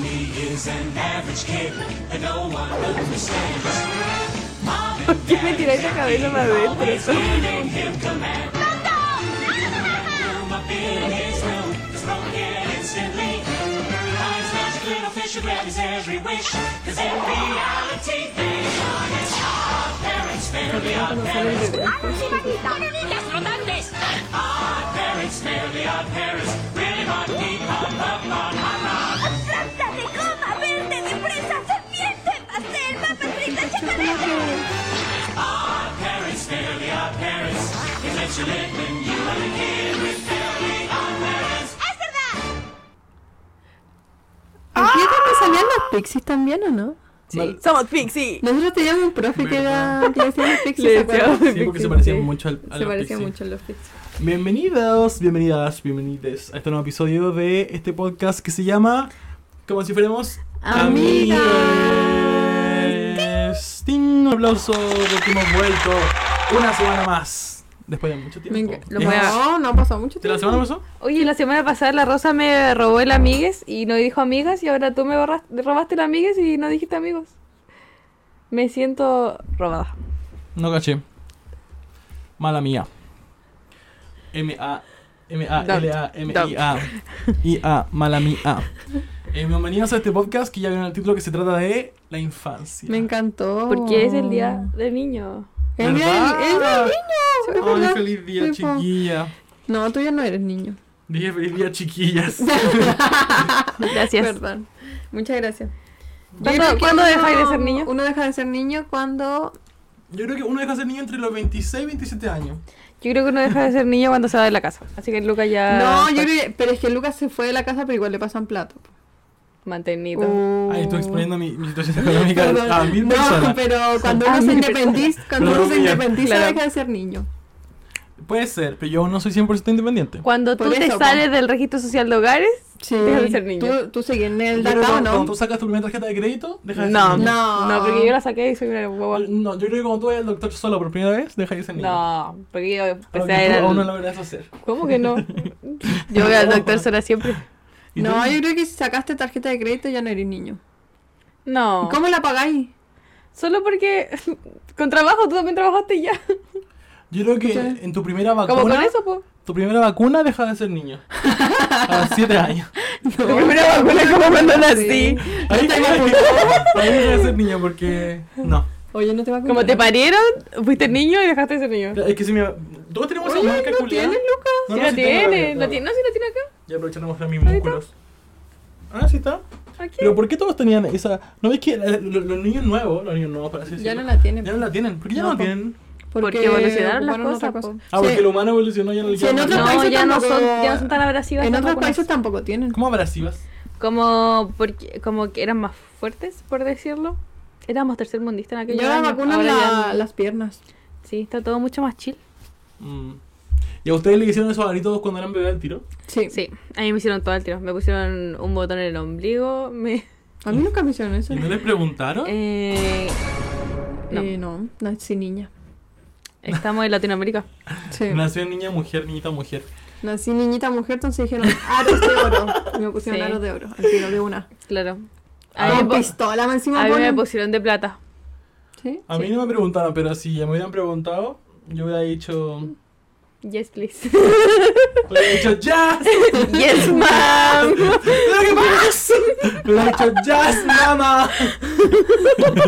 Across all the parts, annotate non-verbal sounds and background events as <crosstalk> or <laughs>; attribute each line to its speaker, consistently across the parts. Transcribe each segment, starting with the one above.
Speaker 1: It's an average kid that no one understands. Mom and
Speaker 2: ¿Por qué me tiráis la cabeza para adentro?
Speaker 1: feeding him command. Room up in his room is broken instantly. Finds magic little fish who grant his every wish. Cause in reality, they are his our parents. They're the odd parents. Odd parents. They're the odd parents. Really hot, deep, hot, hot, hot, hot, hot.
Speaker 3: ¡Aplástate, coma, verde, de fresa, serpiente, pastel, papas fritas, chocolate!
Speaker 1: Odd parents. They're the odd parents. They let you live when you are a kid with fairly odd parents.
Speaker 3: ¡Es verdad!
Speaker 2: ¿Aquí
Speaker 4: ¡Ah!
Speaker 2: es donde salían los pixies también o no?
Speaker 4: Sí.
Speaker 2: Somos pixies. Nosotros teníamos un profe que era que le decían los pixies.
Speaker 4: Le
Speaker 2: ¿se acuerdan?
Speaker 4: decíamos
Speaker 5: Sí, porque
Speaker 4: Pixies,
Speaker 5: se parecían
Speaker 4: sí.
Speaker 5: mucho al, a
Speaker 2: Se
Speaker 5: los
Speaker 2: parecía
Speaker 5: Pixies.
Speaker 2: mucho a los pixies.
Speaker 5: Bienvenidos, bienvenidas, bienvenides a este nuevo episodio de este podcast que se llama Como si fuéramos
Speaker 2: Amigas.
Speaker 5: Amigues. ¡Ting! Un aplauso porque hemos vuelto una semana más. Después de mucho
Speaker 2: Me
Speaker 5: tiempo.
Speaker 2: enc- lo
Speaker 5: Es-
Speaker 4: voy a-
Speaker 2: No, no pasó mucho
Speaker 5: ¿De la semana pasó?
Speaker 4: Oye, la semana pasada la Rosa me robó el amigues y no dijo amigas y ahora tú me borras- robaste el amigues y no dijiste amigos. Me siento robada.
Speaker 5: No caché. Mala mía. M-A. M-A-L-A-M-I-A. I-A. Mala mía. Eh, bienvenidos a este podcast que ya vieron el título que se trata de la infancia.
Speaker 2: Me encantó.
Speaker 4: Porque es el día
Speaker 2: Oh.
Speaker 4: del niño.
Speaker 2: El día del- el día del niño.
Speaker 5: Ay,
Speaker 2: ¿verdad?
Speaker 5: feliz día,
Speaker 2: Sí, po.
Speaker 5: chiquilla.
Speaker 2: No, tú ya no eres niño.
Speaker 5: Dije feliz
Speaker 2: <laughs>
Speaker 5: día, chiquillas.
Speaker 4: Gracias.
Speaker 2: Perdón. Muchas gracias. Yo
Speaker 4: ¿Cuándo-
Speaker 2: creo que
Speaker 4: cuándo
Speaker 2: uno-
Speaker 4: dejáis de ser niño?
Speaker 2: Uno deja de ser niño cuando.
Speaker 5: Yo creo que uno deja de ser niño entre los 26 y 27 años.
Speaker 4: Yo creo que uno deja de ser niño cuando se va de la casa. Así que Luca ya.
Speaker 2: No, yo
Speaker 4: está
Speaker 2: creo que- Pero es que Lucas se fue de la casa, pero igual le pasan Oh. plato.
Speaker 4: Mantenido.
Speaker 2: Uh,
Speaker 5: Ahí estoy exponiendo mi, mi
Speaker 2: <laughs>
Speaker 5: situación económica
Speaker 2: Perdón.
Speaker 5: a mil
Speaker 2: no,
Speaker 5: personas.
Speaker 2: pero cuando uno
Speaker 4: A
Speaker 2: se
Speaker 4: mil
Speaker 2: independiza, cuando uno se
Speaker 5: Perdón, mía.
Speaker 2: independiza
Speaker 4: Claro.
Speaker 2: deja de ser niño.
Speaker 5: Puede ser, pero yo no soy 100% independiente.
Speaker 4: Cuando
Speaker 2: Por
Speaker 4: tú te
Speaker 2: eso, po.
Speaker 4: sales del registro social de hogares.
Speaker 2: Sí.
Speaker 4: Deja de ser niño.
Speaker 2: ¿Tú, tú seguís en el DACA
Speaker 5: Pero
Speaker 2: o
Speaker 5: cuando, cuando
Speaker 2: no?
Speaker 5: tú sacas tu primera tarjeta de crédito, deja de
Speaker 4: No,
Speaker 5: ser niño.
Speaker 2: No.
Speaker 4: no, porque yo la saqué y soy una guagua.
Speaker 5: No, yo creo que cuando tú vayas al doctor solo por primera vez, deja de ser niño.
Speaker 4: No, porque yo
Speaker 2: pues
Speaker 5: Pero
Speaker 4: empecé
Speaker 5: que
Speaker 4: a
Speaker 5: tú
Speaker 4: ir
Speaker 5: aún no
Speaker 4: al-
Speaker 5: lo verás hacer.
Speaker 4: ¿Cómo que no? <laughs> Yo voy al doctor sola siempre.
Speaker 5: ¿Y
Speaker 2: No,
Speaker 5: tú?
Speaker 2: yo creo que si sacaste tarjeta de crédito ya no eres niño.
Speaker 4: No.
Speaker 2: ¿Cómo la pagáis?
Speaker 4: Solo porque <laughs> con trabajo tú también trabajaste y ya.
Speaker 5: Yo creo que en tu primera
Speaker 4: Como con
Speaker 5: vacuna,
Speaker 4: eso, po.
Speaker 5: tu primera vacuna deja de
Speaker 2: <laughs>
Speaker 5: ser niño. a los 7 años.
Speaker 4: <laughs> Tu primera vacuna es como cuando nací.
Speaker 5: Ahí, ahí deja de ser niño porque... No.
Speaker 2: Oye, no te va a
Speaker 4: Como te parieron, fuiste niño y dejaste de ser niño.
Speaker 5: Es que si me... Todos tenemos esa
Speaker 2: Oye,
Speaker 5: marca
Speaker 2: ¿no
Speaker 5: culiada.
Speaker 2: tienes, Lucas?
Speaker 5: No,
Speaker 4: si
Speaker 5: no,
Speaker 4: la
Speaker 5: sí tengo la
Speaker 4: tiene,
Speaker 5: mía,
Speaker 4: la
Speaker 5: claro.
Speaker 4: tiene, no, si la tiene acá.
Speaker 5: Ya aprovechar de mostrar mis
Speaker 4: Ahí
Speaker 5: músculos. Ah, sí está.
Speaker 4: Aquí.
Speaker 5: Pero ¿por qué todos tenían esa...? ¿No ves que la- lo- los, niños nuevos, los niños nuevos, para así
Speaker 2: Ya
Speaker 5: decirlo,
Speaker 2: no la tienen.
Speaker 5: ya no la tienen? ¿Por qué ya
Speaker 2: No,
Speaker 5: no,
Speaker 2: po.
Speaker 5: tienen?
Speaker 4: Porque evolucionaron las
Speaker 2: ocuparon otra
Speaker 4: cosas,
Speaker 2: cosa.
Speaker 5: Ah,
Speaker 2: Sí,
Speaker 5: porque el humano evolucionó ya no le
Speaker 2: Sí, en
Speaker 5: quedan
Speaker 2: otros
Speaker 5: las-
Speaker 4: No,
Speaker 2: países
Speaker 4: ya no,
Speaker 2: tampoco-
Speaker 4: son, ya no son tan abrasivas.
Speaker 2: En
Speaker 4: las
Speaker 2: otros
Speaker 4: vacunas.
Speaker 2: países tampoco tienen.
Speaker 5: ¿Cómo abrasivas?
Speaker 4: Como, porque, como que eran más fuertes, por decirlo. Éramos tercermundistas en aquel
Speaker 2: Yo la vacuna la, las piernas.
Speaker 4: Sí, está todo mucho más chill.
Speaker 5: Mm. ¿Y a ustedes le hicieron esos aritos cuando eran bebés al tiro?
Speaker 2: Sí.
Speaker 4: Sí, a mí me hicieron todo el tiro. Me pusieron un botón en el ombligo. Me,
Speaker 2: A mí nunca me hicieron eso.
Speaker 5: ¿Y no les preguntaron?
Speaker 4: eh, no.
Speaker 2: Eh, no, nací niña.
Speaker 4: estamos en Latinoamérica.
Speaker 2: Sí.
Speaker 5: Nació niña, mujer, niñita, mujer.
Speaker 2: Nací niñita mujer, entonces dijeron aros de oro. Y me
Speaker 4: Sí.
Speaker 2: pusieron aros de oro, al tiro de una.
Speaker 4: Claro. A mí,
Speaker 2: Con
Speaker 4: me pu-
Speaker 2: pistola, más encima
Speaker 4: a mí me
Speaker 2: ponen.
Speaker 4: pusieron de plata.
Speaker 2: Sí. <laughs>
Speaker 5: A mí no me preguntaron, pero si me hubieran preguntado, yo hubiera dicho...
Speaker 4: Yes, please.
Speaker 5: Hubiera dicho ¡Jazz!
Speaker 4: <laughs>
Speaker 2: <laughs>
Speaker 4: yes, <laughs> ma'am.
Speaker 5: ¡Lo que más! Hubiera dicho ¡Jazz, mamá! <laughs>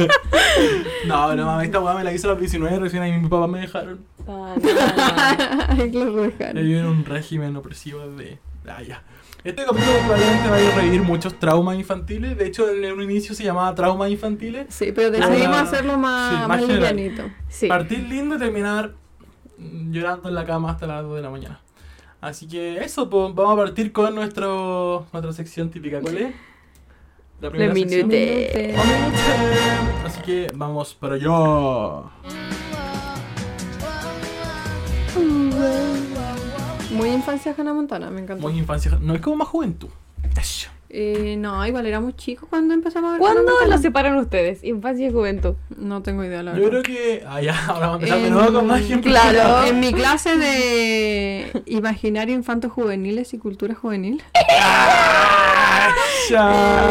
Speaker 5: no, no, mami, esta weá me la hizo a los 19, recién ahí mis papás me dejaron.
Speaker 4: Ah, no.
Speaker 2: Ay, claro,
Speaker 5: Yo
Speaker 2: dejaron.
Speaker 5: vivo en un régimen opresivo de... Ah, ya. Este capítulo probablemente vaya a revivir muchos traumas infantiles. De hecho, en un inicio se llamaba traumas infantiles.
Speaker 2: Sí, pero decidimos
Speaker 5: Ah.
Speaker 2: hacerlo más,
Speaker 5: Sí, más
Speaker 2: más
Speaker 5: general.
Speaker 2: livianito.
Speaker 4: Sí.
Speaker 5: Partir lindo y terminar mm, llorando en la cama hasta las 2 de la mañana. Así que eso, po, vamos a partir con nuestro, nuestra sección típica. ¿Cuál es? La
Speaker 4: Le
Speaker 5: sección.
Speaker 4: minute.
Speaker 5: Un minute. Así que vamos para allá.
Speaker 2: Muy infancia Hannah Montana, me encantó.
Speaker 5: Muy infancia. No es como más juventud. Eso.
Speaker 2: Eh, no, igual éramos chicos cuando empezamos a ver.
Speaker 4: ¿Cuándo
Speaker 2: Hannah
Speaker 4: los
Speaker 2: Montana.
Speaker 4: separan ustedes? Infancia y juventud.
Speaker 2: No tengo idea, la
Speaker 5: Yo
Speaker 2: verdad.
Speaker 5: creo que. Ah, ya, ahora vamos a empezar de
Speaker 2: En-
Speaker 5: nuevo con más ejemplos.
Speaker 2: Em, Claro, <laughs> en mi clase de imaginario infantos <laughs> juveniles y cultura juvenil,
Speaker 5: <laughs> Ya.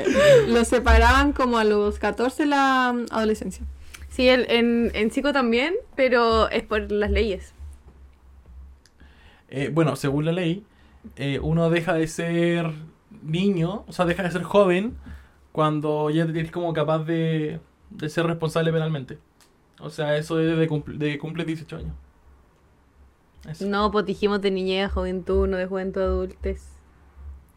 Speaker 2: eh, Los separaban como a los 14 la mm, adolescencia.
Speaker 4: Sí, el- en, en psico también, pero es por las leyes.
Speaker 5: Eh, bueno, según la ley, eh, uno deja de ser niño, o sea, deja de ser joven cuando ya eres como capaz de, de ser responsable penalmente. O sea, eso es de, cumple, de que cumple 18 años. Eso.
Speaker 4: No, pues dijimos de niñez, juventud, no de juventud, adultes.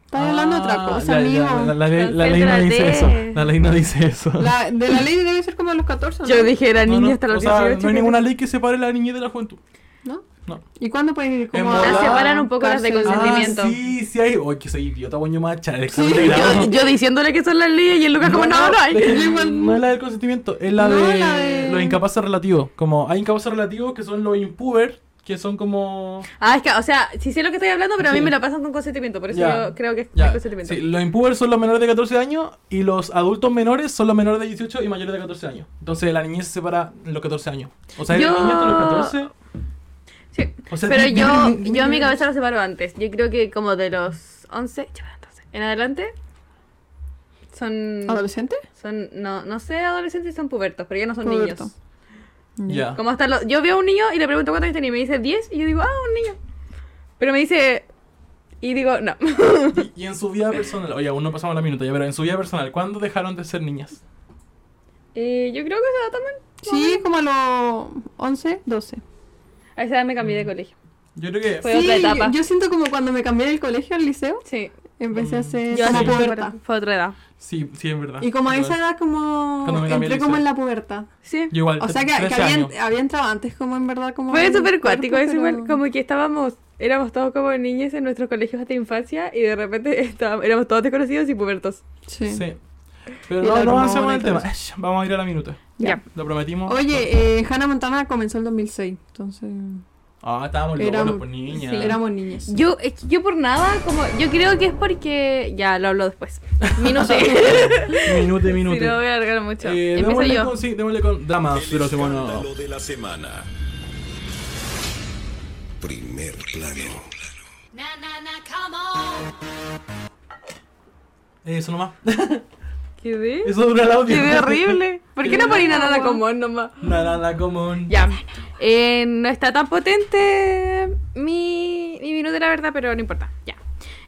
Speaker 2: Estás hablando de otra
Speaker 5: Ah,
Speaker 2: cosa,
Speaker 5: la-
Speaker 2: amigo.
Speaker 5: la- La, la ley- la ley no
Speaker 4: Concéntrate.
Speaker 5: dice eso. La ley no dice eso.
Speaker 2: La- de la ley debe ser como a los 14, ¿no?
Speaker 4: Yo dije era
Speaker 5: No,
Speaker 4: niña
Speaker 5: no,
Speaker 4: hasta los
Speaker 5: o sea,
Speaker 4: 18.
Speaker 5: no hay
Speaker 4: que-
Speaker 5: ninguna ley que separe la niñez de la juventud.
Speaker 2: ¿No?
Speaker 5: No.
Speaker 2: ¿Y cuándo pueden ir como
Speaker 5: En
Speaker 2: a-
Speaker 5: volada. Las separan
Speaker 4: un poco las de
Speaker 2: cárcel?
Speaker 5: Ah,
Speaker 4: Consentimiento.
Speaker 5: sí, sí hay. Uy, que soy idiota, weón, yo me voy a echar el examen de grado.
Speaker 4: Yo, <laughs> yo diciéndole que son las leyes y el Lucas como no, no, hay.
Speaker 5: es que no es la del consentimiento, es la,
Speaker 2: No,
Speaker 5: de,
Speaker 2: la de-
Speaker 5: los incapaces relativos. Como hay incapaces relativos que son los impubers, que son como.
Speaker 4: Ah, es que, o sea, sí sé lo que estoy hablando, pero a mí
Speaker 5: Sí.
Speaker 4: me la pasan con consentimiento, por eso
Speaker 5: Ya.
Speaker 4: yo creo que es
Speaker 5: Ya,
Speaker 4: consentimiento.
Speaker 5: sí, los impubers son los menores de 14 años y los adultos menores son los menores de 18 y mayores de 14 años. Entonces la niñez se separa en los 14 años. O sea,
Speaker 4: Yo-
Speaker 5: la niña hasta los 14.
Speaker 4: Sí.
Speaker 5: O sea, <laughs>
Speaker 4: pero
Speaker 5: di-
Speaker 4: yo,
Speaker 5: dime-
Speaker 4: yo a mi cabeza la separo antes. Yo creo que como de los 11, ya, 12, en adelante son,
Speaker 2: Ah, ¿Adolescente?
Speaker 4: son no, no sé, adolescentes son pubertos, pero ya no son
Speaker 2: Puberto.
Speaker 4: niños.
Speaker 5: Ya.
Speaker 4: Como hasta los, yo veo a un niño y le pregunto cuántos años tiene y me dice 10 y yo digo, ah, un niño. Pero me dice y digo, no. <laughs>
Speaker 5: Y, y en su vida personal, oye, aún no pasamos la minuta, ya, pero en su vida personal, ¿cuándo dejaron de ser niñas?
Speaker 4: Eh, yo creo que esa edad también.
Speaker 2: Sí, como a los 11, 12.
Speaker 4: A esa edad me cambié de colegio.
Speaker 5: Yo creo que.
Speaker 4: Fue otra
Speaker 2: Sí,
Speaker 4: etapa.
Speaker 2: Yo, yo siento como cuando me cambié del colegio al liceo,
Speaker 4: Sí.
Speaker 2: empecé
Speaker 5: Mm.
Speaker 2: a ser
Speaker 4: Yo
Speaker 2: como
Speaker 5: sí.
Speaker 2: puberta.
Speaker 4: Fue otra edad.
Speaker 5: Sí, sí, es verdad.
Speaker 2: Y como a
Speaker 5: Yo-
Speaker 2: esa edad como
Speaker 5: Cuando me cambié
Speaker 2: entré
Speaker 5: al
Speaker 2: como en
Speaker 5: liceo.
Speaker 2: la pubertad.
Speaker 4: Sí.
Speaker 5: yo igual,
Speaker 2: O sea que, que
Speaker 5: 13 años.
Speaker 2: había, había entrado antes como en verdad como...
Speaker 4: Fue
Speaker 2: en
Speaker 4: súper
Speaker 2: cuerpo,
Speaker 4: cuático eso
Speaker 2: pero-
Speaker 4: igual, como que estábamos, éramos todos como niños en nuestros colegios de infancia y de repente <laughs> estábamos, éramos todos desconocidos y pubertos.
Speaker 2: Sí.
Speaker 5: Sí. Pero
Speaker 2: Y la
Speaker 5: no, no
Speaker 2: hormona
Speaker 5: avancemos en el
Speaker 2: y
Speaker 5: tema.
Speaker 2: todo
Speaker 5: Vamos a ir a la minuta.
Speaker 2: Ya.
Speaker 5: Lo prometimos.
Speaker 2: Oye, eh, Hannah Montana comenzó el 2006, entonces
Speaker 5: Ah, estábamos
Speaker 2: Era-
Speaker 5: locos, pues niña.
Speaker 2: sí, éramos niños.
Speaker 4: Yo, es que yo por nada, como, yo creo que es porque, ya lo hablo después, minuto, <laughs>
Speaker 5: Minuto y minuto.
Speaker 4: si no voy a alargar mucho,
Speaker 5: Eh,
Speaker 4: empiezo
Speaker 5: démosle
Speaker 4: yo.
Speaker 5: con, sí, démosle con dramas de la semana.
Speaker 6: escándalo de la semana. Primer plano.
Speaker 1: Na, na, na, come on.
Speaker 5: eh, Eso nomás. <laughs>
Speaker 4: Quedé,
Speaker 5: Eso dura el audio.
Speaker 4: quedé horrible, ¿por qué no poní nada
Speaker 2: agua.
Speaker 4: común nomás?
Speaker 5: <laughs> Nada, nada común.
Speaker 4: Ya, Eh, no está tan potente mi, mi minuto, la verdad, pero no importa, ya.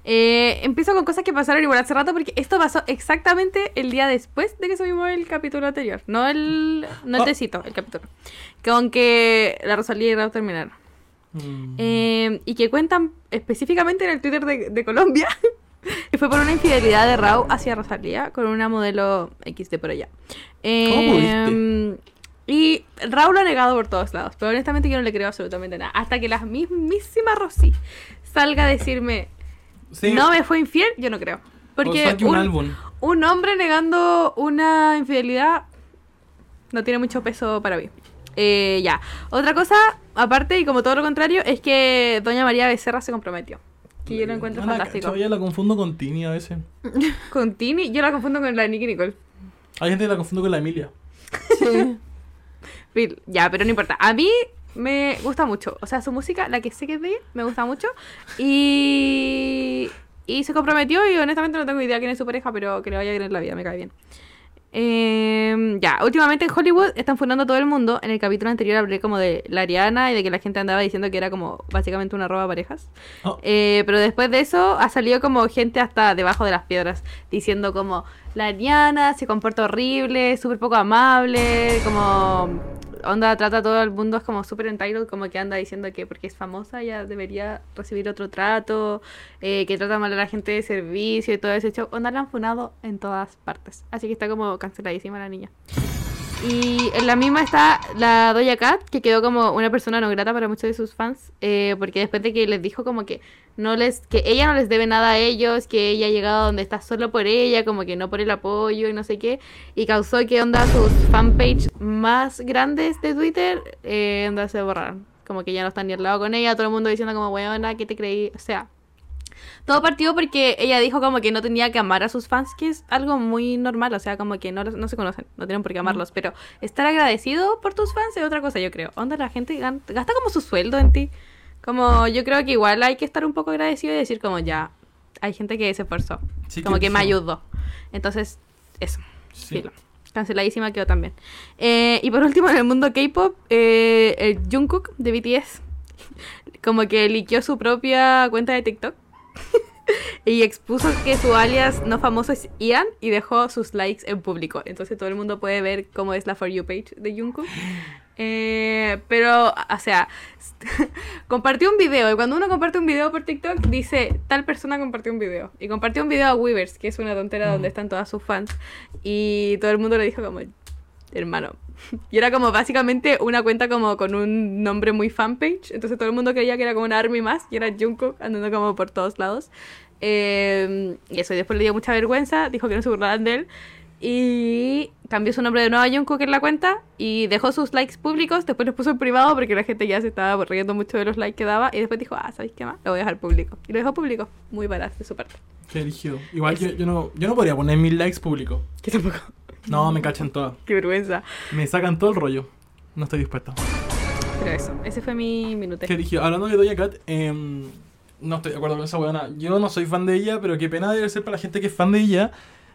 Speaker 4: Eh, empiezo con cosas que pasaron igual hace rato, porque esto pasó exactamente el día después de que subimos el capítulo anterior. No el, no el
Speaker 5: Oh.
Speaker 4: tecito, el capítulo. Con que la Rosalía y Raúl terminaron.
Speaker 5: Mm.
Speaker 4: Eh, y que cuentan específicamente en el Twitter de, de Colombia <laughs> que fue por una infidelidad de Raúl hacia Rosalía con una modelo X de por allá. Eh, y Raúl lo ha negado por todos lados, pero honestamente yo no le creo absolutamente nada. Hasta que la mismísima Rosy salga a decirme,
Speaker 5: Sí,
Speaker 4: no me fue infiel, yo no creo.
Speaker 5: o
Speaker 4: Porque
Speaker 5: saque un,
Speaker 4: un-
Speaker 5: álbum.
Speaker 4: un hombre negando una infidelidad no tiene mucho peso para mí. Eh, ya. Otra cosa, aparte y como todo lo contrario, es que Doña María Becerra se comprometió. Que yo lo encuentro
Speaker 5: No la
Speaker 4: fantástico.
Speaker 5: cacho, Yo la confundo con Tini a veces.
Speaker 4: Con Tini, yo la confundo con la Nicki Nicole.
Speaker 5: Hay gente que la confundo con la Emilia.
Speaker 2: Sí.
Speaker 4: Fil- Ya, pero no importa. A mí me gusta mucho. O sea, su música, la que sé que es de ella, me gusta mucho. Y. Y se comprometió y honestamente no tengo idea quién es su pareja, pero que le vaya bien en la vida, me cae bien. Eh, ya, últimamente en Hollywood están fundando a todo el mundo. En el capítulo anterior hablé como de la Ariana y de que la gente andaba diciendo que era como básicamente una roba parejas.
Speaker 5: Oh.
Speaker 4: <laughs> Eh, pero después de eso ha salido como gente hasta debajo de las piedras diciendo como la Ariana se comporta horrible, súper poco amable, como onda trata a todo el mundo es como súper entitled, como que anda diciendo que porque es famosa ya debería recibir otro trato, eh, que trata mal a la gente de servicio y todo ese show. Onda la han funado en todas partes. Así que está como canceladísima la niña. Y en la misma está la Doja Cat, que quedó como una persona no grata para muchos de sus fans, eh, porque después de que les dijo como que no les que ella no les debe nada a ellos, que ella ha llegado a donde está solo por ella, como que no por el apoyo y no sé qué, y causó que onda sus fanpage más grandes de Twitter, eh, onda se borraron. Como que ya no están ni al lado con ella, todo el mundo diciendo como, weona, ¿qué te creí? O sea, todo partió porque ella dijo como que no tenía que amar a sus fans, que es algo muy normal, o sea, como que no, los- no se conocen, no tienen por qué amarlos, pero estar agradecido por tus fans es otra cosa, yo creo. Onda, la gente gan- gasta como su sueldo en ti. Como yo creo que igual hay que estar un poco agradecido y decir como ya, hay gente que se esforzó,
Speaker 5: Sí,
Speaker 4: como
Speaker 5: que
Speaker 4: que me
Speaker 5: sí.
Speaker 4: ayudó. Entonces, Eso.
Speaker 5: Sí.
Speaker 4: Filo. Canceladísima quedó también. Eh, y por último, en el mundo K-pop, eh, el Jungkook de BTS, como que liqueó su propia cuenta de TikTok <laughs> y expuso que su alias no famoso es Ian y dejó sus likes en público. Entonces todo el mundo puede ver cómo es la For You page de Jungkook. Eh, pero, o sea, compartió un video. Y cuando uno comparte un video por TikTok, dice tal persona compartió un video. Y compartió un video a Weavers, que es una tontera donde están todas sus fans. Y todo el mundo le dijo como, hermano. Y era como básicamente una cuenta como con un nombre muy fanpage. Entonces todo el mundo creía que era como una army más. Y era Jungkook andando como por todos lados. Eh, y eso, y después le dio mucha vergüenza. Dijo que no se burlaran de él. Y cambió su nombre de nuevo a Jungkook en la cuenta. Y dejó sus likes públicos. Después los puso en privado porque la gente ya se estaba riendo mucho de los likes que daba. Y después dijo, ah, ¿sabéis qué más? Lo voy a dejar público. Y lo dejó público. Muy barato de su parte.
Speaker 5: Qué rígido. Igual yo, yo, no, yo no podría poner mil likes público.
Speaker 4: <laughs> Que tampoco.
Speaker 5: No, me cachan todas.
Speaker 4: Qué vergüenza.
Speaker 5: Me sacan todo el rollo. No estoy dispuesto.
Speaker 4: Pero eso, ese fue mi minuto.
Speaker 5: Qué rígido. Hablando de Doja Cat, em, no estoy de acuerdo con esa weona. Yo no soy fan de ella, pero qué pena debe ser para la gente que es fan de ella.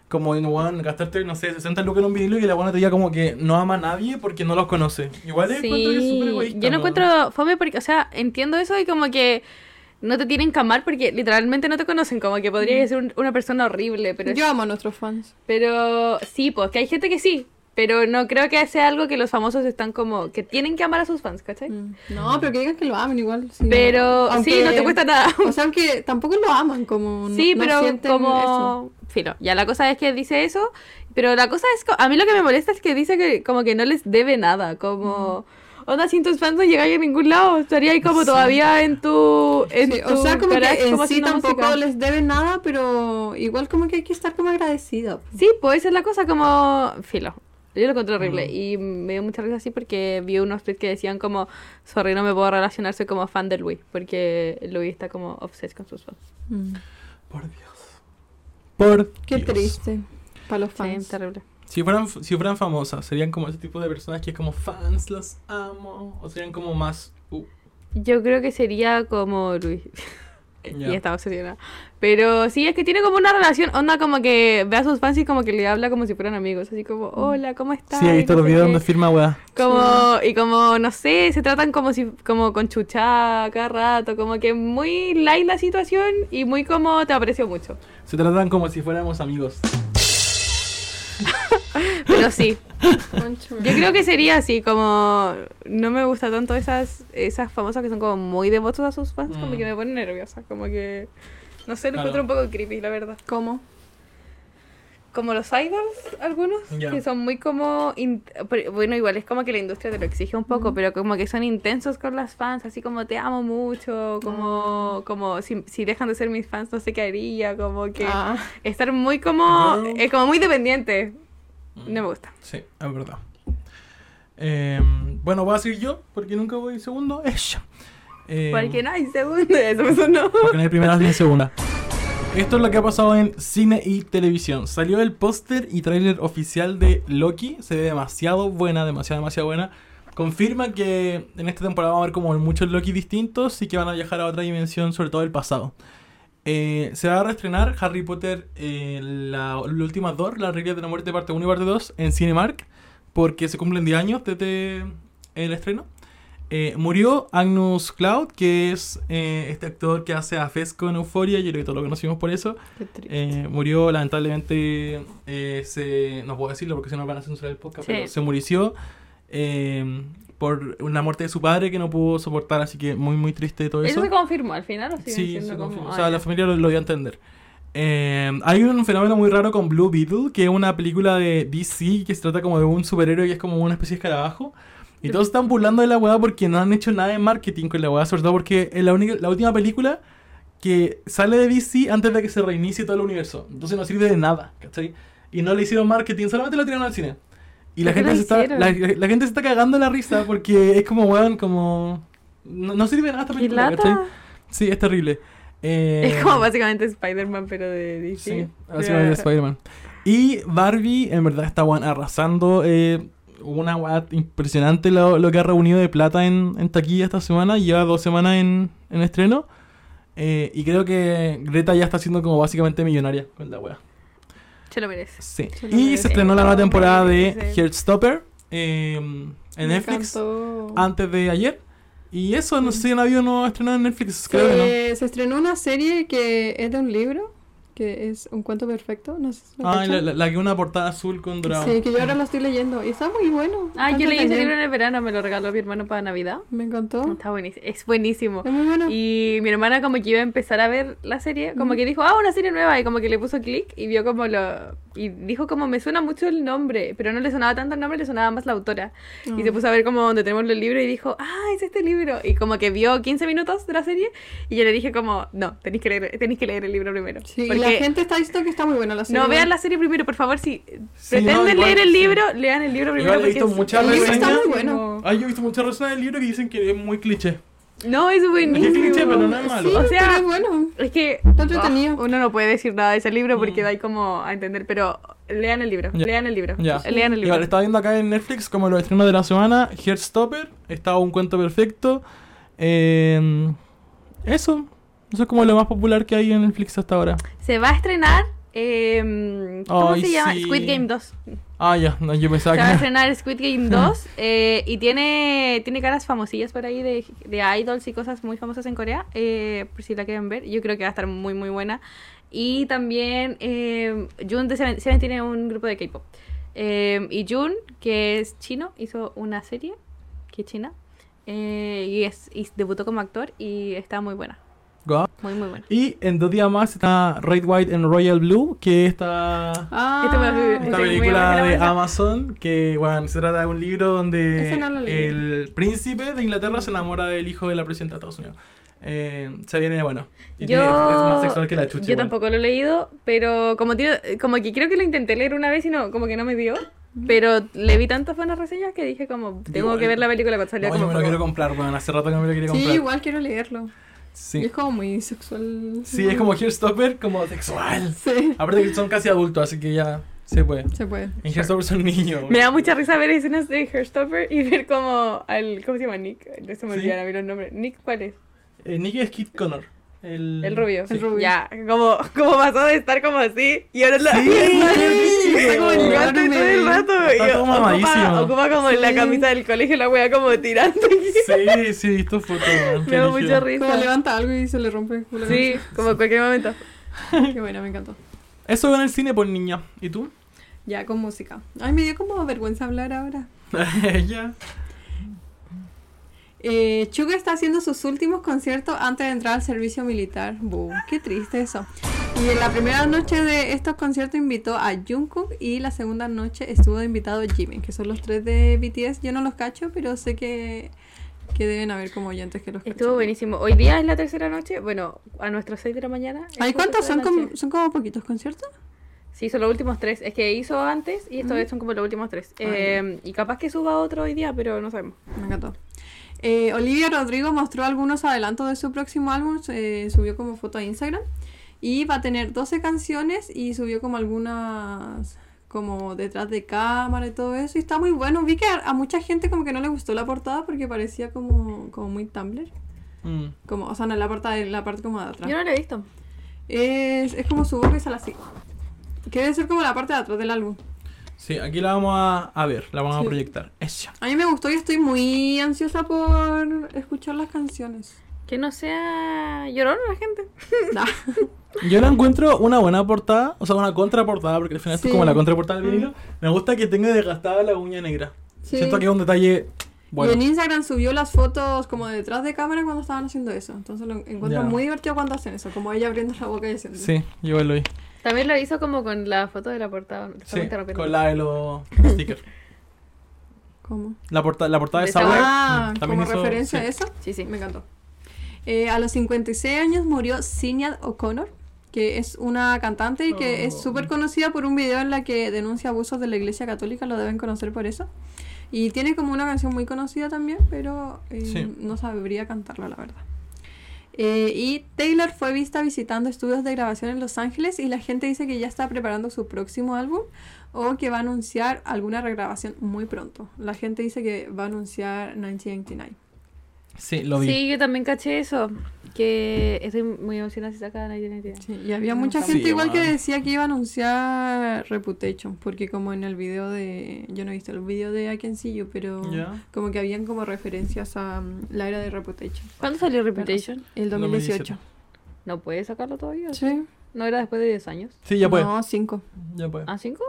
Speaker 5: Como en weón, gastarte, no sé, 60 lucas en un video y que la buena te diga como que no ama a nadie porque no los conoce. Igual es encuentro que es súper egoísta.
Speaker 4: yo no
Speaker 5: weón.
Speaker 4: encuentro fome porque, o sea, entiendo eso y como que no te tienen que amar porque literalmente no te conocen, como que podrías ser un- una persona horrible, <laughs> pero,
Speaker 2: Yo amo a nuestros fans.
Speaker 4: pero sí, pues que hay gente que sí, pero no creo que sea algo que los famosos están como, que tienen que amar a sus fans, ¿cachai?
Speaker 2: No, pero que digan que lo aman igual. si no-
Speaker 4: Pero sí, no te cuesta nada.
Speaker 2: <laughs> O sea, aunque tampoco lo aman como. no-
Speaker 4: Sí,
Speaker 2: no
Speaker 4: pero
Speaker 2: sienten
Speaker 4: como...
Speaker 2: eso.
Speaker 4: Filo, ya la cosa es que dice eso, pero la cosa es... co- A mí lo que me molesta es que dice que como que no les debe nada, como...
Speaker 2: Mm.
Speaker 4: Onda, sin tus fans no llegáis a ningún lado, estaría ahí como todavía en tu... En
Speaker 2: Sí, o sea,
Speaker 4: tu
Speaker 2: como que
Speaker 4: garage,
Speaker 2: en
Speaker 4: como
Speaker 2: sí
Speaker 4: haciendo
Speaker 2: tampoco
Speaker 4: música.
Speaker 2: les deben nada, pero igual como que hay que estar como agradecido.
Speaker 4: Sí, pues esa es la cosa como... Filo. Yo lo encontré
Speaker 2: Mm.
Speaker 4: horrible y me dio mucha risa así porque vi unos tweets que decían como, sorry, no me puedo relacionar, soy como fan de Luis, porque Luis está como obsessed con sus fans. Mm.
Speaker 5: Por Dios. Por
Speaker 2: Qué
Speaker 5: Dios.
Speaker 2: triste para los
Speaker 4: Sí,
Speaker 2: fans.
Speaker 4: terrible.
Speaker 5: Si fueran, si fueran famosas, serían como ese tipo de personas que es como fans, los amo. O serían como más. uh,
Speaker 4: Yo creo que sería como Luis. <laughs>
Speaker 5: Ya.
Speaker 4: Y estaba obsesionada. Pero sí, es que tiene como una relación, onda como que ve a sus fans y como que le habla como si fueran amigos, así como, hola, ¿cómo estás?
Speaker 5: sí, he visto
Speaker 4: No
Speaker 5: los
Speaker 4: sé
Speaker 5: videos
Speaker 4: qué.
Speaker 5: donde firma, weá.
Speaker 4: Como, y como, no sé, se tratan como si, como con chuchá cada rato, como que muy light la situación y muy como te aprecio mucho.
Speaker 5: Se tratan como si fuéramos amigos.
Speaker 4: Pero sí,
Speaker 2: Concho.
Speaker 4: yo creo que sería así, como, no me gusta tanto esas, esas famosas que son como muy devotos a sus fans, como
Speaker 5: Mm.
Speaker 4: que me ponen nerviosa, como que, no sé, lo
Speaker 5: Claro.
Speaker 4: encuentro un poco creepy, la verdad.
Speaker 2: ¿Cómo?
Speaker 4: como los idols algunos
Speaker 5: Ya.
Speaker 4: que son muy como in- pero, bueno igual es como que la industria te lo exige un
Speaker 2: Mm.
Speaker 4: poco pero como que son intensos con las fans así como te amo mucho como
Speaker 2: Ah.
Speaker 4: como si, si dejan de ser mis fans no sé qué haría como que
Speaker 2: Ah.
Speaker 4: estar muy como
Speaker 5: Girl.
Speaker 4: eh, como muy dependiente no me gusta
Speaker 5: Sí, es verdad. Eh, bueno, voy a seguir yo, porque nunca voy segundo. <laughs> Ella. Eh,
Speaker 4: porque no hay segundo eso me sonó
Speaker 5: Porque no hay primera ni hay segunda. Esto es lo que ha pasado en cine y televisión. Salió el póster y tráiler oficial de Loki. Se ve demasiado buena, demasiado, demasiado buena. Confirma que en esta temporada va a haber como muchos Loki distintos y que van a viajar a otra dimensión, sobre todo el pasado. Eh, se va a reestrenar Harry Potter, eh, la, la última dos, las reglas de la muerte parte 1 y parte 2, en Cinemark, porque se cumplen 10 años desde el estreno. Eh, murió Agnus Cloud, que es eh, este actor que hace a Fesco en Euforia, yo creo que todos lo conocimos por eso. Eh, murió, lamentablemente, eh, se, no puedo decirlo porque si no van a censurar el podcast,
Speaker 4: Sí.
Speaker 5: pero se murició eh, por una muerte de su padre que no pudo soportar, así que muy, muy triste todo
Speaker 4: eso
Speaker 5: eso.
Speaker 4: se confirmó al final o siguen
Speaker 5: Sí,
Speaker 4: siendo
Speaker 5: se
Speaker 4: como,
Speaker 5: confirma.
Speaker 4: ah,
Speaker 5: O sea,
Speaker 4: ya.
Speaker 5: la familia lo, lo dio a entender. Eh, hay un fenómeno muy raro con Blue Beetle, que es una película de DC que se trata como de un superhéroe que es como una especie de escarabajo. Y todos están burlando de la weá porque no han hecho nada de marketing con la weá, sobre todo porque es la, única, la última película que sale de DC antes de que se reinicie todo el universo. Entonces no sirve de nada, ¿cachai? Y no le hicieron marketing, solamente lo tiraron al cine. Y la
Speaker 4: ¿Por qué
Speaker 5: gente,
Speaker 4: lo
Speaker 5: se está,
Speaker 4: hicieron?
Speaker 5: la, la- la gente se está cagando la risa porque es como, weón, como... No, no sirve de nada esta
Speaker 4: Qué
Speaker 5: película, ¿cachai?
Speaker 4: lata.
Speaker 5: Sí, es terrible. Eh,
Speaker 4: es como básicamente Spider-Man pero de DC
Speaker 5: Sí, así
Speaker 4: Ya. <laughs>
Speaker 5: va Spider-Man. Y Barbie, en verdad, está weón, arrasando. eh, una weá impresionante lo, lo que ha reunido de plata en, en taquilla esta semana. Lleva dos semanas en, en estreno. Eh, y creo que Greta ya está siendo como básicamente millonaria con la weá.
Speaker 4: Se lo merece.
Speaker 5: Sí.
Speaker 2: Yo lo
Speaker 5: Y
Speaker 2: merezco.
Speaker 5: se estrenó la nueva temporada de
Speaker 2: Sí.
Speaker 5: Heartstopper eh, en
Speaker 2: Me
Speaker 5: Netflix ah,
Speaker 2: encantó.
Speaker 5: antes de ayer. Y eso, no sé si no había uno estrenado en Netflix, creo que
Speaker 2: Eh, se, se estrenó una serie que es de un libro, que es Un cuento perfecto. No sé si
Speaker 5: no.
Speaker 2: lo
Speaker 5: Ah, y
Speaker 2: cachan.
Speaker 5: la, la- la que una portada azul con dorado.
Speaker 2: Sí, que yo ahora lo estoy leyendo. Y está muy bueno.
Speaker 4: Ah,
Speaker 2: Está
Speaker 4: yo leí ese
Speaker 2: entretenido.
Speaker 4: libro en el verano, me lo regaló mi hermano para Navidad.
Speaker 2: Me encantó.
Speaker 4: Está buenísimo, es buenísimo.
Speaker 2: Oh. Es muy bueno.
Speaker 4: Y mi hermana como que iba a empezar a ver la serie, como que dijo, ah, una serie nueva, y como que le puso clic y vio como lo... Y dijo como, me suena mucho el nombre, pero no le sonaba tanto el nombre, le sonaba más la autora. Y
Speaker 2: Oh.
Speaker 4: se puso a ver como donde tenemos el libro y dijo, ah, es este libro. Y como que vio 15 minutos de la serie y yo le dije como, no, tenéis que leer, tenéis que leer el libro primero.
Speaker 2: Sí, y
Speaker 4: Porque
Speaker 2: la gente está diciendo que está muy buena la serie.
Speaker 4: No vean la serie primero, por favor, si
Speaker 5: Sí, no,
Speaker 4: pretenden
Speaker 5: igual,
Speaker 4: leer el
Speaker 5: sí.
Speaker 4: libro, lean el libro primero.
Speaker 5: Igual he
Speaker 4: porque
Speaker 5: visto
Speaker 4: es-
Speaker 5: muchas
Speaker 2: el libro está
Speaker 5: reseñas.
Speaker 2: muy bueno.
Speaker 5: Ay, yo he visto muchas reseñas del libro que dicen que es muy cliché.
Speaker 4: No, es
Speaker 5: Es que
Speaker 4: buenísimo.
Speaker 5: es cliché, pero no es malo.
Speaker 2: Sí,
Speaker 4: O sea-
Speaker 2: pero es bueno.
Speaker 4: Es que
Speaker 2: entretenido.
Speaker 4: ah, uno no puede decir nada de ese libro porque
Speaker 5: Mm.
Speaker 4: da ahí como a entender, pero lean el libro,
Speaker 5: Ya.
Speaker 4: lean el libro,
Speaker 5: Ya.
Speaker 4: Eh, lean el libro.
Speaker 5: Igual, estaba viendo acá en Netflix como los estrenos de la semana, Heartstopper, estaba un cuento perfecto. eh, eso. Eso es como lo más popular que hay en Netflix hasta ahora.
Speaker 4: Se va a estrenar, eh, ¿cómo
Speaker 5: Ay,
Speaker 4: se llama?
Speaker 5: sí.
Speaker 4: Squid Game 2.
Speaker 5: Ah, ya, no, yo pensaba
Speaker 4: Se va a
Speaker 5: <laughs> que...
Speaker 4: estrenar Squid Game 2 eh, y tiene, tiene caras famosillas por ahí de, de idols y cosas muy famosas en Corea, eh, por si la quieren ver. Yo creo que va a estar muy, muy buena. Y también eh, Jun de Seven, Seven tiene un grupo de K-pop. Eh, y Jun, que es chino, hizo una serie que es china eh, y, es, y debutó como actor y está muy buena,
Speaker 5: Go.
Speaker 4: muy, muy buena.
Speaker 5: Y en dos días más está Red, White and Royal Blue, que está...
Speaker 2: Ah,
Speaker 4: Esto me lo-
Speaker 5: Esta
Speaker 4: Sí, muy
Speaker 5: película
Speaker 4: buena,
Speaker 5: de
Speaker 4: buena.
Speaker 5: Amazon que bueno, se trata de un libro donde
Speaker 2: Ese no lo leí.
Speaker 5: el príncipe de Inglaterra se enamora del hijo de la presidenta de Estados Unidos. Eh, se viene bueno. Y tiene- es más sexual que la chucha.
Speaker 4: yo
Speaker 5: igual.
Speaker 4: tampoco lo he leído, pero como, tiene- como que creo que lo intenté leer una vez y no, como que no me dio. Pero le vi tantas buenas reseñas que dije como, tengo
Speaker 5: Igual.
Speaker 4: que ver la película cuando salió.
Speaker 5: eh, No, yo
Speaker 4: como
Speaker 5: me lo quiero
Speaker 4: poco.
Speaker 5: comprar, weón. Hace rato que me lo quería
Speaker 2: sí,
Speaker 5: comprar.
Speaker 2: igual quiero leerlo.
Speaker 5: Sí.
Speaker 2: Es como muy sexual.
Speaker 5: Sí,
Speaker 4: "Mm".
Speaker 5: es como Heartstopper, como sexual.
Speaker 2: <laughs> Sí,
Speaker 5: Aparte que son casi adultos, así que ya se puede.
Speaker 2: se puede.
Speaker 5: En Heartstopper son niños. weón.
Speaker 4: Me da mucha risa ver escenas de Herstopper y ver como al, ¿cómo se llama? Nick. No se me
Speaker 5: Sí.
Speaker 4: olvidan a mí los nombres. Nick, ¿cuál es?
Speaker 5: Eh, Nicky es Kid Connor. El,
Speaker 4: El rubio.
Speaker 5: Sí.
Speaker 2: El rubio.
Speaker 4: Ya, como, como pasó de estar como así y ahora es la...
Speaker 5: Sí,
Speaker 4: <laughs> y está como
Speaker 5: sí,
Speaker 4: gigante
Speaker 2: enorme.
Speaker 4: todo el rato.
Speaker 5: Está
Speaker 4: y
Speaker 5: todo mamadísimo.
Speaker 4: ocupa, ocupa como la
Speaker 2: Sí.
Speaker 4: camisa del colegio la wea como tirando.
Speaker 5: Sí, sí, he visto fotos. weón,
Speaker 4: <laughs> Me da mucha
Speaker 5: qué brígido.
Speaker 4: risa.
Speaker 2: Cuando levanta algo y se le rompe el culo.
Speaker 4: Sí, como en cualquier momento.
Speaker 2: Qué buena, me encantó.
Speaker 5: Eso veo en el cine por niña. ¿Y tú?
Speaker 2: Ya, con música. Ay, me dio como vergüenza hablar ahora. <laughs>
Speaker 5: Ella.
Speaker 2: Eh, Suga está haciendo sus últimos conciertos antes de entrar al servicio militar. Buh, qué triste eso. Y en la primera noche de estos conciertos invitó a Jungkook y la segunda noche estuvo de invitado Jimin, que son los tres de BTS. Yo no los cacho, pero sé que, que deben haber como oyentes que los cachan.
Speaker 4: Estuvo buenísimo. Hoy día es la tercera noche. Bueno, a nuestras 6 de la mañana. es
Speaker 2: ¿Hay
Speaker 4: la
Speaker 2: cuántos?
Speaker 4: tercera
Speaker 2: Son como,
Speaker 4: noche.
Speaker 2: son como poquitos conciertos.
Speaker 4: Sí, son los últimos tres. Es que hizo antes y estos son como los últimos tres. Eh, y capaz que suba otro hoy día, pero no sabemos.
Speaker 2: Me encantó. Eh, Olivia Rodrigo mostró algunos adelantos de su próximo álbum, eh, subió como foto a Instagram y va a tener 12 canciones y subió como algunas como detrás de cámara y todo eso y está muy bueno. Vi que a, a mucha gente como que no le gustó la portada porque parecía como, como muy Tumblr.
Speaker 5: Mm.
Speaker 2: Como, o sea, no la parte, la parte como de atrás.
Speaker 4: Yo no lo he visto.
Speaker 2: Es, es como su boca y sale así. Que debe ser como la parte de atrás del álbum.
Speaker 5: Sí, aquí la vamos a, a ver, la vamos
Speaker 2: Sí.
Speaker 5: a proyectar. Eso.
Speaker 2: A mí me gustó y estoy muy ansiosa por escuchar las
Speaker 4: <laughs>
Speaker 2: canciones.
Speaker 4: Que no sea llorón la gente. <laughs>
Speaker 2: Nah.
Speaker 5: Yo la encuentro una buena portada, o sea, una contraportada, porque al final esto
Speaker 2: Sí. Mm.
Speaker 5: es como la contraportada del vinilo. Me gusta que tenga desgastada la uña negra.
Speaker 2: Sí.
Speaker 5: Siento que es un detalle bueno.
Speaker 2: Y en Instagram subió las fotos como de detrás de cámara cuando estaban haciendo eso. Entonces lo encuentro
Speaker 5: Ya.
Speaker 2: muy divertido cuando hacen eso, como ella abriendo la boca y haciendo.
Speaker 5: Sí, yo igual lo vi.
Speaker 4: También lo hizo como con la foto de la portada. Te estamos
Speaker 5: Sí,
Speaker 4: interrumpiendo.
Speaker 5: con la de los stickers.
Speaker 2: ¿Cómo?
Speaker 5: La, porta- la portada de
Speaker 4: De
Speaker 5: Subway.
Speaker 2: ah,
Speaker 5: mm,
Speaker 2: como
Speaker 5: hizo-
Speaker 2: referencia
Speaker 5: sí.
Speaker 2: a eso.
Speaker 4: Sí, sí.
Speaker 2: Me encantó. Eh, a los 56 años murió Sinead O'Connor, que es una cantante y que es súper conocida por un video en la que denuncia abusos de la iglesia católica, lo deben conocer por eso. Y tiene como una canción muy conocida también, pero eh,
Speaker 5: Sí.
Speaker 2: no sabría cantarla, la verdad. Eh, y Taylor fue vista visitando estudios de grabación en Los Ángeles y la gente dice que ya está preparando su próximo álbum o que va a anunciar alguna regrabación muy pronto. La gente dice que va a anunciar 1989.
Speaker 5: Sí, lo vi.
Speaker 4: Sí, yo también caché eso. Que estoy muy emocionada si sacan la identidad.
Speaker 2: Sí, y había mucha
Speaker 5: Sí,
Speaker 2: gente igual que
Speaker 5: bueno.
Speaker 2: decía que iba a anunciar Reputation, porque como en el video de... Yo no he visto el video de I Can See You, pero
Speaker 5: Ya.
Speaker 2: como que habían como referencias a mm, la era de Reputation.
Speaker 4: ¿Cuándo salió Reputation?
Speaker 2: El 2018.
Speaker 4: ¿No puede sacarlo todavía?
Speaker 2: Sí.
Speaker 4: ¿No era después de 10 años?
Speaker 5: Sí, ya pues. puede.
Speaker 2: No, 5.
Speaker 5: Ya puede.
Speaker 4: ¿A 5?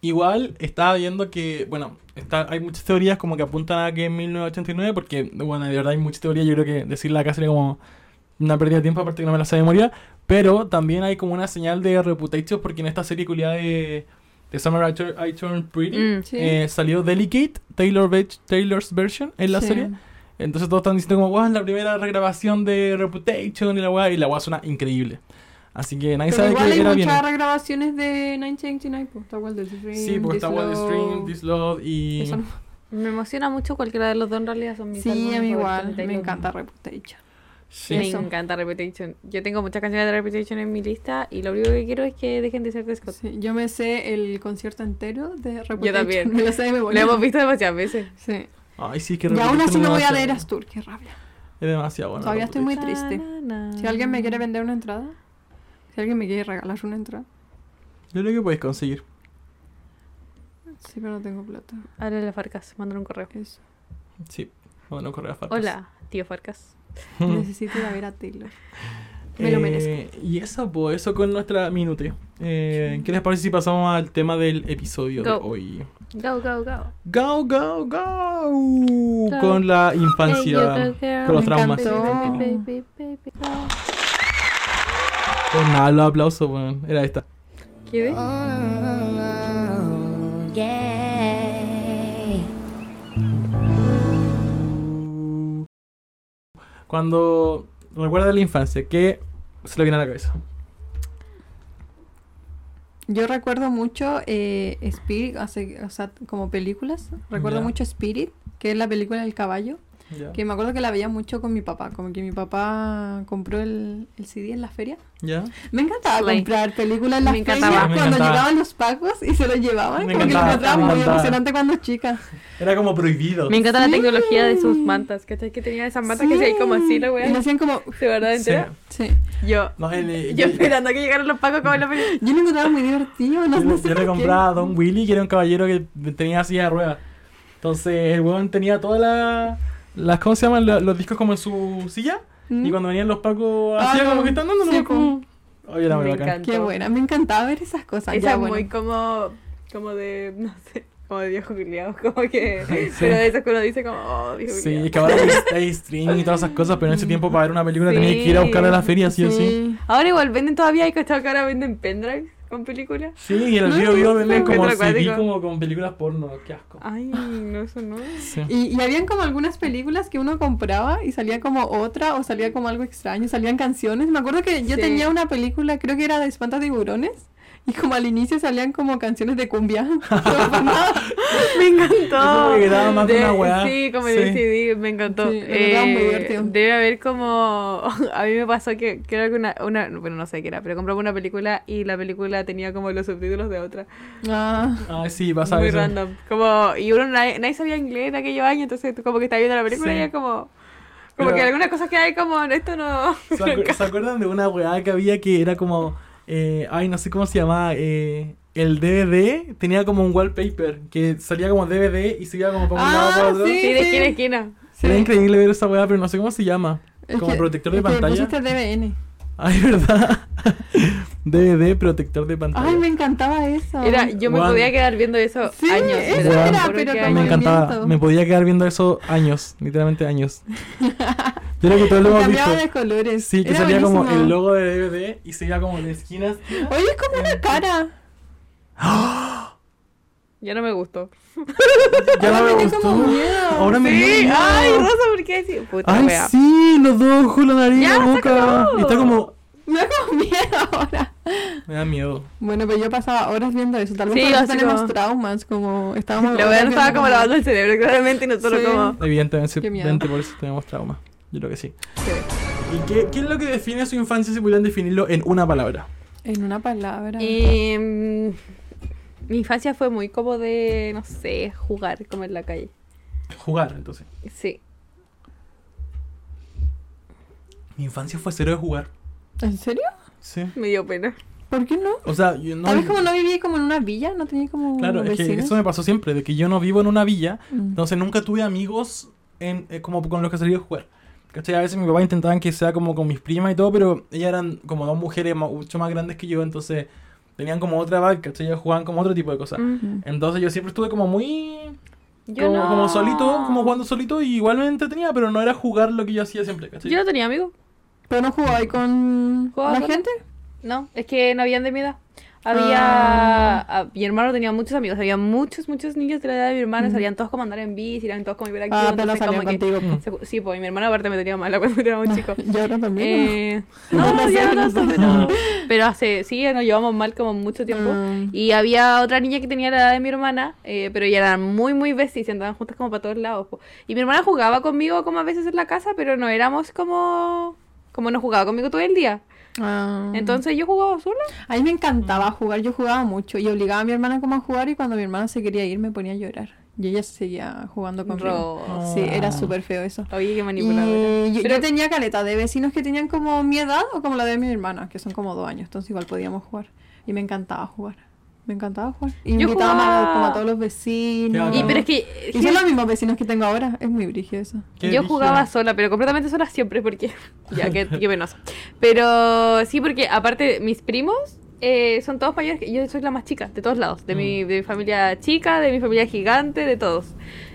Speaker 5: Igual estaba viendo que, bueno, está, hay muchas teorías como que apuntan a que en 1989, porque, bueno, de verdad hay muchas teorías, yo creo que decirla acá sería como una pérdida de tiempo, aparte que no me la sé de memoria, pero también hay como una señal de reputation, porque en esta serie culiada de, de Summer I, Tur- I Turned Pretty
Speaker 4: Mm,
Speaker 2: sí.
Speaker 5: eh, salió Delicate, Taylor Ve- Taylor's version en la
Speaker 2: Sí.
Speaker 5: serie. Entonces todos están diciendo como, wow, es la primera regrabación de Reputation y la weá, y la weá suena increíble. Así que nadie
Speaker 2: Pero
Speaker 5: sabe
Speaker 2: igual
Speaker 5: que
Speaker 2: hay
Speaker 5: era
Speaker 2: muchas
Speaker 5: bien.
Speaker 2: regrabaciones de 1989, pues está Wild Stream.
Speaker 5: Sí, porque está Wild Stream, This Love y...
Speaker 2: Eso no-
Speaker 4: Me emociona mucho cualquiera de los dos en realidad son mis
Speaker 2: Sí,
Speaker 4: álbumes
Speaker 2: a mí
Speaker 4: favoritos
Speaker 2: igual,
Speaker 4: de
Speaker 2: me
Speaker 4: Taylor.
Speaker 2: encanta Reputation.
Speaker 5: Sí.
Speaker 4: Me
Speaker 2: Eso.
Speaker 4: encanta Reputation. Yo tengo muchas canciones de Reputation en mi lista y lo único que quiero es que dejen de ser de Scott.
Speaker 2: Sí, yo me sé el concierto entero de Reputation.
Speaker 4: también.
Speaker 2: <laughs> Me lo sé de
Speaker 4: Lo
Speaker 2: memoria.
Speaker 4: hemos visto demasiadas veces.
Speaker 2: Sí.
Speaker 5: Ay, sí, que
Speaker 2: Y aún así
Speaker 5: no
Speaker 2: no voy a leer Astur, qué rabia.
Speaker 5: Es demasiado bueno.
Speaker 2: Todavía estoy muy
Speaker 5: Reputation.
Speaker 2: triste.
Speaker 4: Na, na,
Speaker 2: Si alguien me
Speaker 5: Mm.
Speaker 4: na.
Speaker 2: quiere vender una entrada, si alguien me quiere regalar una entrada.
Speaker 5: Yo creo que puedes conseguir.
Speaker 2: Sí, pero no tengo
Speaker 5: <laughs>
Speaker 2: plata.
Speaker 4: Háblale a la Farcas, mándale un correo.
Speaker 2: Eso.
Speaker 5: Sí. Bueno, correo a Farkas.
Speaker 4: Hola, tío Farcas.
Speaker 2: Necesito ir a ver a Taylor. Me lo
Speaker 5: Eh,
Speaker 2: merezco.
Speaker 5: Y eso, pues, eso con nuestra minute. Eh, ¿Qué les parece si pasamos al tema del episodio de
Speaker 4: Go.
Speaker 5: hoy?
Speaker 4: Go, go, go.
Speaker 5: Go, go, go. Con la infancia.
Speaker 4: Hey, yo, girl,
Speaker 5: um, con los
Speaker 2: me
Speaker 5: traumas.
Speaker 2: encantó.
Speaker 5: Con
Speaker 4: Baby, baby, baby, go.
Speaker 5: nada, los aplausos, weón. Era esta.
Speaker 4: ¿Qué ves?
Speaker 5: Cuando recuerda la infancia, ¿qué se le viene a la cabeza?
Speaker 2: Yo recuerdo mucho eh, Spirit, hace- o sea, como películas. Recuerdo
Speaker 5: Ya.
Speaker 2: mucho Spirit, que es la película del caballo.
Speaker 5: Ya.
Speaker 2: Que me acuerdo que la veía mucho con mi papá. Como que mi papá compró el, el CD en la feria.
Speaker 5: ¿Ya?
Speaker 2: Me encantaba
Speaker 4: Slay.
Speaker 2: comprar películas en la
Speaker 4: Me
Speaker 2: feria
Speaker 4: encantaba.
Speaker 5: Me
Speaker 2: cuando
Speaker 5: encantaba.
Speaker 2: llegaban los pacos y se los llevaban.
Speaker 5: Me
Speaker 2: como que lo
Speaker 5: encantaba,
Speaker 2: encontraba
Speaker 5: me
Speaker 2: muy
Speaker 5: encantaba.
Speaker 2: emocionante cuando chica.
Speaker 5: Era como prohibido.
Speaker 4: Me encanta
Speaker 2: Sí.
Speaker 4: la tecnología de sus mantas, ¿cachai? Que tenía esas mantas que se veían como así, la
Speaker 2: Y lo
Speaker 4: wea.
Speaker 2: hacían como.
Speaker 4: De verdad
Speaker 5: Sí.
Speaker 4: entera.
Speaker 2: Sí.
Speaker 4: Yo,
Speaker 5: No, el, eh,
Speaker 4: yo
Speaker 5: yo-
Speaker 4: esperando a que llegaran los pacos como la
Speaker 5: <laughs>
Speaker 4: película.
Speaker 2: Yo lo encontraba muy divertido. No,
Speaker 5: Yo,
Speaker 2: no
Speaker 5: le-
Speaker 2: sé
Speaker 5: yo le
Speaker 2: por qué.
Speaker 5: compraba a Don Willy, que era un caballero que tenía silla de ruedas. Entonces el weón tenía todas las. las ¿Cómo se llaman? Los, los discos como en su silla.
Speaker 2: Mm.
Speaker 5: Y cuando venían los pacos,
Speaker 2: Ah,
Speaker 5: hacía como
Speaker 2: no.
Speaker 5: que están dando
Speaker 2: Sí,
Speaker 5: nomás, como- Oye, era muy
Speaker 4: pues. Me
Speaker 5: bacán.
Speaker 4: encanta.
Speaker 2: Qué buena, me encantaba ver esas cosas.
Speaker 4: Esa
Speaker 2: ya,
Speaker 4: es
Speaker 2: bueno.
Speaker 4: muy como, como de, no sé, como de viejo culiado, <laughs> como que,
Speaker 5: <laughs> Sí.
Speaker 4: pero de esas que uno dice como, oh, viejo
Speaker 5: Sí,
Speaker 4: culiao.
Speaker 5: es que ahora hay, hay streaming y todas esas cosas, pero en
Speaker 4: Mm.
Speaker 5: ese tiempo para ver una película tenía que ir a buscarla a la feria, sí, o sí.
Speaker 4: Ahora igual venden todavía, hay cachado que ahora venden pendrives con películas.
Speaker 5: Sí, y en el
Speaker 2: No,
Speaker 5: video
Speaker 2: no,
Speaker 5: vivo
Speaker 2: no,
Speaker 5: venden
Speaker 4: no,
Speaker 5: como
Speaker 4: encuentro
Speaker 5: CD
Speaker 4: acuático. Ah,
Speaker 5: como con películas porno, qué asco.
Speaker 4: Ay, no, eso
Speaker 5: <laughs>
Speaker 4: no.
Speaker 5: Sí.
Speaker 2: Y, y habían como algunas películas que uno compraba y salía como otra o salía como algo extraño, salían canciones. Me acuerdo que yo
Speaker 4: Sí.
Speaker 2: tenía una película, creo que era de Espantatiburones, y como al inicio salían como canciones de cumbia. <laughs> pues,
Speaker 4: <laughs> Me encantó.
Speaker 5: Eso como que daba más de una weá.
Speaker 4: Sí, como
Speaker 5: Sí.
Speaker 4: de CD, me encantó.
Speaker 2: Sí, la verdad, muy
Speaker 4: Eh,
Speaker 2: divertido.
Speaker 4: Debe haber como. <laughs> A mí me pasó que creo que una, una. Bueno, no sé qué era, pero compramos una película y la película tenía como los subtítulos de otra.
Speaker 2: ah,
Speaker 5: Ay, sí, vas a
Speaker 4: muy
Speaker 5: ver. eso.
Speaker 4: random. Como, y uno nadie, nadie sabía inglés en aquellos años, entonces tú como que estás viendo la película
Speaker 5: Sí.
Speaker 4: y es como. Como
Speaker 5: Pero-
Speaker 4: que algunas cosas que hay como, esto no.
Speaker 5: ¿Se,
Speaker 4: <laughs>
Speaker 5: acu- se acuerdan de una weá que había que era como. eh, ay, no sé cómo se llamaba. eh, el DVD tenía como un wallpaper que salía como DVD y se iba como para un lado
Speaker 2: Ah,
Speaker 5: para otro.
Speaker 2: sí.
Speaker 4: Sí, de esquina a esquina.
Speaker 2: sí.
Speaker 5: Era increíble ver esa weá, pero no sé cómo se llama.
Speaker 2: Es
Speaker 5: como
Speaker 2: que-
Speaker 5: protector de
Speaker 2: es que
Speaker 5: pantalla.
Speaker 2: pusiste DVN.
Speaker 5: <laughs> Ay, ¿verdad? <laughs> DVD, protector de pantalla.
Speaker 2: Ay, me encantaba eso.
Speaker 4: Era, yo me
Speaker 5: Guau.
Speaker 4: podía quedar viendo eso
Speaker 2: Sí,
Speaker 4: años.
Speaker 2: eso
Speaker 4: pero te
Speaker 5: era,
Speaker 4: juro
Speaker 2: pero
Speaker 4: que
Speaker 5: Ay,
Speaker 2: como
Speaker 5: me
Speaker 4: años.
Speaker 2: encanta.
Speaker 5: encantaba.
Speaker 2: movimiento.
Speaker 5: Me podía quedar viendo eso años,
Speaker 2: <laughs>
Speaker 5: literalmente años. Yo creo que todos lo hemos visto.
Speaker 2: cambiaba de colores.
Speaker 5: Sí, que
Speaker 2: Era
Speaker 5: salía como
Speaker 2: buenísimo.
Speaker 5: el logo de DVD y se iba como de esquinas.
Speaker 2: Oye, es como una cara.
Speaker 4: Ya no me gustó.
Speaker 5: Ya no
Speaker 2: Ahora
Speaker 5: me
Speaker 2: me dio
Speaker 5: gustó.
Speaker 2: como miedo.
Speaker 5: Ahora me dio
Speaker 4: Sí,
Speaker 5: miedo.
Speaker 4: ay, Rosa, ¿por qué así? Puta
Speaker 5: Ay,
Speaker 4: wea.
Speaker 5: sí, los dos ojos, la nariz,
Speaker 4: Ya,
Speaker 5: la boca.
Speaker 4: sácalo.
Speaker 5: Y está como.
Speaker 2: Me da como miedo ahora.
Speaker 5: Me da miedo.
Speaker 2: Bueno, pero yo pasaba horas viendo eso. Tal vez
Speaker 4: Sí,
Speaker 2: por eso
Speaker 4: así
Speaker 2: tenemos
Speaker 4: como-
Speaker 2: traumas, como estábamos.
Speaker 4: La
Speaker 2: horas
Speaker 4: verdad estaba
Speaker 2: viendo
Speaker 4: como lavando el cerebro, claramente, y nosotros
Speaker 2: Sí.
Speaker 4: como...
Speaker 5: Evidentemente,
Speaker 2: Qué miedo.
Speaker 5: evidentemente por eso tenemos trauma. Yo creo que sí. ¿Y qué, qué es lo que define su infancia si pudieran definirlo en una palabra?
Speaker 2: En una palabra.
Speaker 4: Y, mm, mi infancia fue muy como de, no sé, jugar, como en la calle.
Speaker 5: Jugar, entonces.
Speaker 4: Sí.
Speaker 5: Mi infancia fue cero de jugar.
Speaker 2: ¿En serio?
Speaker 5: Sí.
Speaker 4: Me dio pena.
Speaker 2: ¿Por qué no?
Speaker 5: O sea, yo no.
Speaker 2: Tal vez como no vivía como en una villa, no tenía como
Speaker 5: Claro, es que
Speaker 2: vecinos.
Speaker 5: eso me pasó siempre, de que yo no vivo en una villa,
Speaker 2: Mm.
Speaker 5: entonces nunca tuve amigos en, eh, como con los que salía a jugar. ¿Cachai? A veces mi papá intentaban que sea como con mis primas y todo, pero ellas eran como dos mujeres ma- mucho más grandes que yo, entonces tenían como otra vibe, ¿cachai? Ellas jugaban como otro tipo de cosas.
Speaker 4: Ujú.
Speaker 5: Entonces yo siempre estuve como muy...
Speaker 4: Yo
Speaker 5: como,
Speaker 4: no.
Speaker 5: como solito, como jugando solito y igual me entretenía, pero no era jugar lo que yo hacía siempre, ¿cachai?
Speaker 4: Yo no tenía amigos.
Speaker 2: ¿Pero no jugaba ahí con
Speaker 4: ¿Jugaba
Speaker 2: la
Speaker 4: con-
Speaker 2: gente?
Speaker 4: No, es que no habían de mi edad. Había. a- mi hermano tenía muchos amigos. Había muchos, muchos niños de la edad de mi hermano. Sabían todos cómo andar en bici, eran todos como hiperactivos.
Speaker 2: Ah, pero
Speaker 4: entonces
Speaker 2: salía
Speaker 4: como que-
Speaker 2: contigo. po.
Speaker 4: se- Sí, pues mi hermano aparte me tenía mala <laughs> cuando era un chico.
Speaker 2: Y ahora también.
Speaker 4: Eh, <laughs> no, ya no tanto, pero, pero hace, sí, nos llevamos mal como mucho tiempo.
Speaker 2: Ah.
Speaker 4: Y había otra niña que tenía la edad de mi hermana, eh, pero ya eran muy, muy besties y andaban juntas como para todos lados. po. Y mi hermana jugaba conmigo como a veces en la casa, pero no éramos como... Como no jugaba conmigo todo el día.
Speaker 2: Ah.
Speaker 4: Entonces yo jugaba sola.
Speaker 2: A mí me encantaba jugar, yo jugaba mucho y obligaba a mi hermana como a jugar y cuando mi hermana se quería ir me ponía a llorar. Y ella seguía jugando conmigo.
Speaker 4: Ro-
Speaker 2: Sí, era súper feo eso.
Speaker 4: Oye, qué
Speaker 2: Y
Speaker 4: manipuladora.
Speaker 2: Mm, yo,
Speaker 4: Pero-
Speaker 2: yo tenía caleta de vecinos que tenían como mi edad o como la de mi hermana, que son como dos años, entonces igual podíamos jugar. Y me encantaba jugar. Me encantaba jugar. Y
Speaker 4: Yo
Speaker 2: invitaban a-
Speaker 4: jugaba-
Speaker 2: como a todos los
Speaker 5: Qué
Speaker 2: vecinos.
Speaker 5: bacán.
Speaker 4: Y pero es que...
Speaker 2: Y son los mismos vecinos que tengo ahora. Es muy brígido eso.
Speaker 5: Qué
Speaker 4: yo
Speaker 5: brígido. <laughs>
Speaker 4: jugaba sola, pero completamente sola siempre, porque <laughs> ya, qué, qué penoso. Pero sí, porque aparte mis primos eh, son todos mayores, que- yo soy la más chica, de todos lados, de, mi, de mi familia chica, de mi familia gigante, de todos.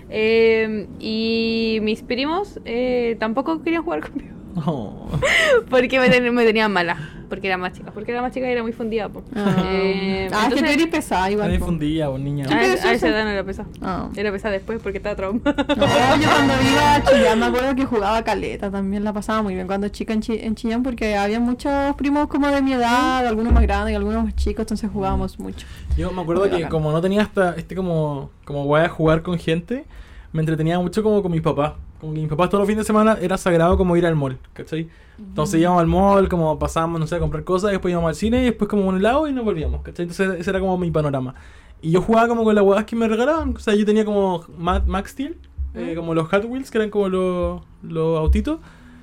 Speaker 4: Eh, y mis primos eh, tampoco querían jugar <laughs> conmigo,
Speaker 5: Oh. <laughs>
Speaker 4: porque me, ten- me tenían mala, porque era más chica, porque era más chica y era muy fundida. po.
Speaker 2: <laughs> Ah,
Speaker 4: Eh,
Speaker 2: Ah, es que tú
Speaker 4: entonces-
Speaker 2: eres pesada igual.
Speaker 5: Nadie
Speaker 2: po.
Speaker 5: fundía, po, niña.
Speaker 4: a,
Speaker 2: ¿Qué es
Speaker 4: a
Speaker 2: eso?
Speaker 4: esa edad no era pesada.
Speaker 2: Ah.
Speaker 4: Era pesada después porque estaba
Speaker 5: <laughs>
Speaker 4: traumada.
Speaker 2: No, yo cuando iba a Chillán me acuerdo que jugaba caleta, también la pasaba muy bien cuando chica en, Chi- en Chillán porque había muchos primos como de mi edad, algunos más grandes y algunos más chicos, entonces jugábamos mucho.
Speaker 5: Yo me acuerdo
Speaker 2: Muy
Speaker 5: que
Speaker 2: bacán.
Speaker 5: como no tenía hasta este como como voy a jugar con gente, me entretenía mucho como con mis papás. Como que mis papás todos los fines de semana era sagrado como ir al mall, ¿cachai? Entonces íbamos al mall, como pasábamos, no sé, a comprar cosas, después íbamos al cine y después como a un helado y nos volvíamos, ¿cachai? Entonces ese era como mi panorama. Y yo jugaba como con las huevas que me regalaban, o sea, yo tenía como Ma- Max Steel, eh, como los Hot Wheels, que eran como los, los autitos,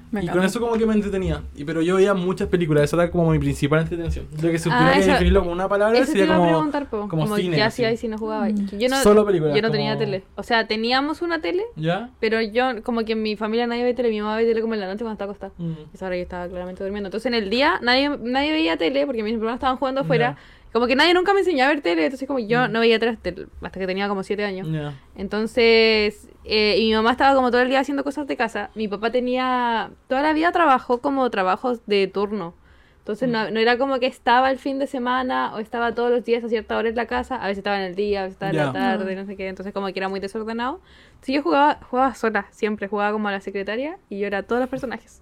Speaker 2: Me
Speaker 5: y con
Speaker 2: encanta.
Speaker 5: eso como que me entretenía. Y, pero yo veía muchas películas, esa era como mi principal entretención. Yo que si
Speaker 4: Ah,
Speaker 5: tuviera que
Speaker 4: eso-
Speaker 5: definirlo con una palabra,
Speaker 4: Eso te
Speaker 5: sería
Speaker 4: iba a
Speaker 5: como...
Speaker 4: preguntar, po.
Speaker 5: como
Speaker 4: Como,
Speaker 5: cine,
Speaker 4: qué
Speaker 5: así. Mm.
Speaker 4: hacía y si no jugaba. Yo no,
Speaker 5: Solo películas,
Speaker 4: Yo no
Speaker 5: como-
Speaker 4: tenía tele. O sea, teníamos una tele,
Speaker 5: ¿Ya?
Speaker 4: pero yo, como que en mi familia nadie ve tele. Mi mamá ve tele como en la noche cuando está acostada.
Speaker 5: Mm.
Speaker 4: Esa hora yo estaba claramente durmiendo. Entonces en el día nadie, nadie veía tele porque mis hermanos estaban jugando afuera. Como que nadie nunca me enseñó a ver tele. Entonces como
Speaker 5: Mm.
Speaker 4: yo no veía tele hasta hasta que tenía como siete años.
Speaker 5: Ya.
Speaker 4: Entonces, eh, y mi mamá estaba como todo el día haciendo cosas de casa. Mi papá tenía, toda la vida trabajó como trabajos de turno. Entonces no, no era como que estaba el fin de semana o estaba todos los días a cierta hora en la casa. A veces estaba en el día, a veces estaba en
Speaker 5: Ya.
Speaker 4: la tarde, no sé qué. Entonces como que era muy desordenado. Entonces yo jugaba, jugaba sola, siempre jugaba como a la secretaria y yo era todos los personajes.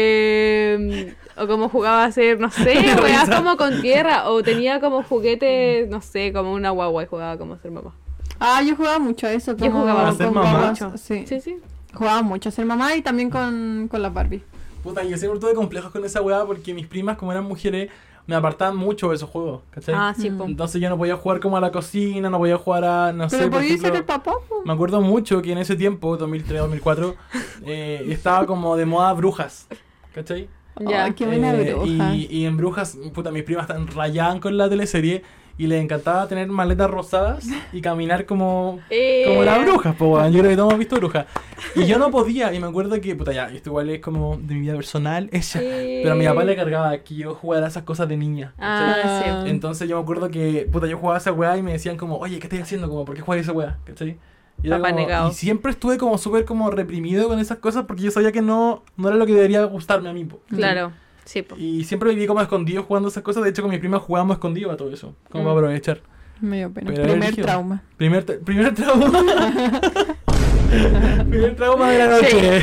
Speaker 4: Eh, o como jugaba a hacer, no sé, jugaba como con tierra. O tenía como juguetes, no sé, como una guagua y jugaba como a ser mamá.
Speaker 2: Ah, yo jugaba mucho a eso. como-
Speaker 4: jugaba
Speaker 5: A ser
Speaker 2: con
Speaker 5: mamá.
Speaker 2: guaguas,
Speaker 4: Mucho.
Speaker 2: Sí.
Speaker 4: Sí, sí.
Speaker 2: Jugaba mucho a ser mamá y también con, con la Barbie.
Speaker 5: Puta, yo siempre tuve complejos con esa weá porque mis primas, como eran mujeres, me apartaban mucho de esos juegos, ¿cachai?
Speaker 4: Ah, sí, po.
Speaker 5: Entonces yo no podía jugar como a la cocina, no podía jugar a, no sé,
Speaker 2: Pero
Speaker 5: por
Speaker 2: podía ser
Speaker 5: ejemplo,
Speaker 2: el papá. po.
Speaker 5: Me acuerdo mucho que en ese tiempo,
Speaker 4: <laughs>
Speaker 5: 2003, 2004, eh, estaba como de moda brujas, ¿cachai?
Speaker 4: Ya.
Speaker 2: Ay, qué buena
Speaker 5: Eh,
Speaker 2: bruja.
Speaker 5: Y, y en Brujas, puta, mis primas tan rayaban con la teleserie y les encantaba tener maletas rosadas y caminar como,
Speaker 4: Eh.
Speaker 5: como las brujas, po, weón. Yo creo que todos hemos visto brujas. Y yo no podía, y me acuerdo que, puta, ya, esto igual es como de mi vida personal, <laughs> ella.
Speaker 4: Eh.
Speaker 5: Pero a mi papá le cargaba que yo jugara esas cosas de niña. ¿cachai?
Speaker 4: Ah, sí.
Speaker 5: Entonces yo me acuerdo que, puta, yo jugaba esa weá y me decían como, oye, ¿qué estás haciendo? Como, ¿por qué juegas esa weá? ¿Cachai? Y, era
Speaker 4: Papá
Speaker 5: como-
Speaker 4: negado.
Speaker 5: y siempre estuve como súper como reprimido con esas cosas porque yo sabía que no, no era lo que debería gustarme a mí. po.
Speaker 4: Claro, sí, po.
Speaker 5: Y siempre viví como escondido jugando esas cosas. De hecho, con mis primas jugábamos escondido a todo eso. Como
Speaker 4: Mm.
Speaker 5: para aprovechar.
Speaker 2: Medio pena.
Speaker 5: Pero era
Speaker 2: Primer
Speaker 5: brígido.
Speaker 2: trauma.
Speaker 5: Primer, tra-
Speaker 4: <laughs>
Speaker 5: primer trauma. primer trauma de la noche.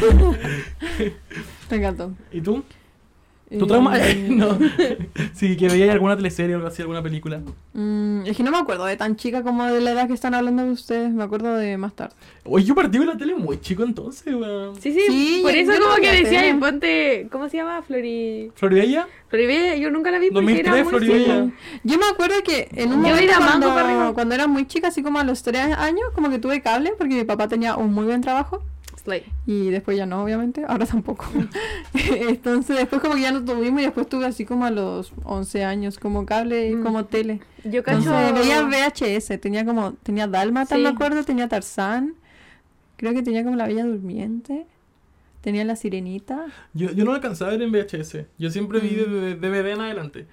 Speaker 2: Me encantó.
Speaker 5: ¿Y tú?
Speaker 2: Y-
Speaker 4: Eh,
Speaker 5: ¿Tu trauma? <laughs> no. sí, que veías alguna teleserie o algo así, alguna película.
Speaker 2: Mm, es que no me acuerdo de tan chica como de la edad que están hablando de ustedes. Me acuerdo de más tarde.
Speaker 5: Oye, yo partí con la tele muy chico entonces, weón.
Speaker 4: Sí, sí,
Speaker 2: Sí,
Speaker 4: por
Speaker 2: yo-
Speaker 4: eso
Speaker 2: yo
Speaker 4: como que
Speaker 2: también
Speaker 4: decía,
Speaker 2: tengo.
Speaker 4: y ponte, ¿cómo se llama? Flori...
Speaker 5: ¿Floribella?
Speaker 4: Floribella, yo nunca la vi porque era
Speaker 5: 2003
Speaker 4: muy
Speaker 5: Floribella.
Speaker 4: chica.
Speaker 2: Yo me acuerdo que en un
Speaker 4: Yo
Speaker 2: momento
Speaker 4: era mango para
Speaker 2: cuando,
Speaker 4: arriba.
Speaker 2: cuando era muy chica, así como a los tres años, como que tuve cable porque mi papá tenía un muy buen trabajo.
Speaker 4: Slay.
Speaker 2: Y después ya no, obviamente, ahora
Speaker 4: <laughs>
Speaker 2: tampoco. <laughs> Entonces después como que ya lo tuvimos y después tuve así como a los 11 años, como cable, y
Speaker 4: Mm.
Speaker 2: como tele.
Speaker 4: Yo cacho.
Speaker 2: Entonces veía VHS, tenía como, tenía Dálmata,
Speaker 4: Sí.
Speaker 2: me acuerdo, tenía Tarzán, creo que tenía como La Bella Durmiente, tenía La Sirenita.
Speaker 5: Yo, yo no lo alcanzaba a ver en VHS. Yo siempre vi
Speaker 4: Mm.
Speaker 5: de, de- DVD en adelante.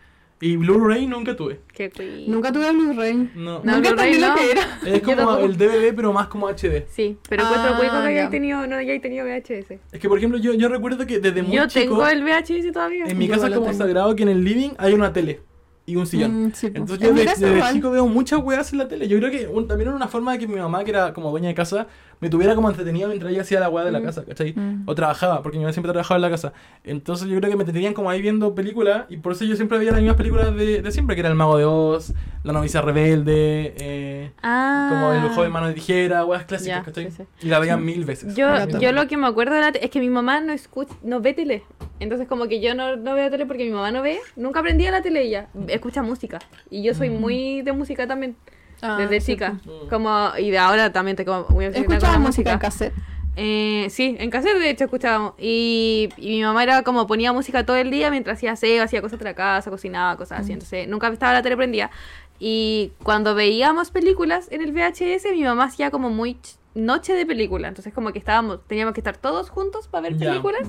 Speaker 5: Y Blu-ray nunca tuve.
Speaker 4: Qué cuy.
Speaker 2: Nunca tuve Blu-ray.
Speaker 4: No,
Speaker 5: No.
Speaker 2: Nunca
Speaker 4: Blu-ray
Speaker 2: entendí lo
Speaker 4: no. <laughs>
Speaker 2: que era.
Speaker 5: Es
Speaker 4: Yo
Speaker 5: como
Speaker 4: tampoco.
Speaker 5: el DVD, pero más como HD.
Speaker 4: Sí, pero
Speaker 2: Ah,
Speaker 4: encuentro cuico que hayáis
Speaker 2: ya.
Speaker 4: tenido, no hayáis tenido VHS.
Speaker 5: Es que, por ejemplo, yo, yo recuerdo que desde muy
Speaker 4: Yo
Speaker 5: chico,
Speaker 4: tengo el VHS todavía.
Speaker 5: en mi
Speaker 2: Yo
Speaker 5: casa es
Speaker 2: lo
Speaker 5: como
Speaker 2: tengo.
Speaker 5: sagrado que en el living hay una tele y un sillón.
Speaker 2: Mm, sí, po.
Speaker 5: Entonces
Speaker 2: En
Speaker 5: yo
Speaker 2: mi
Speaker 5: de-
Speaker 2: casa
Speaker 5: desde
Speaker 2: igual.
Speaker 5: chico veo muchas weas en la tele. Yo creo que un- también era una forma de que mi mamá, que era como dueña de casa, me tuviera como entretenida mientras ella hacía la wea de la casa, ¿cachai?
Speaker 2: Mm.
Speaker 5: O trabajaba, porque mi mamá siempre trabajaba en la casa. Entonces yo creo que me entretenían como ahí viendo películas y por eso yo siempre veía las mismas películas de, de siempre, que era El Mago de Oz, La novicia rebelde, eh,
Speaker 4: Ah.
Speaker 5: como El joven mano de tijera, weas clásicas,
Speaker 4: Ya,
Speaker 5: ¿cachai?
Speaker 4: sí,
Speaker 5: Y la veía mil veces.
Speaker 4: Yo,
Speaker 2: Gato.
Speaker 4: yo lo que me acuerdo de la te- es que mi mamá no escucha, no ve tele. Entonces como que yo no, no veo tele porque mi mamá no ve. Nunca aprendí a la tele ella. Escucha música. Y yo soy muy de música también.
Speaker 2: Mm. Ah,
Speaker 4: desde
Speaker 2: sí,
Speaker 4: chica.
Speaker 2: po.
Speaker 5: Mm.
Speaker 4: Como, y de ahora también te como muy obsesionada
Speaker 2: Escuchaba
Speaker 4: con la
Speaker 2: música en cassette.
Speaker 4: Eh, sí, en casa de hecho escuchábamos. Y, y mi mamá era como ponía música todo el día mientras hacía aseo, hacía cosas de la casa, cocinaba, cosas así. Entonces nunca estaba la tele prendida. Y cuando veíamos películas en el VHS, mi mamá hacía como muy ch- noche de película. Entonces como que estábamos, teníamos que estar todos juntos para ver
Speaker 5: Ya.
Speaker 4: películas.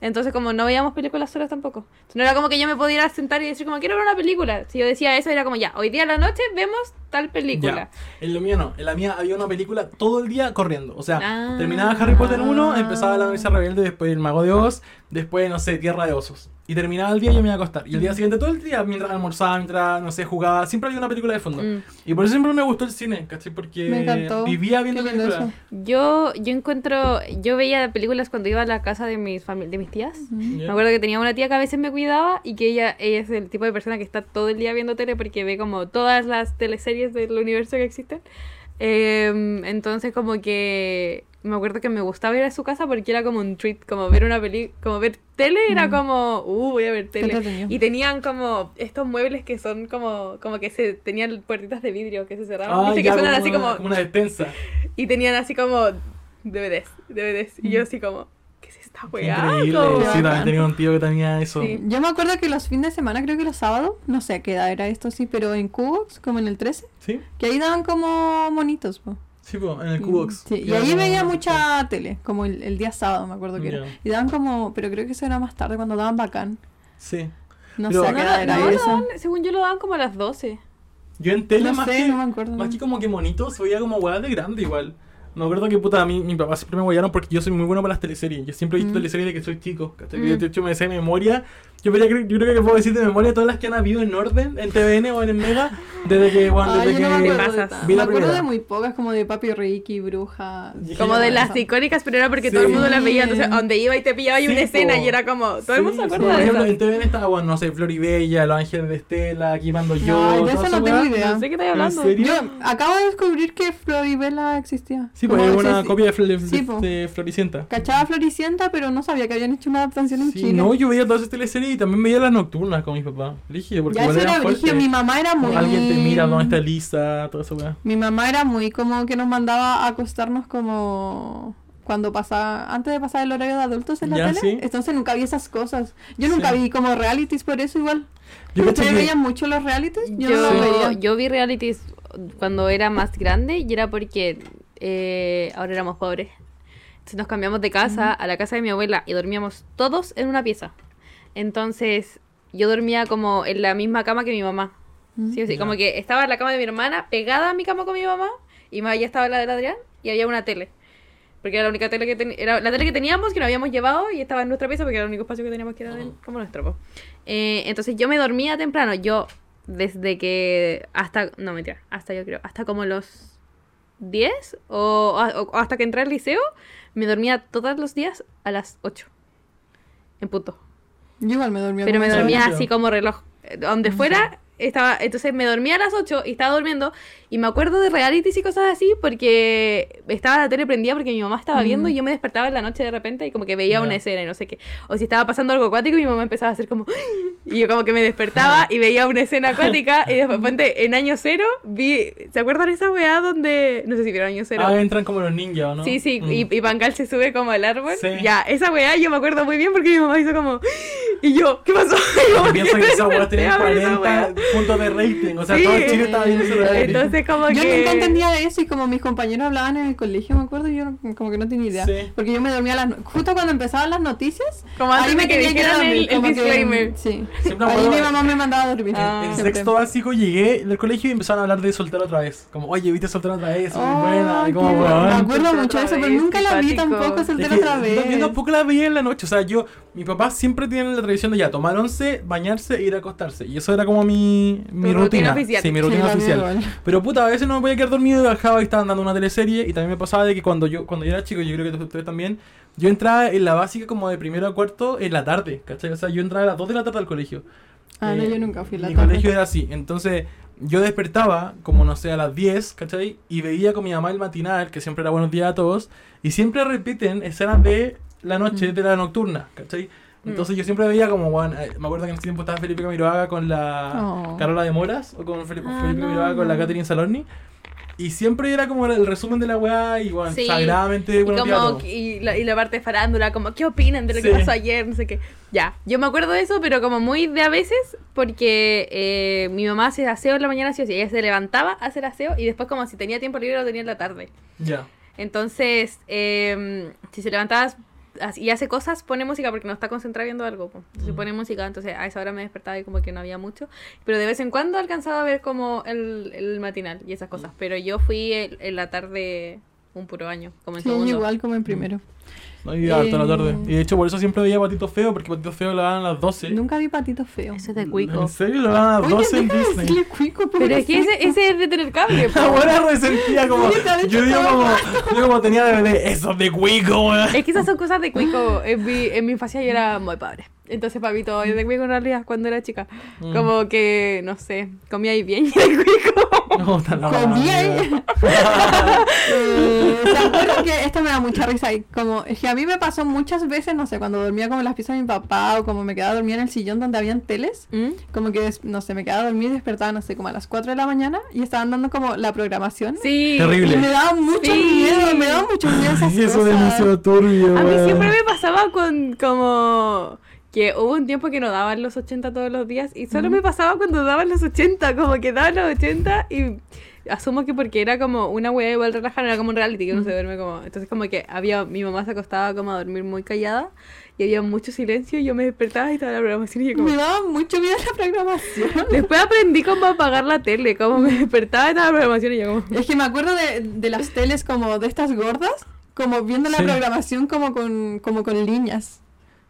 Speaker 4: Entonces como no veíamos películas solas tampoco. Entonces, no era como que yo me pudiera sentar y decir como quiero ver una película. Si yo decía eso era como ya, hoy día a la noche vemos tal película.
Speaker 5: Ya. En lo mío no, en la mía había una película todo el día corriendo. O sea,
Speaker 4: Ah.
Speaker 5: terminaba Harry Potter 1, empezaba la novicia rebelde, después el mago de Oz, después, no sé, Tierra de Osos. Y terminaba el día y yo me iba a acostar. Y el día siguiente, todo el día, mientras almorzaba, mientras, no sé, jugaba, siempre había una película de fondo.
Speaker 4: Mm.
Speaker 5: Y por eso siempre me gustó el cine, ¿cachai? Porque
Speaker 2: Me encantó.
Speaker 5: vivía viendo
Speaker 2: Qué lindo
Speaker 5: películas.
Speaker 4: Yo, yo encuentro, yo veía películas cuando iba a la casa de mis fami- de mis tías. Me
Speaker 5: Ya.
Speaker 4: acuerdo que tenía una tía que a veces me cuidaba y que ella, ella es el tipo de persona que está todo el día viendo tele porque ve como todas las teleseries del universo que existen. Em, entonces como que me acuerdo que me gustaba ir a su casa porque era como un treat, como ver una peli, como ver tele era como, uh, voy a ver tele.
Speaker 2: entretenido.
Speaker 4: Y tenían como estos muebles que son como como que se tenían puertitas de vidrio que se cerraban,
Speaker 5: Ah,
Speaker 4: ¿viste?
Speaker 5: ya,
Speaker 4: que
Speaker 5: como,
Speaker 4: suenan así
Speaker 5: una, como una despensa.
Speaker 4: y tenían así como DVDs, DVDs. Y yo así como, ¿qué es esta
Speaker 5: Mm. Qué
Speaker 4: weá?
Speaker 5: Increíble.
Speaker 4: Como-
Speaker 5: Sí, también
Speaker 2: bacán.
Speaker 5: tenía un tío que tenía eso.
Speaker 4: Sí.
Speaker 2: Yo me acuerdo que los fines de semana, creo que los sábados, no sé a qué edad era esto, sí, pero en Cubos, como en el 13,
Speaker 5: Sí,
Speaker 2: que ahí daban como monitos. po.
Speaker 5: sí, po, en el Cubox.
Speaker 2: Mm, Sí, y
Speaker 5: Era
Speaker 2: ahí
Speaker 5: como-
Speaker 2: veía mucha tele, como el, el día sábado, me acuerdo que
Speaker 5: Ya.
Speaker 2: era. Y daban como, pero creo que eso era más tarde, cuando daban bacán.
Speaker 5: Sí.
Speaker 2: No
Speaker 5: Pero-
Speaker 2: sé a
Speaker 5: No,
Speaker 2: qué edad
Speaker 5: no,
Speaker 2: era
Speaker 5: no,
Speaker 2: eso.
Speaker 4: daban- según yo lo daban como a las 12.
Speaker 5: Yo en tele
Speaker 2: No
Speaker 5: más
Speaker 2: sé,
Speaker 5: que,
Speaker 2: no me acuerdo.
Speaker 5: Más que como que monitos, veía como hueá de grande igual. Me acuerdo que puta, a mí, mi papá siempre me guiaron porque yo soy muy bueno para las teleseries. Yo siempre he
Speaker 2: Mm.
Speaker 5: visto teleseries de que soy chico. ¿cachai? Yo, De hecho, me sé de memoria. Yo, creo que- yo creo que puedo decir de memoria todas las que han habido en orden, en TVN o en el Mega, desde que, bueno,
Speaker 2: Ah,
Speaker 5: desde
Speaker 2: yo no me
Speaker 5: que
Speaker 2: acuerdo de
Speaker 4: pasas.
Speaker 2: tanto.
Speaker 5: vi
Speaker 2: Me
Speaker 5: la
Speaker 2: acuerdo de
Speaker 5: primera.
Speaker 2: muy pocas, como de Papi Ricky, Bruja.
Speaker 5: Dije,
Speaker 4: Como de
Speaker 5: "Ya,
Speaker 4: las icónicas, pero era porque
Speaker 5: Sí.
Speaker 4: todo el mundo las veía. Entonces, a donde iba y te pillaba y
Speaker 5: Sí,
Speaker 4: una escena
Speaker 5: po.
Speaker 4: y era como, todo el mundo
Speaker 5: Sí,
Speaker 4: se acuerda
Speaker 5: Por
Speaker 4: de
Speaker 5: ejemplo,
Speaker 4: eso.
Speaker 5: en TVN estaba, bueno, no sé, Floribella, Los Ángeles de Estela, aquí mando yo.
Speaker 2: No, de
Speaker 5: toda
Speaker 2: eso
Speaker 5: esa
Speaker 2: no tengo
Speaker 5: hueá.
Speaker 2: idea.
Speaker 4: No sé qué estás
Speaker 5: ¿En
Speaker 4: hablando.
Speaker 5: serio?
Speaker 2: Yo acabo de descubrir que Floribela existía.
Speaker 5: Sí, pues
Speaker 2: Como
Speaker 5: es
Speaker 2: ese-
Speaker 5: una copia de, Fl- de-
Speaker 2: Sí, po.
Speaker 5: de Floricienta.
Speaker 2: Cachaba Floricienta, pero no sabía que habían hecho una adaptación en
Speaker 5: Sí,
Speaker 2: Chile.
Speaker 5: no, yo veía todas esas teleseries y también veía las nocturnas con mi papá. Brígido, porque
Speaker 2: ya
Speaker 5: igual
Speaker 2: eso
Speaker 5: eran
Speaker 2: era brígido.
Speaker 5: fuertes.
Speaker 2: Mi mamá era muy.
Speaker 5: Alguien te mira, ¿dónde está Lisa? Toda esa weá.
Speaker 2: Mi mamá era muy como que nos mandaba a acostarnos como cuando pasaba, antes de pasar el horario de adultos en la
Speaker 5: Ya,
Speaker 2: tele.
Speaker 5: sí.
Speaker 2: Entonces nunca vi esas cosas. Yo nunca
Speaker 5: Sí.
Speaker 2: vi como realities por eso igual.
Speaker 5: Yo caché
Speaker 2: ¿Ustedes
Speaker 5: que-
Speaker 2: veían mucho los realities? Yo, no los
Speaker 4: Yo,
Speaker 2: veía.
Speaker 4: yo vi realities cuando era más grande y era porque eh, ahora éramos pobres. Entonces nos cambiamos de casa a la casa de mi abuela y dormíamos todos en una pieza. Entonces yo dormía como en la misma cama que mi mamá. Sí, o sí,
Speaker 5: Ya.
Speaker 4: como que estaba la cama de mi hermana pegada a mi cama con mi mamá y más allá estaba la del Adrián y había una tele. Porque era la única tele que ten- era la tele que teníamos, que no habíamos llevado y estaba en nuestra pieza porque era el único espacio que teníamos que era de- como nuestro. po. Eh, entonces yo me dormía temprano. Yo desde que hasta no mentira, hasta yo creo, hasta como los 10 o, o- o hasta que entré al liceo, me dormía todos los días a las 8. En punto.
Speaker 2: Yo igual me dormía.
Speaker 4: Pero
Speaker 2: como
Speaker 4: me
Speaker 2: esa
Speaker 4: dormía
Speaker 5: Brígido.
Speaker 4: así como reloj. Eh, Donde fuera, estaba, entonces me dormía a las 8 y estaba durmiendo. Y me acuerdo de realities y cosas así porque estaba la tele prendida porque mi mamá estaba viendo y yo me despertaba en la noche de repente y como que veía
Speaker 5: Ya.
Speaker 4: una escena y no sé qué. O si estaba pasando algo acuático y mi mamá empezaba a hacer como. <gasps> Y yo como que me despertaba y veía una escena acuática. Y después, ponte, en año cero vi. ¿Se acuerdan esa weá donde. No sé si vieron año cero.
Speaker 5: Ah, entran como los ninjas, ¿o no?
Speaker 4: Sí, sí,
Speaker 5: Mm. <laughs>
Speaker 4: y, y Bangal se sube como al árbol.
Speaker 5: Sí.
Speaker 4: Ya, esa weá yo me acuerdo muy bien porque mi mamá hizo como. <gasps> Y yo, ¿qué pasó? <laughs> Y yo,
Speaker 5: Y piensa
Speaker 4: me
Speaker 5: que esa
Speaker 4: <laughs>
Speaker 5: weá
Speaker 2: <laughs>
Speaker 4: desperté
Speaker 5: tenía
Speaker 4: a ver esa weá.
Speaker 5: 40 puntos de rating. O sea,
Speaker 4: Sí.
Speaker 5: todo Chile estaba viendo
Speaker 4: <laughs>
Speaker 5: ese reality.
Speaker 4: Entonces, como
Speaker 2: Yo
Speaker 4: que.
Speaker 2: nunca entendía eso y como mis compañeros hablaban en el colegio, me acuerdo, yo no- como que no tenía idea.
Speaker 5: Sí.
Speaker 2: Porque yo me dormía las no- justo cuando empezaban las noticias.
Speaker 4: Como antes
Speaker 2: ahí
Speaker 4: de
Speaker 2: me
Speaker 4: que
Speaker 2: tenía que
Speaker 4: dijeran
Speaker 2: dormir,
Speaker 4: el- el
Speaker 2: como que,
Speaker 4: disclaimer.
Speaker 2: sí.
Speaker 5: Siempre me
Speaker 2: Ahí
Speaker 5: acuerdo-
Speaker 2: mi mamá me mandaba a dormir.
Speaker 4: Ah.
Speaker 5: En
Speaker 2: siempre.
Speaker 5: sexto básico llegué del colegio y empezaron a hablar de soltero otra vez. Como, oye, viste soltero otra vez, muy
Speaker 2: Oh,
Speaker 5: buena, y como,
Speaker 2: qué- Me
Speaker 5: weón.
Speaker 2: acuerdo
Speaker 4: Soltero
Speaker 2: mucho de
Speaker 4: otra
Speaker 2: eso, pero
Speaker 4: vez,
Speaker 2: nunca la vi
Speaker 4: simpático.
Speaker 2: tampoco
Speaker 5: Es
Speaker 2: soltera
Speaker 5: que
Speaker 2: otra vez.
Speaker 5: no- Yo tampoco la veía en la noche. O sea, yo, mi papá siempre tiene la tradición de ya tomar once, bañarse e ir a acostarse. Y eso era como mi, mi
Speaker 4: rutina
Speaker 5: rutina.
Speaker 4: oficial.
Speaker 5: Sí, mi
Speaker 2: Sí,
Speaker 5: rutina
Speaker 2: la vi
Speaker 5: oficial.
Speaker 2: igual.
Speaker 5: Pero puta, a veces no me podía quedar dormido y bajaba y estaban dando una teleserie. Y también me pasaba de que cuando yo, cuando yo era chico, yo creo que ustedes también, yo entraba en la básica como de primero a cuarto en la tarde, ¿cachai? O sea, yo entraba a las 2 de la tarde al colegio.
Speaker 2: Ah, no,
Speaker 5: Eh,
Speaker 2: yo nunca fui a la
Speaker 5: Mi
Speaker 2: tarde.
Speaker 5: colegio era así. Entonces, yo despertaba, como no sé, a las 10, ¿cachai? Y veía con mi mamá el matinal, que siempre era buenos días a todos. Y siempre repiten escenas de la noche, de la nocturna, ¿cachai? Entonces yo siempre veía como, bueno, eh, me acuerdo que en ese tiempo estaba Felipe Camiroaga con la
Speaker 2: Oh.
Speaker 5: Carola de Moras, o con Felipe,
Speaker 4: Ah,
Speaker 5: Felipe
Speaker 4: no,
Speaker 5: Camiroaga con la
Speaker 4: no.
Speaker 5: Catherine Salorni. Y siempre era como el resumen de la weá, y bueno,
Speaker 4: Sí.
Speaker 5: sagradamente,
Speaker 4: Y,
Speaker 5: buenos días a
Speaker 4: como,
Speaker 5: todos.
Speaker 4: y, la, y la parte de farándula, como, ¿qué opinan de lo que
Speaker 5: Sí.
Speaker 4: pasó ayer? No sé qué. Ya, yo me acuerdo de eso, pero como muy de a veces, porque eh, mi mamá hace aseo en la mañana, sí o sí, ella se levantaba a hacer aseo y después, como si tenía tiempo libre, lo tenía en la tarde.
Speaker 5: Ya.
Speaker 4: Entonces, eh, si se levantabas as- y hace cosas, pone música porque no está concentrada viendo algo. po. Entonces
Speaker 5: Mm.
Speaker 4: pone música, entonces a esa hora me despertaba y como que no había mucho. Pero de vez en cuando alcanzaba a ver como el, el matinal y esas cosas. Pero yo fui el- en la tarde un puro año, como en
Speaker 2: Sí,
Speaker 4: segundo.
Speaker 2: igual como en primero.
Speaker 5: No y harto la tarde.
Speaker 2: Eh.
Speaker 5: Y de hecho, por eso siempre veía Patito Feo, porque Patito Feo lo daban a las 12.
Speaker 2: Nunca vi patitos feos.
Speaker 4: Eso es de
Speaker 5: ¿En
Speaker 4: cuico.
Speaker 5: serio? Lo daban a las
Speaker 2: Oye,
Speaker 5: 12 en
Speaker 2: deja de
Speaker 5: Disney.
Speaker 2: decirle cuico,
Speaker 4: Pero es que ese, ese es de tener
Speaker 5: <laughs>
Speaker 4: cable. po.
Speaker 5: Ahora resentía como.
Speaker 2: Sí, está bien,
Speaker 5: Yo digo
Speaker 2: está
Speaker 5: como. Yo como tenía de bebé. Eso es de cuico,
Speaker 4: <laughs>
Speaker 5: weón.
Speaker 4: Es que esas son cosas de cuico. En mi, en mi infancia yo era muy pobre. Entonces, para mí todo es de cuico en realidad cuando era chica. Como que, no sé, comía ahí bien y de cuico.
Speaker 5: No, tan
Speaker 2: <laughs>
Speaker 5: la
Speaker 2: Comía,
Speaker 5: mierda.
Speaker 2: ¿eh? <laughs> Eh, ¿Se acuerdan que esto me da mucha risa? Y como, es que a mí me pasó muchas veces, no sé, cuando dormía como en las piezas de mi papá o como me quedaba dormida en el sillón donde habían teles,
Speaker 4: ¿Mm?
Speaker 2: como que, des- no sé, me quedaba dormida y despertaba, no sé, como a las 4 de la mañana y estaban dando como la programación.
Speaker 4: Sí.
Speaker 5: Terrible.
Speaker 2: Y me daba mucho
Speaker 4: Sí.
Speaker 2: miedo, me daba mucho miedo esas
Speaker 5: <laughs> Eso es
Speaker 2: cosas.
Speaker 5: demasiado turbio,
Speaker 4: A mí
Speaker 5: weón.
Speaker 4: siempre me pasaba con como que hubo un tiempo que no daban los 80 todos los días y solo me pasaba cuando daban los 80, como que daban los 80 y asumo que porque era como una wea igual relajada, era como un reality que uno se duerme como, entonces como que había mi mamá se acostaba como a dormir muy callada y había mucho silencio y yo me despertaba y estaba la programación y yo como
Speaker 2: <laughs> Me daba mucho miedo la programación.
Speaker 4: Después aprendí cómo apagar la tele, como me despertaba y estaba la programación y yo como
Speaker 2: Es que me acuerdo de, de las teles como de estas gordas, como viendo la
Speaker 5: Sí.
Speaker 2: programación como con, como con líneas.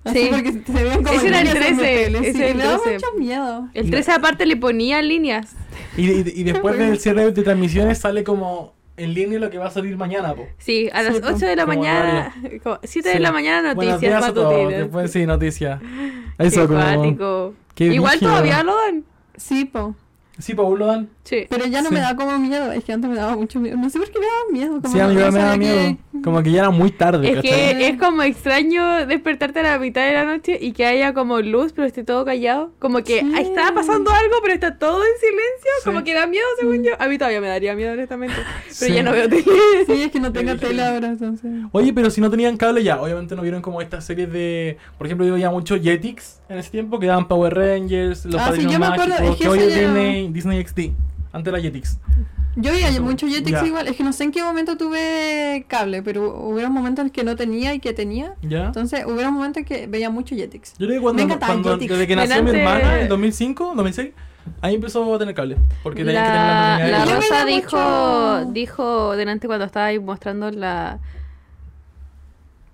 Speaker 2: Así
Speaker 4: Sí.
Speaker 2: porque se veían como
Speaker 4: Ese era el
Speaker 2: líneas en la
Speaker 4: 13,
Speaker 2: tele,
Speaker 4: ese
Speaker 2: sí,
Speaker 4: era el
Speaker 2: me daba
Speaker 4: 13.
Speaker 2: mucho miedo.
Speaker 4: el 13 aparte le ponía líneas.
Speaker 5: Y, y- y después del cierre de transmisiones sale como en línea lo que va a salir mañana, po.
Speaker 4: Sí, a las
Speaker 2: Sí, po.
Speaker 4: 8 de la
Speaker 5: Como
Speaker 4: mañana, <laughs> como 7 de
Speaker 5: Sí.
Speaker 4: la mañana
Speaker 5: Buenos
Speaker 4: noticias
Speaker 5: días a todos.
Speaker 4: matutinas.
Speaker 5: Después sí, noticias.
Speaker 4: Qué
Speaker 5: Eso como.
Speaker 4: cuático.
Speaker 5: Qué
Speaker 4: Igual
Speaker 5: brígido.
Speaker 4: todavía lo dan.
Speaker 2: Sí, po.
Speaker 5: Sí, pa, vos lo dan.
Speaker 4: Sí.
Speaker 2: Pero ya no
Speaker 5: Sí.
Speaker 2: me da como miedo, es que antes me daba mucho miedo. No sé por qué me daba miedo. Como
Speaker 5: Sí, a mí
Speaker 2: no
Speaker 5: igual me
Speaker 2: sabía
Speaker 5: da
Speaker 2: que-
Speaker 5: miedo. Como que ya era muy tarde,
Speaker 4: Es
Speaker 5: ¿cachai?
Speaker 4: que es como extraño despertarte a la mitad de la noche y que haya como luz, pero esté todo callado. Como que
Speaker 2: Sí.
Speaker 4: ah, está pasando algo, pero está todo en silencio.
Speaker 5: Sí. Mm.
Speaker 4: Como que da miedo, según yo. A mí todavía me daría miedo,
Speaker 5: <laughs>
Speaker 4: honestamente. Pero
Speaker 5: Sí.
Speaker 4: ya no veo tele.
Speaker 2: Sí, es que no tenga tele ahora, entonces.
Speaker 5: Oye, pero si no tenían cable ya, obviamente no vieron como estas series de. Por ejemplo, yo veía mucho Jetix en ese tiempo, que daban Power Rangers, Los
Speaker 2: Ah, sí,
Speaker 5: Padrinos
Speaker 2: yo me acuerdo,
Speaker 5: Mágicos,
Speaker 2: es que
Speaker 5: hoy
Speaker 2: eso
Speaker 5: es
Speaker 2: ya-
Speaker 5: Disney, Disney XD. Antes era Jetix.
Speaker 2: Yo veía mucho Jetix
Speaker 5: Ya.
Speaker 2: igual, es que no sé en qué momento tuve cable, pero hubo momentos en que no tenía y que tenía.
Speaker 5: ¿Ya?
Speaker 2: Entonces, hubo momentos en que veía mucho Jetix.
Speaker 5: Yo creo que cuando,
Speaker 2: Me encantaba
Speaker 5: cuando-
Speaker 2: Jetix.
Speaker 5: desde que nació mi
Speaker 4: Delante-
Speaker 5: hermana, en 2005, 2006, ahí empezó a tener cable. Porque tenían que tener la
Speaker 4: La,
Speaker 5: oportunidad
Speaker 4: la
Speaker 5: de-
Speaker 2: Yo
Speaker 4: Rosa
Speaker 2: veía
Speaker 4: dijo,
Speaker 2: mucho-
Speaker 4: dijo delante cuando estaba ahí mostrando la...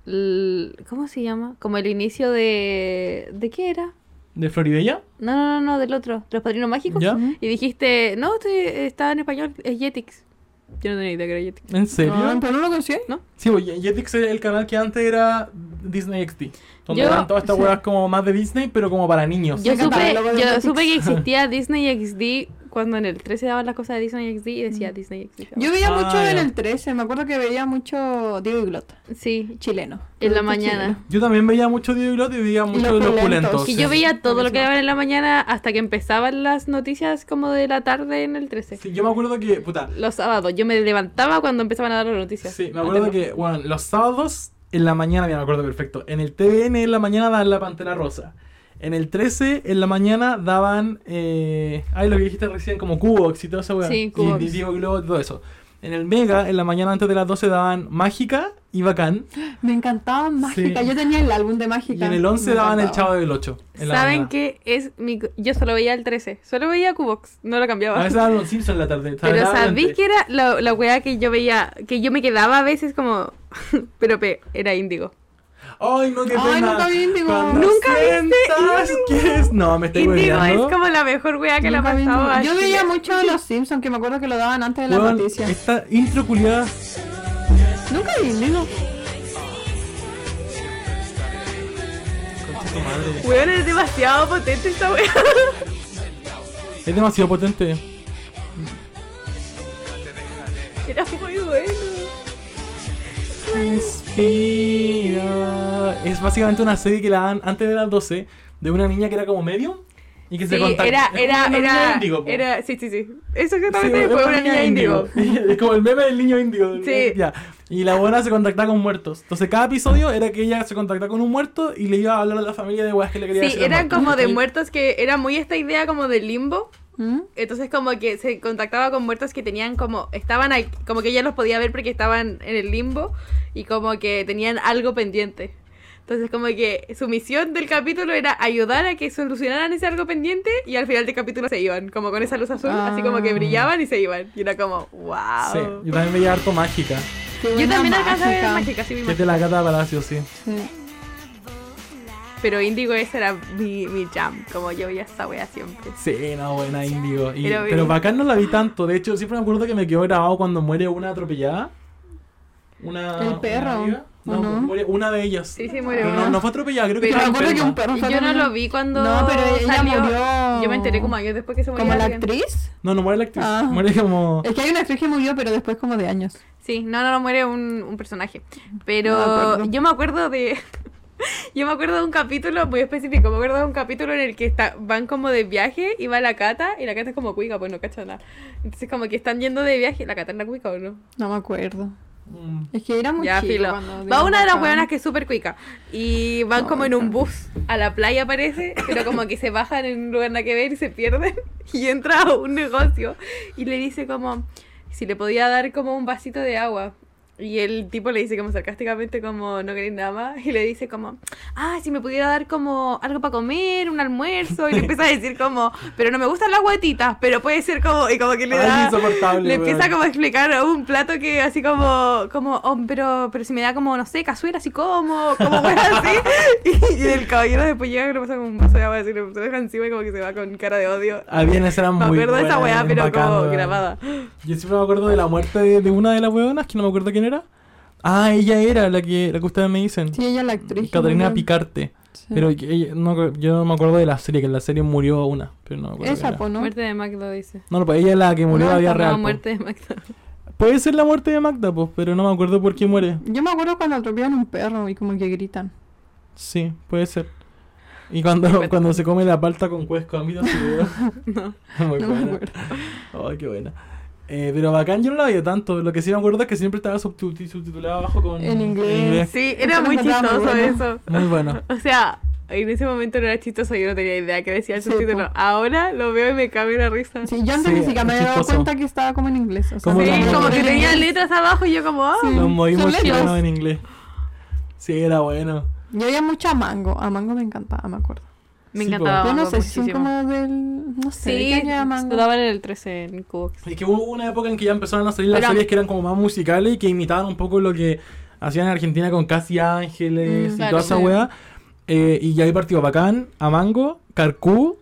Speaker 4: l- ¿Cómo se llama? Como el inicio de... ¿De qué era?
Speaker 5: de Floribella.
Speaker 4: No, no, no, no, del otro, de los padrinos mágicos.
Speaker 5: ¿Ya?
Speaker 4: Y dijiste, no, este está en español, es Jetix. Yo no tenía idea que era Jetix.
Speaker 5: ¿En serio?
Speaker 2: No, Ah, pero no lo conocí.
Speaker 5: Sí, oye, Jetix es el canal que antes era Disney XD. Donde
Speaker 4: Yo-
Speaker 5: eran todas estas
Speaker 4: sí.
Speaker 5: weas como más de Disney, pero como para niños.
Speaker 4: Yo
Speaker 2: Saca
Speaker 4: supe,
Speaker 2: catálogo de
Speaker 4: yo
Speaker 2: Netflix.
Speaker 4: supe
Speaker 2: <laughs>
Speaker 4: que existía Disney XD cuando en el 13 daban las cosas de Disney XD y decía Disney XD.
Speaker 2: Yo veía
Speaker 5: Ah,
Speaker 2: mucho en
Speaker 5: ya.
Speaker 2: el 13, me acuerdo que veía mucho Diego y Glot,
Speaker 4: Sí,
Speaker 2: chileno.
Speaker 4: en la
Speaker 2: producto chileno.
Speaker 4: mañana.
Speaker 5: Yo también veía mucho Diego y Lot y veía
Speaker 2: los
Speaker 5: mucho de los
Speaker 2: pulentos.
Speaker 5: pulentos.
Speaker 4: Y
Speaker 5: sí.
Speaker 4: yo veía todo lo que
Speaker 2: Buenísimo.
Speaker 4: daban en la mañana hasta que empezaban las noticias como de la tarde en el 13.
Speaker 5: Sí, yo me acuerdo que, puta,
Speaker 4: Los sábados. Yo me levantaba cuando empezaban a dar las noticias.
Speaker 5: Sí, me acuerdo
Speaker 4: Antes no.
Speaker 5: que, bueno, los sábados en la mañana, ya me acuerdo perfecto. En el TVN en la mañana daban la Pantera Rosa. En el 13 en la mañana daban. Eh, ay, lo que dijiste recién, como Cubox y toda esa weá.
Speaker 4: Sí,
Speaker 5: Y-
Speaker 4: Cubox.
Speaker 5: Y Diego Globo y todo eso. En el Mega, en la mañana antes de las 12 daban Mágica y Bacán.
Speaker 2: Me encantaba Mágica,
Speaker 5: Sí.
Speaker 2: yo tenía el álbum de Mágica.
Speaker 5: Y en el 11
Speaker 2: me
Speaker 5: daban El
Speaker 2: encantaba.
Speaker 5: Chavo del 8. en la
Speaker 4: ¿Saben
Speaker 5: mañana.
Speaker 4: qué es mi.? Yo solo veía el 13. Solo veía Cubox. No lo cambiaba.
Speaker 5: A veces daban los Simpsons en Ah, la tarde.
Speaker 4: <laughs> Pero sabí
Speaker 5: sabía
Speaker 4: que era la, la weá que yo veía, que yo me quedaba a veces como, <laughs> pero pe, era índigo.
Speaker 5: ¡Ay, no, qué pena!
Speaker 2: Ay, nunca vi Índigo.
Speaker 5: Cuando
Speaker 4: Nunca viste
Speaker 5: sientas que es- No, me estoy
Speaker 4: Índigo es
Speaker 5: hueveando.
Speaker 4: como la mejor weá que la
Speaker 2: Nunca vi
Speaker 4: pasaba.
Speaker 2: ningún- Yo veía
Speaker 4: Chile.
Speaker 2: mucho de los Simpsons, que me acuerdo que lo daban antes de las
Speaker 5: Weón,
Speaker 2: noticias.
Speaker 5: Esta intro culiada
Speaker 2: Nunca vi Índigo.
Speaker 4: <laughs> Weón, es demasiado potente esta weá. <laughs>
Speaker 5: es demasiado potente.
Speaker 4: Era muy bueno.
Speaker 5: Respira. Es básicamente una serie que la dan antes de las 12 de una niña que era como medio y que se
Speaker 4: Sí,
Speaker 5: contacta.
Speaker 4: era,
Speaker 5: es como
Speaker 4: era,
Speaker 5: una niña
Speaker 4: era,
Speaker 5: índigo, po.
Speaker 4: era, sí, sí, sí. Eso
Speaker 5: Sí,
Speaker 4: exactamente
Speaker 5: es
Speaker 4: fue una niña índigo.
Speaker 5: Es como el meme del niño índigo. Eh,
Speaker 4: Sí.
Speaker 5: Ya. Y la buena se contactaba con muertos. Entonces cada episodio era que ella se contactaba con un muerto y le iba a hablar a la familia de weas que le quería
Speaker 4: Sí,
Speaker 5: decir al
Speaker 4: eran
Speaker 5: muerto.
Speaker 4: como de
Speaker 5: Y-
Speaker 4: muertos que era muy esta idea como de limbo.
Speaker 2: ¿Mm?
Speaker 4: Entonces como que se contactaba con muertos que tenían como estaban ahí, como que ella los podía ver porque estaban en el limbo y como que tenían algo pendiente. Entonces como que su misión del capítulo era ayudar a que solucionaran ese algo pendiente y al final del capítulo se iban, como con esa luz azul, así como que
Speaker 2: Ah.
Speaker 4: brillaban y se iban. Y era como, wow.
Speaker 5: Sí, yo también veía harto mágica.
Speaker 2: Qué
Speaker 4: Yo
Speaker 2: buena
Speaker 4: también alcanzaba a ver
Speaker 2: Mágica.
Speaker 4: mágica, sí, mi
Speaker 5: Que es de la gata Palacio, sí.
Speaker 2: Sí.
Speaker 4: Pero Índigo ese era mi, mi jam, como yo veía esta wea siempre.
Speaker 5: Sí, no, buena índigo. Y-
Speaker 4: Era bien.
Speaker 5: pero bacán no la vi tanto. De hecho, siempre me acuerdo que me quedó grabado cuando muere una atropellada. Una.
Speaker 2: El perro,
Speaker 5: una amiga.
Speaker 2: ¿o
Speaker 5: no,
Speaker 2: no?
Speaker 5: muere una de ellas.
Speaker 4: Sí, sí, murió
Speaker 5: No,
Speaker 4: una.
Speaker 5: no fue atropellada, creo que
Speaker 4: Pero
Speaker 2: Me
Speaker 5: estaba
Speaker 2: acuerdo que un
Speaker 5: enferma.
Speaker 2: perro fue
Speaker 4: Yo no
Speaker 2: como-
Speaker 4: lo vi cuando
Speaker 2: No, pero ella
Speaker 4: salió.
Speaker 2: murió.
Speaker 4: Yo me enteré como años después que se murió.
Speaker 2: ¿Como la
Speaker 4: alguien.
Speaker 2: actriz?
Speaker 5: No, no muere la actriz.
Speaker 2: Ah.
Speaker 5: Muere
Speaker 2: <laughs>
Speaker 5: como.
Speaker 2: Es que hay una actriz que murió, pero después como de años.
Speaker 4: Sí, no, no, no muere un, un personaje.
Speaker 2: No, de
Speaker 4: Pero
Speaker 2: acuerdo.
Speaker 4: yo me acuerdo de. <laughs> Yo me acuerdo de un capítulo muy específico. Me acuerdo de un capítulo en el que está, van como de viaje y va la cata. Y la cata es como cuica, pues no cacho nada. Entonces, como que están yendo de viaje. ¿La cata es la cuica o no?
Speaker 2: No me acuerdo.
Speaker 5: Mm.
Speaker 2: Es que era muy
Speaker 4: ya,
Speaker 2: chico
Speaker 4: filo.
Speaker 2: cuando
Speaker 4: Va
Speaker 2: digamos,
Speaker 4: una de las
Speaker 2: acá.
Speaker 4: hueonas que es súper cuica. Y van
Speaker 2: No,
Speaker 4: como en un
Speaker 2: esa.
Speaker 4: bus a la playa, parece. Pero como que se bajan en un lugar nada que ver y se pierden. <laughs> Y entra a un negocio. Y le dice como si le podía dar como un vasito de agua. Y el tipo le dice como sarcásticamente como no queréis nada más. Y le dice como, ah, si me pudiera dar como algo para comer, un almuerzo. Y le empieza a decir como, pero no me gustan las guatitas, pero puede ser como, y como que le
Speaker 5: Ay,
Speaker 4: da...
Speaker 5: insoportable,
Speaker 4: Le
Speaker 5: weón.
Speaker 4: empieza como a <laughs> explicar un plato que así como, como oh, pero, pero si me da como, no sé, cazuela, así como, como
Speaker 2: <laughs>
Speaker 4: weón, así. Y, y el caballero después llega y le pasa como un vaso de agua, así, le deja encima y como que se va con cara de odio.
Speaker 5: Había escenas
Speaker 4: Me
Speaker 5: muy
Speaker 4: acuerdo de esa
Speaker 5: buenas,
Speaker 4: weá, pero
Speaker 5: bacán,
Speaker 4: como
Speaker 5: weón.
Speaker 4: grabada.
Speaker 5: Yo siempre me acuerdo de la muerte de, de una de las hueonas, que no me acuerdo quién era. Ah, ella era la que, la que ustedes me dicen.
Speaker 2: Sí, ella la actriz. que
Speaker 5: Catalina
Speaker 2: murió.
Speaker 5: Picarte.
Speaker 2: Sí.
Speaker 5: Pero que ella- no, yo no me acuerdo de la serie, que en la serie murió una. Pero no me acuerdo quién
Speaker 2: Esa,
Speaker 5: era.
Speaker 2: pues, ¿no?
Speaker 4: de Magda dice.
Speaker 5: No, no, pues ella es la que murió
Speaker 2: No,
Speaker 5: en la vida
Speaker 2: esa no,
Speaker 5: real. po.
Speaker 4: de Magda.
Speaker 2: <laughs>
Speaker 5: Puede ser la muerte de Magda, pues, pero no me acuerdo por qué muere.
Speaker 2: Yo me acuerdo cuando atropellan un perro y como que gritan.
Speaker 5: Sí, puede ser.
Speaker 2: <laughs>
Speaker 5: Y cuando, cuando se come la palta con cuesco, a mí no se <laughs> No. Muy
Speaker 2: No me
Speaker 5: buena.
Speaker 2: acuerdo.
Speaker 5: Ay, qué buena. Eh, pero bacán yo no la veía tanto. Lo que sí me acuerdo es que siempre estaba subtu- subtitulado abajo con...
Speaker 2: En inglés.
Speaker 4: Sí,
Speaker 2: Eso
Speaker 4: era
Speaker 2: lo
Speaker 4: muy
Speaker 2: encontraba
Speaker 4: chistoso
Speaker 2: muy bueno.
Speaker 4: eso.
Speaker 2: <laughs>
Speaker 5: Muy bueno.
Speaker 4: O sea, en ese momento no era chistoso, yo no tenía idea que decía el
Speaker 2: Sí,
Speaker 4: subtítulo.
Speaker 2: po.
Speaker 4: Ahora lo veo y me cabe la risa. Sí,
Speaker 2: Sí, yo antes
Speaker 5: Sí,
Speaker 2: ni siquiera me
Speaker 5: es
Speaker 2: había dado
Speaker 5: chistoso.
Speaker 2: cuenta que estaba como en inglés. O sea,
Speaker 5: Como Sí, la
Speaker 4: como
Speaker 5: música.
Speaker 4: que tenía letras abajo y yo como, ah.
Speaker 2: Sí.
Speaker 5: Los movimos
Speaker 2: Son
Speaker 5: chilenos
Speaker 2: letras.
Speaker 5: en inglés. Sí, era bueno.
Speaker 2: Yo veía mucho a Mango. A Mango me encantaba, me acuerdo.
Speaker 4: Me
Speaker 5: Sí, po.
Speaker 4: encantaba.
Speaker 2: yo no
Speaker 4: Mango
Speaker 2: sé si son
Speaker 4: muchísimo.
Speaker 2: como del. No sé.
Speaker 4: Sí,
Speaker 2: ¿qué era Mango?
Speaker 4: lo daban en el 13 en Cubox.
Speaker 5: Es que hubo una época en que ya empezaron a salir las
Speaker 4: Pero-
Speaker 5: series que eran como más musicales y que imitaban un poco lo que hacían en Argentina con Casi Ángeles
Speaker 2: Mm,
Speaker 5: y
Speaker 4: claro,
Speaker 5: toda esa
Speaker 4: sí.
Speaker 5: weá. Eh, y ahí partió Bacán, Amango, Carcú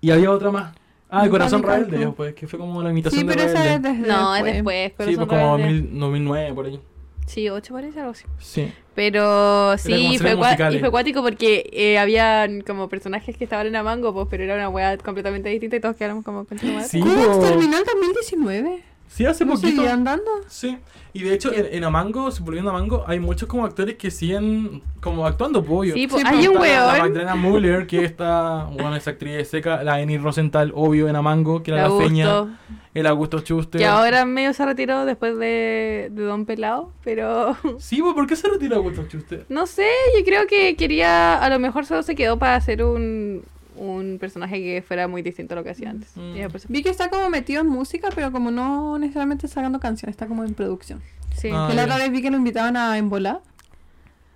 Speaker 5: y había otra más. Ah, el corazón
Speaker 2: Pánico,
Speaker 5: rebelde,
Speaker 2: no.
Speaker 5: pues, que fue como la imitación
Speaker 2: Sí,
Speaker 5: de
Speaker 2: pero esa es <laughs>
Speaker 5: rebelde.
Speaker 2: desde
Speaker 4: No, es después.
Speaker 5: sí,
Speaker 4: Corazón
Speaker 5: pues como
Speaker 4: Rebelde.
Speaker 5: 2000, 2009, por ahí.
Speaker 4: Sí, 8 parece, algo así.
Speaker 5: Sí.
Speaker 4: Pero
Speaker 5: como
Speaker 4: sí,
Speaker 5: escenas
Speaker 4: fue, cua-
Speaker 5: musicales.
Speaker 4: y fue cuático porque eh, habían como personajes que estaban en Amango, pues, pero era una weá completamente distinta y todos quedamos como con
Speaker 5: Sí,
Speaker 2: ¿Cómo
Speaker 5: po.
Speaker 2: terminó el 2019?
Speaker 5: Sí, hace
Speaker 2: ¿No
Speaker 5: poquito.
Speaker 2: seguía andando?
Speaker 5: Sí, y de hecho en, en Amango, si volviendo a Amango, hay muchos como actores que siguen como actuando, pollo.
Speaker 4: Sí, pues,
Speaker 2: Sí,
Speaker 4: hay
Speaker 2: pues,
Speaker 4: un
Speaker 5: Está la- La
Speaker 4: weón.
Speaker 5: Magdalena Müller, que está, bueno, esa actriz seca, la Eni Rosenthal, obvio, en Amango, que era la feña,
Speaker 4: Augusto,
Speaker 5: el Augusto Schuster.
Speaker 4: que ahora medio se retiró después de, de Don Pelado, pero <laughs>
Speaker 5: Sí, pues, ¿por qué se retira Augusto Schuster?
Speaker 4: no sé, yo creo que quería, a lo mejor solo se quedó para hacer un, un personaje que fuera muy distinto a lo que hacía antes.
Speaker 5: Mm.
Speaker 4: Y después-
Speaker 2: Vi que está como metido en música, pero como no necesariamente sacando canciones, está como en producción.
Speaker 4: sí.
Speaker 5: Ah,
Speaker 2: Que la
Speaker 5: ya.
Speaker 2: otra vez vi que lo invitaban a Embolá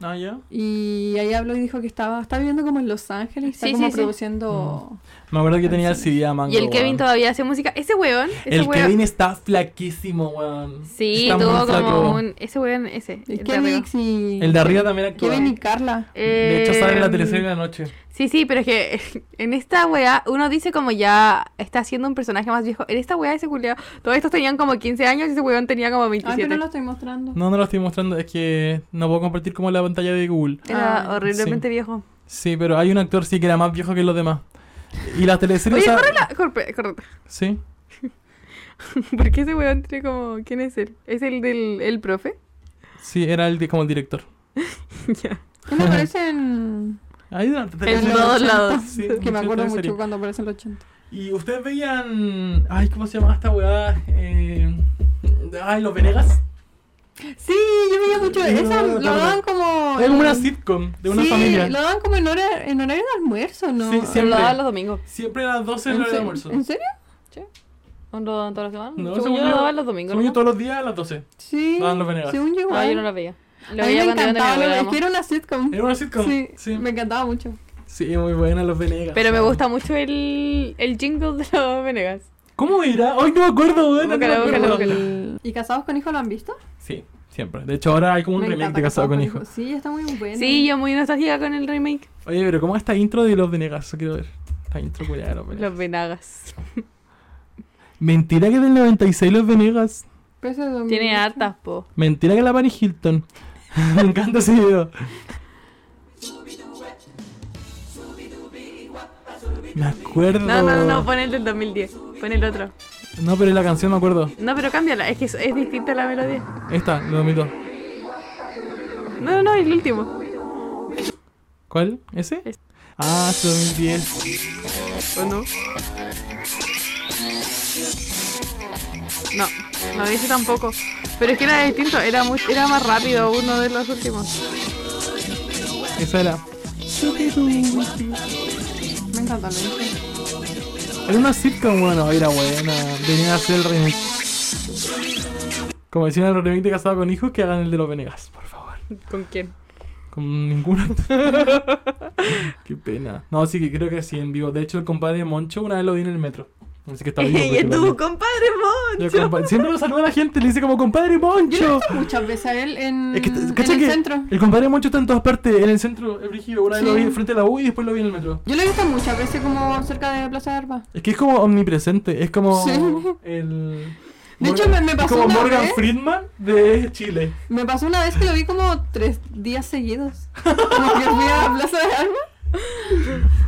Speaker 5: Ah, ya.
Speaker 2: y ahí habló y dijo que estaba, está viviendo como en Los Ángeles, y está
Speaker 4: Sí,
Speaker 2: como
Speaker 4: sí, sí.
Speaker 2: produciendo...
Speaker 5: Me acuerdo que tenía el CD de Amango.
Speaker 4: Y el Kevin
Speaker 5: weón.
Speaker 4: todavía hace música. Ese weón, ese
Speaker 5: El
Speaker 4: weón.
Speaker 5: Kevin está flaquísimo, weón.
Speaker 4: Sí,
Speaker 5: Está muy
Speaker 4: tuvo
Speaker 5: flaco.
Speaker 4: como un. Ese weón, ese.
Speaker 2: Y
Speaker 4: el de
Speaker 2: Kevin
Speaker 4: arriba.
Speaker 2: y...
Speaker 5: El de arriba también actúa.
Speaker 2: Kevin y Carla. Ah,
Speaker 5: De hecho, sale en la
Speaker 4: Em,
Speaker 5: teleserie de la noche.
Speaker 4: Sí, sí, pero es que <laughs> en esta weá uno dice como ya está haciendo un personaje más viejo. En esta weá ese culiao, todos estos tenían como 15 años y ese weón tenía
Speaker 5: Ah,
Speaker 4: como
Speaker 2: Ay,
Speaker 4: 27.
Speaker 2: pero no lo estoy mostrando.
Speaker 5: No, no lo estoy mostrando, es que no puedo compartir como la pantalla de Google.
Speaker 4: Era
Speaker 2: Ah,
Speaker 4: horriblemente viejo.
Speaker 5: Sí, pero hay un actor sí que era más viejo que los demás. Y las teleseries.
Speaker 4: Oye,
Speaker 5: o sea,
Speaker 4: corre la... corre- corre-
Speaker 5: Sí.
Speaker 4: <laughs> ¿Por qué ese weón tiene como... ¿Quién es él? ¿Es el del el profe? <laughs>
Speaker 5: Sí, era el de- como el director.
Speaker 4: ya.
Speaker 2: ¿Qué me aparece en...
Speaker 5: Ahí en
Speaker 4: En todos lados.
Speaker 5: Sí,
Speaker 2: que me acuerdo
Speaker 5: mucho de
Speaker 2: mucho
Speaker 5: serie.
Speaker 2: cuando aparece el 80.
Speaker 5: Y ustedes veían. Ay, ¿cómo se llama esta weá? Eh... Ay, los Venegas.
Speaker 2: Sí, yo veía mucho.
Speaker 5: No,
Speaker 2: Esa
Speaker 5: no, no,
Speaker 2: lo
Speaker 5: no.
Speaker 2: daban como.
Speaker 5: Es como una sitcom de una
Speaker 2: sí,
Speaker 5: familia.
Speaker 2: Lo daban como en hora, en horario de almuerzo, ¿no?
Speaker 5: Sí,
Speaker 4: Se
Speaker 5: siempre.
Speaker 4: lo daban los domingos.
Speaker 5: Siempre a las 12 en
Speaker 2: ¿En,
Speaker 5: hora de
Speaker 2: se-
Speaker 5: almuerzo.
Speaker 2: ¿En serio?
Speaker 4: ¿No lo daban todas las semanas?
Speaker 5: No,
Speaker 4: según
Speaker 5: según
Speaker 4: yo lo
Speaker 5: yo-
Speaker 4: daban los domingos.
Speaker 5: Según yo,
Speaker 4: ¿no?
Speaker 5: todos los días a las 12.
Speaker 2: Sí.
Speaker 5: Daban Los Venegas.
Speaker 2: Según yo,
Speaker 4: Ah,
Speaker 2: igual.
Speaker 4: yo no lo veía. Lo
Speaker 2: a mí me
Speaker 4: veía cuando iba de mi
Speaker 2: encantaba.
Speaker 4: abuela,
Speaker 2: lo- es
Speaker 4: ¿no?
Speaker 2: que era una sitcom.
Speaker 5: Era una sitcom.
Speaker 2: Sí,
Speaker 5: sí.
Speaker 2: me encantaba mucho.
Speaker 5: Sí, muy buena los Venegas.
Speaker 4: Pero me
Speaker 5: weón.
Speaker 4: gusta mucho el, el jingle de los Venegas.
Speaker 5: ¿Cómo era? Ay, no me acuerdo, weón. no me
Speaker 4: Búscalo, búscalo,
Speaker 5: acuerdo.
Speaker 4: búscalo.
Speaker 2: ¿Y Casados con Hijos lo han visto?
Speaker 5: Sí, siempre. De hecho, ahora hay como un
Speaker 2: Me
Speaker 5: remake
Speaker 2: encanta
Speaker 5: de Casado con Hijo.
Speaker 2: Hijos. Sí, está muy bueno.
Speaker 4: Sí, yo muy nostálgica con el remake.
Speaker 5: Oye, pero ¿cómo está intro de los Venegas? Eso Quiero ver. Esta intro culiada de los Venegas.
Speaker 4: Los Venagas.
Speaker 5: Mentira que del 96 los Venegas.
Speaker 2: Pero ese es de 2008.
Speaker 4: Tiene hartas, po.
Speaker 5: Mentira que la Paris Hilton. <laughs> Me encanta ese video. Me acuerdo.
Speaker 4: No, no, no, no, pon el del 2010. Pon el otro.
Speaker 5: No, pero la canción me acuerdo.
Speaker 4: No, pero cámbiala, es que es, es distinta la melodía.
Speaker 5: Esta, lo 2002.
Speaker 4: No, no, no, el último.
Speaker 5: ¿Cuál? ¿Ese?
Speaker 4: Este.
Speaker 5: Ah, es 2010.
Speaker 4: ¿O no? No, no dice tampoco. Pero es que era distinto, era, muy, era más rápido uno de los últimos.
Speaker 5: Esa era.
Speaker 2: Me encanta lo hice.
Speaker 5: Era una sitcom, bueno, era buena. Venían a hacer el remake. Como decían en el remake de Casado con Hijos, que hagan el de los Venegas, por favor.
Speaker 4: ¿Con quién?
Speaker 5: Con
Speaker 2: <laughs>
Speaker 5: ninguno. Qué pena. No, sí que creo que sí, en vivo. De hecho, el compadre Moncho una vez lo vi en el metro. Así que
Speaker 4: <laughs>
Speaker 2: <laughs>
Speaker 5: está vivo.
Speaker 4: ¡Ey,
Speaker 5: porque
Speaker 4: es
Speaker 5: lo
Speaker 4: tu
Speaker 5: vi.
Speaker 4: compadre
Speaker 5: Yo,
Speaker 4: Moncho!
Speaker 5: compa- Siempre lo saluda a la gente, le dice como compadre Moncho.
Speaker 2: Muchas veces a él en,
Speaker 5: Es que,
Speaker 2: en
Speaker 5: ¿cacha
Speaker 2: el
Speaker 5: que
Speaker 2: centro.
Speaker 5: El compadre Moncho está en todas partes, en el centro, es brígido. Una vez lo
Speaker 2: Sí.
Speaker 5: vi frente a la U y después lo vi en el metro.
Speaker 2: Yo lo he visto muchas veces como cerca de Plaza de Arba.
Speaker 5: Es que es como omnipresente, es como
Speaker 2: Sí.
Speaker 5: el...
Speaker 2: De hecho,
Speaker 5: Morgan-
Speaker 2: me- me
Speaker 5: es
Speaker 2: pasó
Speaker 5: como
Speaker 2: una
Speaker 5: Morgan
Speaker 2: vez.
Speaker 5: Friedman de Chile.
Speaker 2: Me pasó una vez que lo vi como tres días seguidos. <laughs> Como que fui a Plaza de Armas.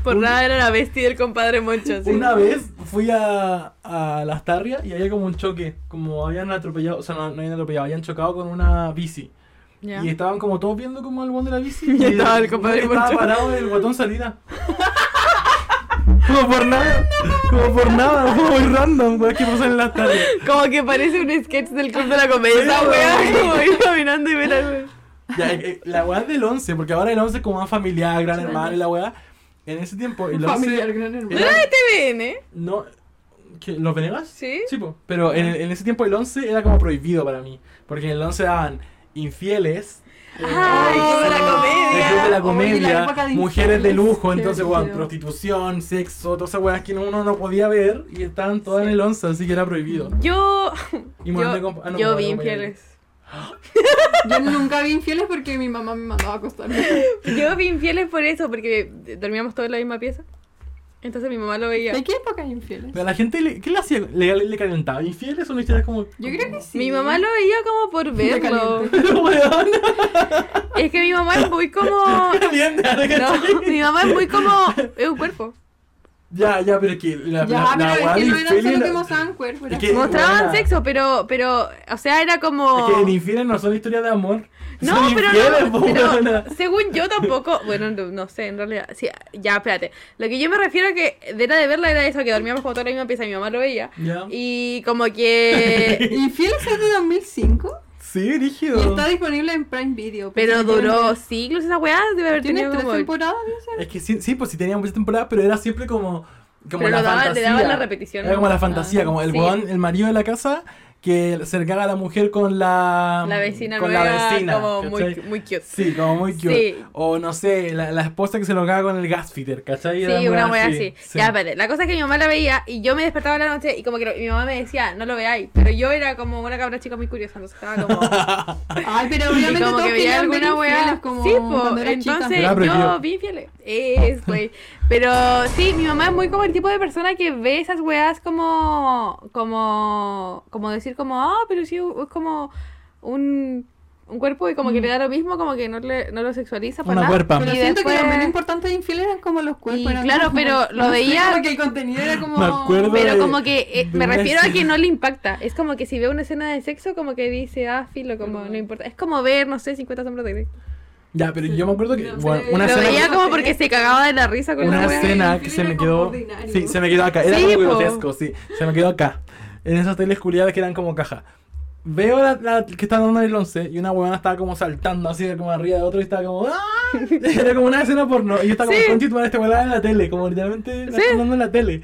Speaker 4: Por nada era la bestia del compadre Moncho. sí.
Speaker 5: Una vez fui a, a Las Tarrias y había como un choque, como habían atropellado, o sea, no, no habían atropellado, habían chocado con una bici.
Speaker 4: Ya.
Speaker 5: Y estaban como todos viendo como el guan de la
Speaker 2: <laughs>
Speaker 5: bici.
Speaker 4: Y estaba el compadre
Speaker 5: Estaba
Speaker 4: Moncho.
Speaker 5: parado el guatón salida. <laughs> como por nada, como por nada, como muy random, weón, que pasan en Las Tarrias.
Speaker 4: Como que parece un sketch del club de la comedia. Esa
Speaker 5: Sí,
Speaker 4: weá,
Speaker 5: weón.
Speaker 4: como ir caminando y ver al
Speaker 5: Ya, eh, eh, la weá es del 11, porque ahora el 11 es como más familiar, gran hermano y la weá. En ese tiempo, el 11.
Speaker 2: Familiar, gran hermano.
Speaker 5: era-
Speaker 4: TVN, ¿eh?
Speaker 5: no, ¿qué, ¿Los Venegas?
Speaker 4: Sí.
Speaker 5: Sí, po. pero en, en ese tiempo el 11 era como prohibido para mí. Porque en el 11 daban infieles.
Speaker 4: Ay,
Speaker 5: eh,
Speaker 4: Club de la Comedia.
Speaker 5: el Club de la
Speaker 2: Oye, la
Speaker 5: comedia,
Speaker 2: época de
Speaker 5: mujeres de lujo,
Speaker 2: infieles,
Speaker 5: entonces,
Speaker 2: qué
Speaker 5: weón,
Speaker 2: feo.
Speaker 5: prostitución, sexo, todas esas weas que uno no podía ver y estaban todas en el 11, así que era prohibido.
Speaker 4: Yo.
Speaker 5: Y Morandé
Speaker 4: yo
Speaker 5: comp- ah, no,
Speaker 4: yo
Speaker 5: Morandé
Speaker 4: vi
Speaker 5: compañero.
Speaker 4: infieles.
Speaker 2: Yo nunca vi infieles porque
Speaker 4: <laughs>
Speaker 2: mi mamá me mandaba a acostarme.
Speaker 4: Yo vi infieles por eso, porque dormíamos todos en la misma pieza. Entonces mi mamá lo veía.
Speaker 2: ¿De qué época hay infieles?
Speaker 5: Pero la gente, le- ¿qué le hacía? ¿Le, le, le calentaba infieles o le hacía como.? <laughs>
Speaker 2: Yo creo que sí.
Speaker 4: Mi mamá lo veía como por
Speaker 2: De
Speaker 4: verlo.
Speaker 2: caliente.
Speaker 5: Pero, weón,
Speaker 4: Es que mi mamá es muy
Speaker 5: <laughs>
Speaker 4: como.
Speaker 5: qué bien, ¿cachai?
Speaker 4: No, <laughs> mi mamá es muy como. Es un cuerpo.
Speaker 5: Ya, ya, pero es que. La,
Speaker 2: Ya,
Speaker 5: la, la
Speaker 2: pero
Speaker 5: weá
Speaker 2: es que
Speaker 5: de
Speaker 2: no eran
Speaker 5: infieles
Speaker 2: solo
Speaker 5: la-
Speaker 2: que mostraban cuerpos.
Speaker 5: Es
Speaker 2: era
Speaker 5: que-
Speaker 2: como-
Speaker 4: Mostraban
Speaker 5: Buena.
Speaker 4: sexo, pero, pero, o sea, era como.
Speaker 5: Es que en infieles no son historias de amor.
Speaker 4: No,
Speaker 5: son
Speaker 4: pero
Speaker 5: infieles, po,
Speaker 4: no, pero
Speaker 5: weona.
Speaker 4: según yo tampoco, bueno, no, no sé, en realidad, sí, ya, espérate, lo que yo me refiero a que de- era de verla era eso, que dormíamos como toda la misma pieza, mi mamá lo veía,
Speaker 5: Ya.
Speaker 4: y como
Speaker 5: <laughs>
Speaker 4: que,
Speaker 2: Infieles es de 2005
Speaker 5: Sí,
Speaker 2: y
Speaker 5: rígido.
Speaker 2: está disponible en Prime Video.
Speaker 4: pero
Speaker 2: Porque
Speaker 4: duró siglos esa weá, debe haber
Speaker 2: Tiene
Speaker 4: tenido
Speaker 2: tres
Speaker 4: como,
Speaker 2: temporadas,
Speaker 4: <laughs>
Speaker 2: dice.
Speaker 5: Es que sí, sí, pues sí tenían muchas temporadas, pero era siempre como. Como
Speaker 4: Pero
Speaker 5: la
Speaker 4: lo daba- le
Speaker 5: fantasía.
Speaker 4: daban la repetición,
Speaker 5: Era
Speaker 4: ¿no?
Speaker 5: como la fantasía,
Speaker 4: Ah,
Speaker 5: como el
Speaker 4: sí.
Speaker 5: weón, el marido de la casa, que cercaba a la mujer con la.
Speaker 4: la vecina
Speaker 5: con
Speaker 4: nueva,
Speaker 5: la vecina.
Speaker 4: como muy,
Speaker 5: ¿cachai?
Speaker 4: muy cute.
Speaker 5: Sí, como muy cute.
Speaker 4: Sí.
Speaker 5: O no sé, la, la esposa que se lo caga con el gasfitter, ¿cachai? Era
Speaker 4: Sí, una wea
Speaker 5: weá
Speaker 4: así. Ya, espérate. La cosa es que mi mamá la veía y yo me despertaba en la noche y como que lo- mi mamá me decía, no lo veáis. Pero yo era como una cabra chica muy curiosa, entonces estaba como...
Speaker 2: Ay, pero
Speaker 4: Y
Speaker 2: obviamente
Speaker 4: como
Speaker 2: todos
Speaker 4: que veía
Speaker 2: querían ver
Speaker 4: alguna
Speaker 2: Infieles
Speaker 4: weá.
Speaker 2: como
Speaker 4: sí, po,
Speaker 2: cuando era
Speaker 4: entonces
Speaker 2: chica.
Speaker 5: Era prohibido.
Speaker 4: yo vi infieles. Es, güey. Pero sí, mi mamá es muy como el tipo de persona que ve esas weas como. como. como decir como, ah, pero sí, es como un, un cuerpo y como que le da lo mismo, como que no, le, no lo sexualiza para
Speaker 5: Una
Speaker 4: nada.
Speaker 5: cuerpa.
Speaker 2: Pero
Speaker 4: Y
Speaker 2: siento que lo
Speaker 4: después-
Speaker 2: menos importante de Infieles eran como los cuerpos.
Speaker 4: Y
Speaker 2: eran
Speaker 4: claro,
Speaker 2: como-
Speaker 4: pero lo
Speaker 2: <laughs> no sé,
Speaker 4: veía-
Speaker 2: Como que el contenido era como.
Speaker 5: Me acuerdo
Speaker 4: Pero
Speaker 5: de-
Speaker 4: como que eh,
Speaker 5: de
Speaker 4: me
Speaker 5: una
Speaker 4: refiero a que
Speaker 5: escena.
Speaker 4: no le impacta. Es como que si ve una escena de sexo, como que dice, ah, filo, como
Speaker 2: Mm.
Speaker 4: no importa. Es como ver, no sé, 50 sombras de Grey.
Speaker 5: Ya, pero yo me acuerdo que.
Speaker 2: No sé,
Speaker 5: bueno, una
Speaker 2: lo
Speaker 4: Lo
Speaker 5: escena.
Speaker 4: veía
Speaker 2: que-
Speaker 4: como porque se cagaba de la risa con
Speaker 5: una
Speaker 4: la wea.
Speaker 5: escena
Speaker 2: El
Speaker 5: que
Speaker 2: film
Speaker 5: se
Speaker 2: era
Speaker 5: me
Speaker 2: como
Speaker 5: quedó.
Speaker 2: ordinario.
Speaker 5: Sí, se me quedó acá. Era
Speaker 4: Sí,
Speaker 5: como
Speaker 4: po.
Speaker 5: grotesco, sí. Se me quedó acá. En esas teles culiadas que eran como caja. Veo la, la que está dando en el 11 y una huevona estaba como saltando así como arriba de otro y estaba
Speaker 4: <laughs>
Speaker 5: como ¡Ah! Era como una escena porno y yo estaba como
Speaker 4: Sí.
Speaker 5: conchito esta huevada en la tele, como literalmente la
Speaker 4: Sí.
Speaker 5: están dando en la tele.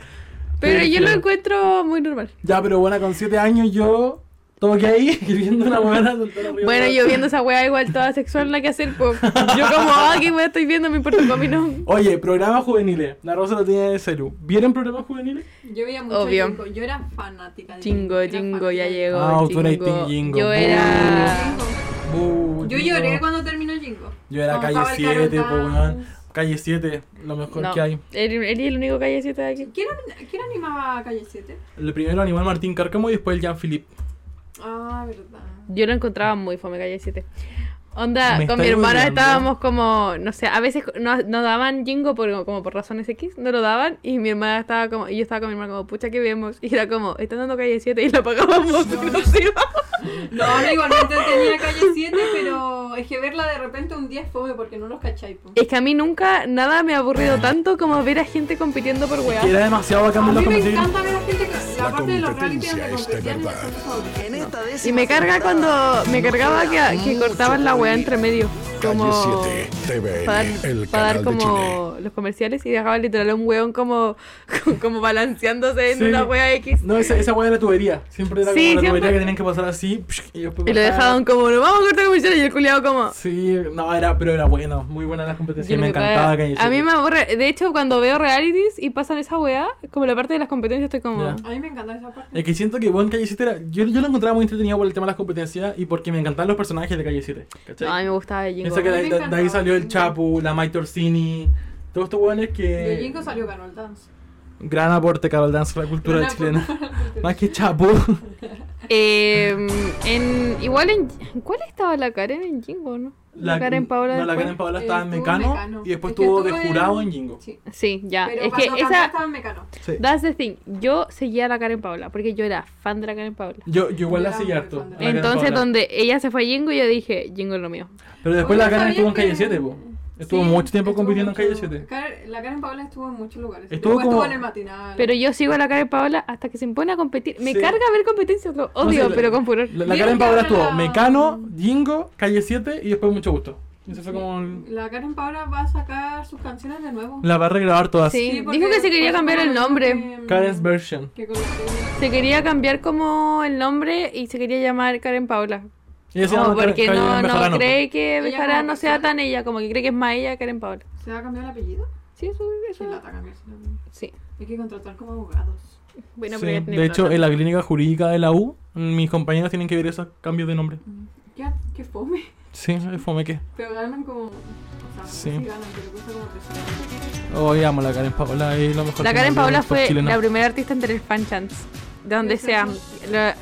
Speaker 4: Pero yo lo
Speaker 5: Pero-
Speaker 4: encuentro muy normal.
Speaker 5: Ya, pero bueno, con 7 años yo todo que ahí <laughs> viendo una huevona saltar arriba.
Speaker 4: Bueno, yo viendo esa weá igual toda sexual la que hacer,
Speaker 5: <laughs>
Speaker 4: pues. Yo como, ah, ¿qué weá estoy viendo? Me importa para mí no.
Speaker 5: Oye, programas juveniles. La Rosa lo tiene de celu. ¿Vieron programas juveniles?
Speaker 2: Yo veía mucho
Speaker 4: Obvio.
Speaker 2: Jingo, Yo era fanática de
Speaker 4: Chingo,
Speaker 2: Jingo, era
Speaker 4: chingo,
Speaker 2: fanática
Speaker 4: ya
Speaker 2: de
Speaker 4: llegó.
Speaker 5: Ah, tú eras
Speaker 4: chingo.
Speaker 5: team Jingo.
Speaker 4: Yo era.
Speaker 2: Jingo.
Speaker 5: Bu,
Speaker 2: Yo
Speaker 5: chico.
Speaker 2: lloré cuando terminó Jingo.
Speaker 5: Yo era
Speaker 2: Cuando
Speaker 5: calle
Speaker 2: estaba el
Speaker 5: 7, po,
Speaker 2: Carol
Speaker 5: weón.
Speaker 2: Dance.
Speaker 5: Calle 7, lo mejor
Speaker 4: No,
Speaker 5: que hay.
Speaker 4: él, él es el único que hay siete de aquí.
Speaker 2: ¿Quién, quién animaba a Calle 7?
Speaker 5: El primero animal Martín Cárcamo y después el Jean-Philippe.
Speaker 2: Ah, verdad.
Speaker 4: Yo lo encontraba muy fome, calle 7. Onda,
Speaker 5: Me
Speaker 4: con mi
Speaker 5: estáis
Speaker 4: hermana
Speaker 5: hueveando.
Speaker 4: estábamos como, no sé, a veces no, no daban jingo por, como por razones X, no lo daban y mi hermana estaba como, y yo estaba con mi hermana como, pucha, ¿qué vemos? Y era como, están dando calle 7 y lo
Speaker 5: <laughs>
Speaker 4: pagábamos. No, sirva.
Speaker 2: No, no, igualmente tenía Calle 7, pero es que verla de repente un día es fome porque no los cacháis, po.
Speaker 4: Es que a mí nunca nada me ha aburrido tanto como ver a gente compitiendo por weá.
Speaker 5: Que era demasiado bacán
Speaker 2: A
Speaker 5: verlo
Speaker 2: mí me
Speaker 5: competir.
Speaker 2: encanta ver a gente que,
Speaker 6: La
Speaker 2: aparte de los reality
Speaker 6: competencia
Speaker 2: donde
Speaker 6: está
Speaker 2: competían,
Speaker 6: cargada.
Speaker 2: son los favoritos.
Speaker 7: En esta
Speaker 4: Y
Speaker 7: décima
Speaker 4: me carga
Speaker 7: temporada,
Speaker 4: cuando me cargaba que, que
Speaker 7: mucho
Speaker 4: cortaban la
Speaker 7: por
Speaker 4: weá
Speaker 7: vivir.
Speaker 4: entre medio. Como
Speaker 6: Calle 7, TVN,
Speaker 4: para dar,
Speaker 6: el
Speaker 4: para dar
Speaker 6: canal de Chile.
Speaker 4: como los comerciales y dejaban literal a un weón como, <laughs> como balanceándose en
Speaker 5: Sí.
Speaker 4: una wea X.
Speaker 5: No, esa, esa weá era tubería. Siempre era
Speaker 4: Sí,
Speaker 5: como la
Speaker 4: siempre.
Speaker 5: tubería que tenían que pasar así. Y, después
Speaker 4: Y lo
Speaker 5: bajaban.
Speaker 4: dejaban como, no vamos a cortar comerciales y el culiado como.
Speaker 5: Sí, no, era, pero era bueno. Muy buena las competencias.
Speaker 4: Yo
Speaker 5: Me
Speaker 4: lo que
Speaker 5: encantaba
Speaker 4: caga-
Speaker 5: Calle 7.
Speaker 4: A mí me aburre. De hecho, cuando veo realities y pasan esa weá, como la parte de las competencias, estoy como.
Speaker 5: Ya.
Speaker 2: A mí me encanta esa parte.
Speaker 5: Es que siento que bueno, Calle 7 era. Yo, yo lo encontraba muy entretenido por el tema de las competencias y porque me encantaban los personajes de Calle 7. ¿Cachai?
Speaker 4: No, a mí me gustaba el Jingo.
Speaker 5: Piensa que
Speaker 2: a
Speaker 5: de,
Speaker 2: mí me
Speaker 5: de- de ahí
Speaker 2: encantaba.
Speaker 5: salió el Chapu, la Mike Torsini. Todos estos weones
Speaker 2: De
Speaker 5: que.
Speaker 2: Jingo salió Carol Dance. Eh,
Speaker 5: Gran aporte, Carol Dance, a la cultura
Speaker 2: Gran
Speaker 5: chilena.
Speaker 2: aporte a la cultura.
Speaker 5: Más que Chapu.
Speaker 4: Eh, en, igual en. ¿en ¿Cuál estaba la Karen en Jingo, no? La, Karen Paola.
Speaker 5: No, la
Speaker 4: después.
Speaker 5: Karen Paola estaba en
Speaker 2: Estuvo en
Speaker 5: Mecano,
Speaker 2: Mecano.
Speaker 5: y después
Speaker 2: Es que
Speaker 5: estuvo de
Speaker 2: estuvo en-
Speaker 5: jurado en Jingo.
Speaker 2: Sí.
Speaker 4: Sí, ya.
Speaker 2: Pero
Speaker 4: Ah, es
Speaker 2: cuando
Speaker 4: que
Speaker 2: cantó
Speaker 4: esa.
Speaker 2: estaba en Mecano.
Speaker 5: Sí.
Speaker 4: That's the thing. Yo seguía a la Karen Paola porque yo era fan de la Karen Paola.
Speaker 5: Yo, yo igual
Speaker 2: Yo
Speaker 5: la
Speaker 2: era
Speaker 5: seguí
Speaker 2: muy
Speaker 5: harto.
Speaker 2: fan de
Speaker 5: la Karen
Speaker 4: Entonces,
Speaker 5: Paola.
Speaker 4: donde ella se fue a Jingo, yo dije, Jingo es lo mío.
Speaker 5: Pero después
Speaker 2: Oye,
Speaker 5: la Karen estuvo en Calle
Speaker 2: ¿sabías
Speaker 5: 7,
Speaker 2: que-
Speaker 5: po. Estuvo
Speaker 2: Sí,
Speaker 5: mucho tiempo
Speaker 2: estuvo
Speaker 5: compitiendo en Calle
Speaker 2: mucho-
Speaker 5: 7.
Speaker 2: Car- La Karen Paola estuvo en muchos lugares. Estuvo,
Speaker 5: Estuvo
Speaker 2: Después
Speaker 5: como-
Speaker 2: estuvo en el matinal.
Speaker 4: Pero yo sigo a la Karen Paola hasta que se impone a competir. Me
Speaker 5: Sí.
Speaker 4: carga ver competencias, lo odio,
Speaker 5: No sé,
Speaker 4: pero con furor.
Speaker 5: La, la
Speaker 2: Vieron que
Speaker 5: Karen Paola
Speaker 2: ahora
Speaker 5: estuvo
Speaker 2: la-
Speaker 5: Mecano, Jingo, Calle 7 y después Mucho Gusto. Eso fue como. el-
Speaker 2: La Karen Paola va a sacar sus canciones de nuevo.
Speaker 5: La va a regrabar todas.
Speaker 4: Sí,
Speaker 2: porque
Speaker 4: dijo que se quería
Speaker 2: fue
Speaker 4: cambiar
Speaker 2: como
Speaker 4: el nombre.
Speaker 2: que- mm,
Speaker 5: Karen's Version.
Speaker 2: que con la que-
Speaker 4: Se quería cambiar como el nombre y se quería llamar Karen Paola.
Speaker 5: Y ese
Speaker 4: Como
Speaker 5: era Karen-
Speaker 4: porque
Speaker 5: Karen
Speaker 4: no, no
Speaker 5: Bejarano.
Speaker 4: cree que
Speaker 2: Ella como
Speaker 4: Bejarano no sea
Speaker 2: persona.
Speaker 4: tan ella, como que cree que es más ella Karen Paola.
Speaker 2: ¿Se va a cambiar el apellido?
Speaker 4: Sí, eso,
Speaker 2: Sí,
Speaker 4: eso.
Speaker 2: la va a cambiar su nombre.
Speaker 4: Sí.
Speaker 2: Hay que contratar como abogados.
Speaker 4: Bueno,
Speaker 5: Sí,
Speaker 4: pero ya tiene
Speaker 5: De hecho,
Speaker 4: plata. Mm.
Speaker 5: en la clínica jurídica de la U, mis compañeros tienen que ver esos cambios de nombre.
Speaker 2: ¿Qué, qué fome? <laughs>
Speaker 5: Sí, el fome que.
Speaker 2: Pero ganan como. O sea, no sé
Speaker 5: Sí.
Speaker 2: si ganan, pero cuesta como 300.
Speaker 5: Hoy amo la Karen Paola y lo mejor.
Speaker 4: La
Speaker 5: que
Speaker 4: Karen
Speaker 5: nos dio
Speaker 4: Paola
Speaker 5: los
Speaker 4: fue
Speaker 5: chilenos.
Speaker 4: la primera artista en tener fan chants. De donde
Speaker 2: Sí,
Speaker 4: sea.
Speaker 2: sí,
Speaker 4: La-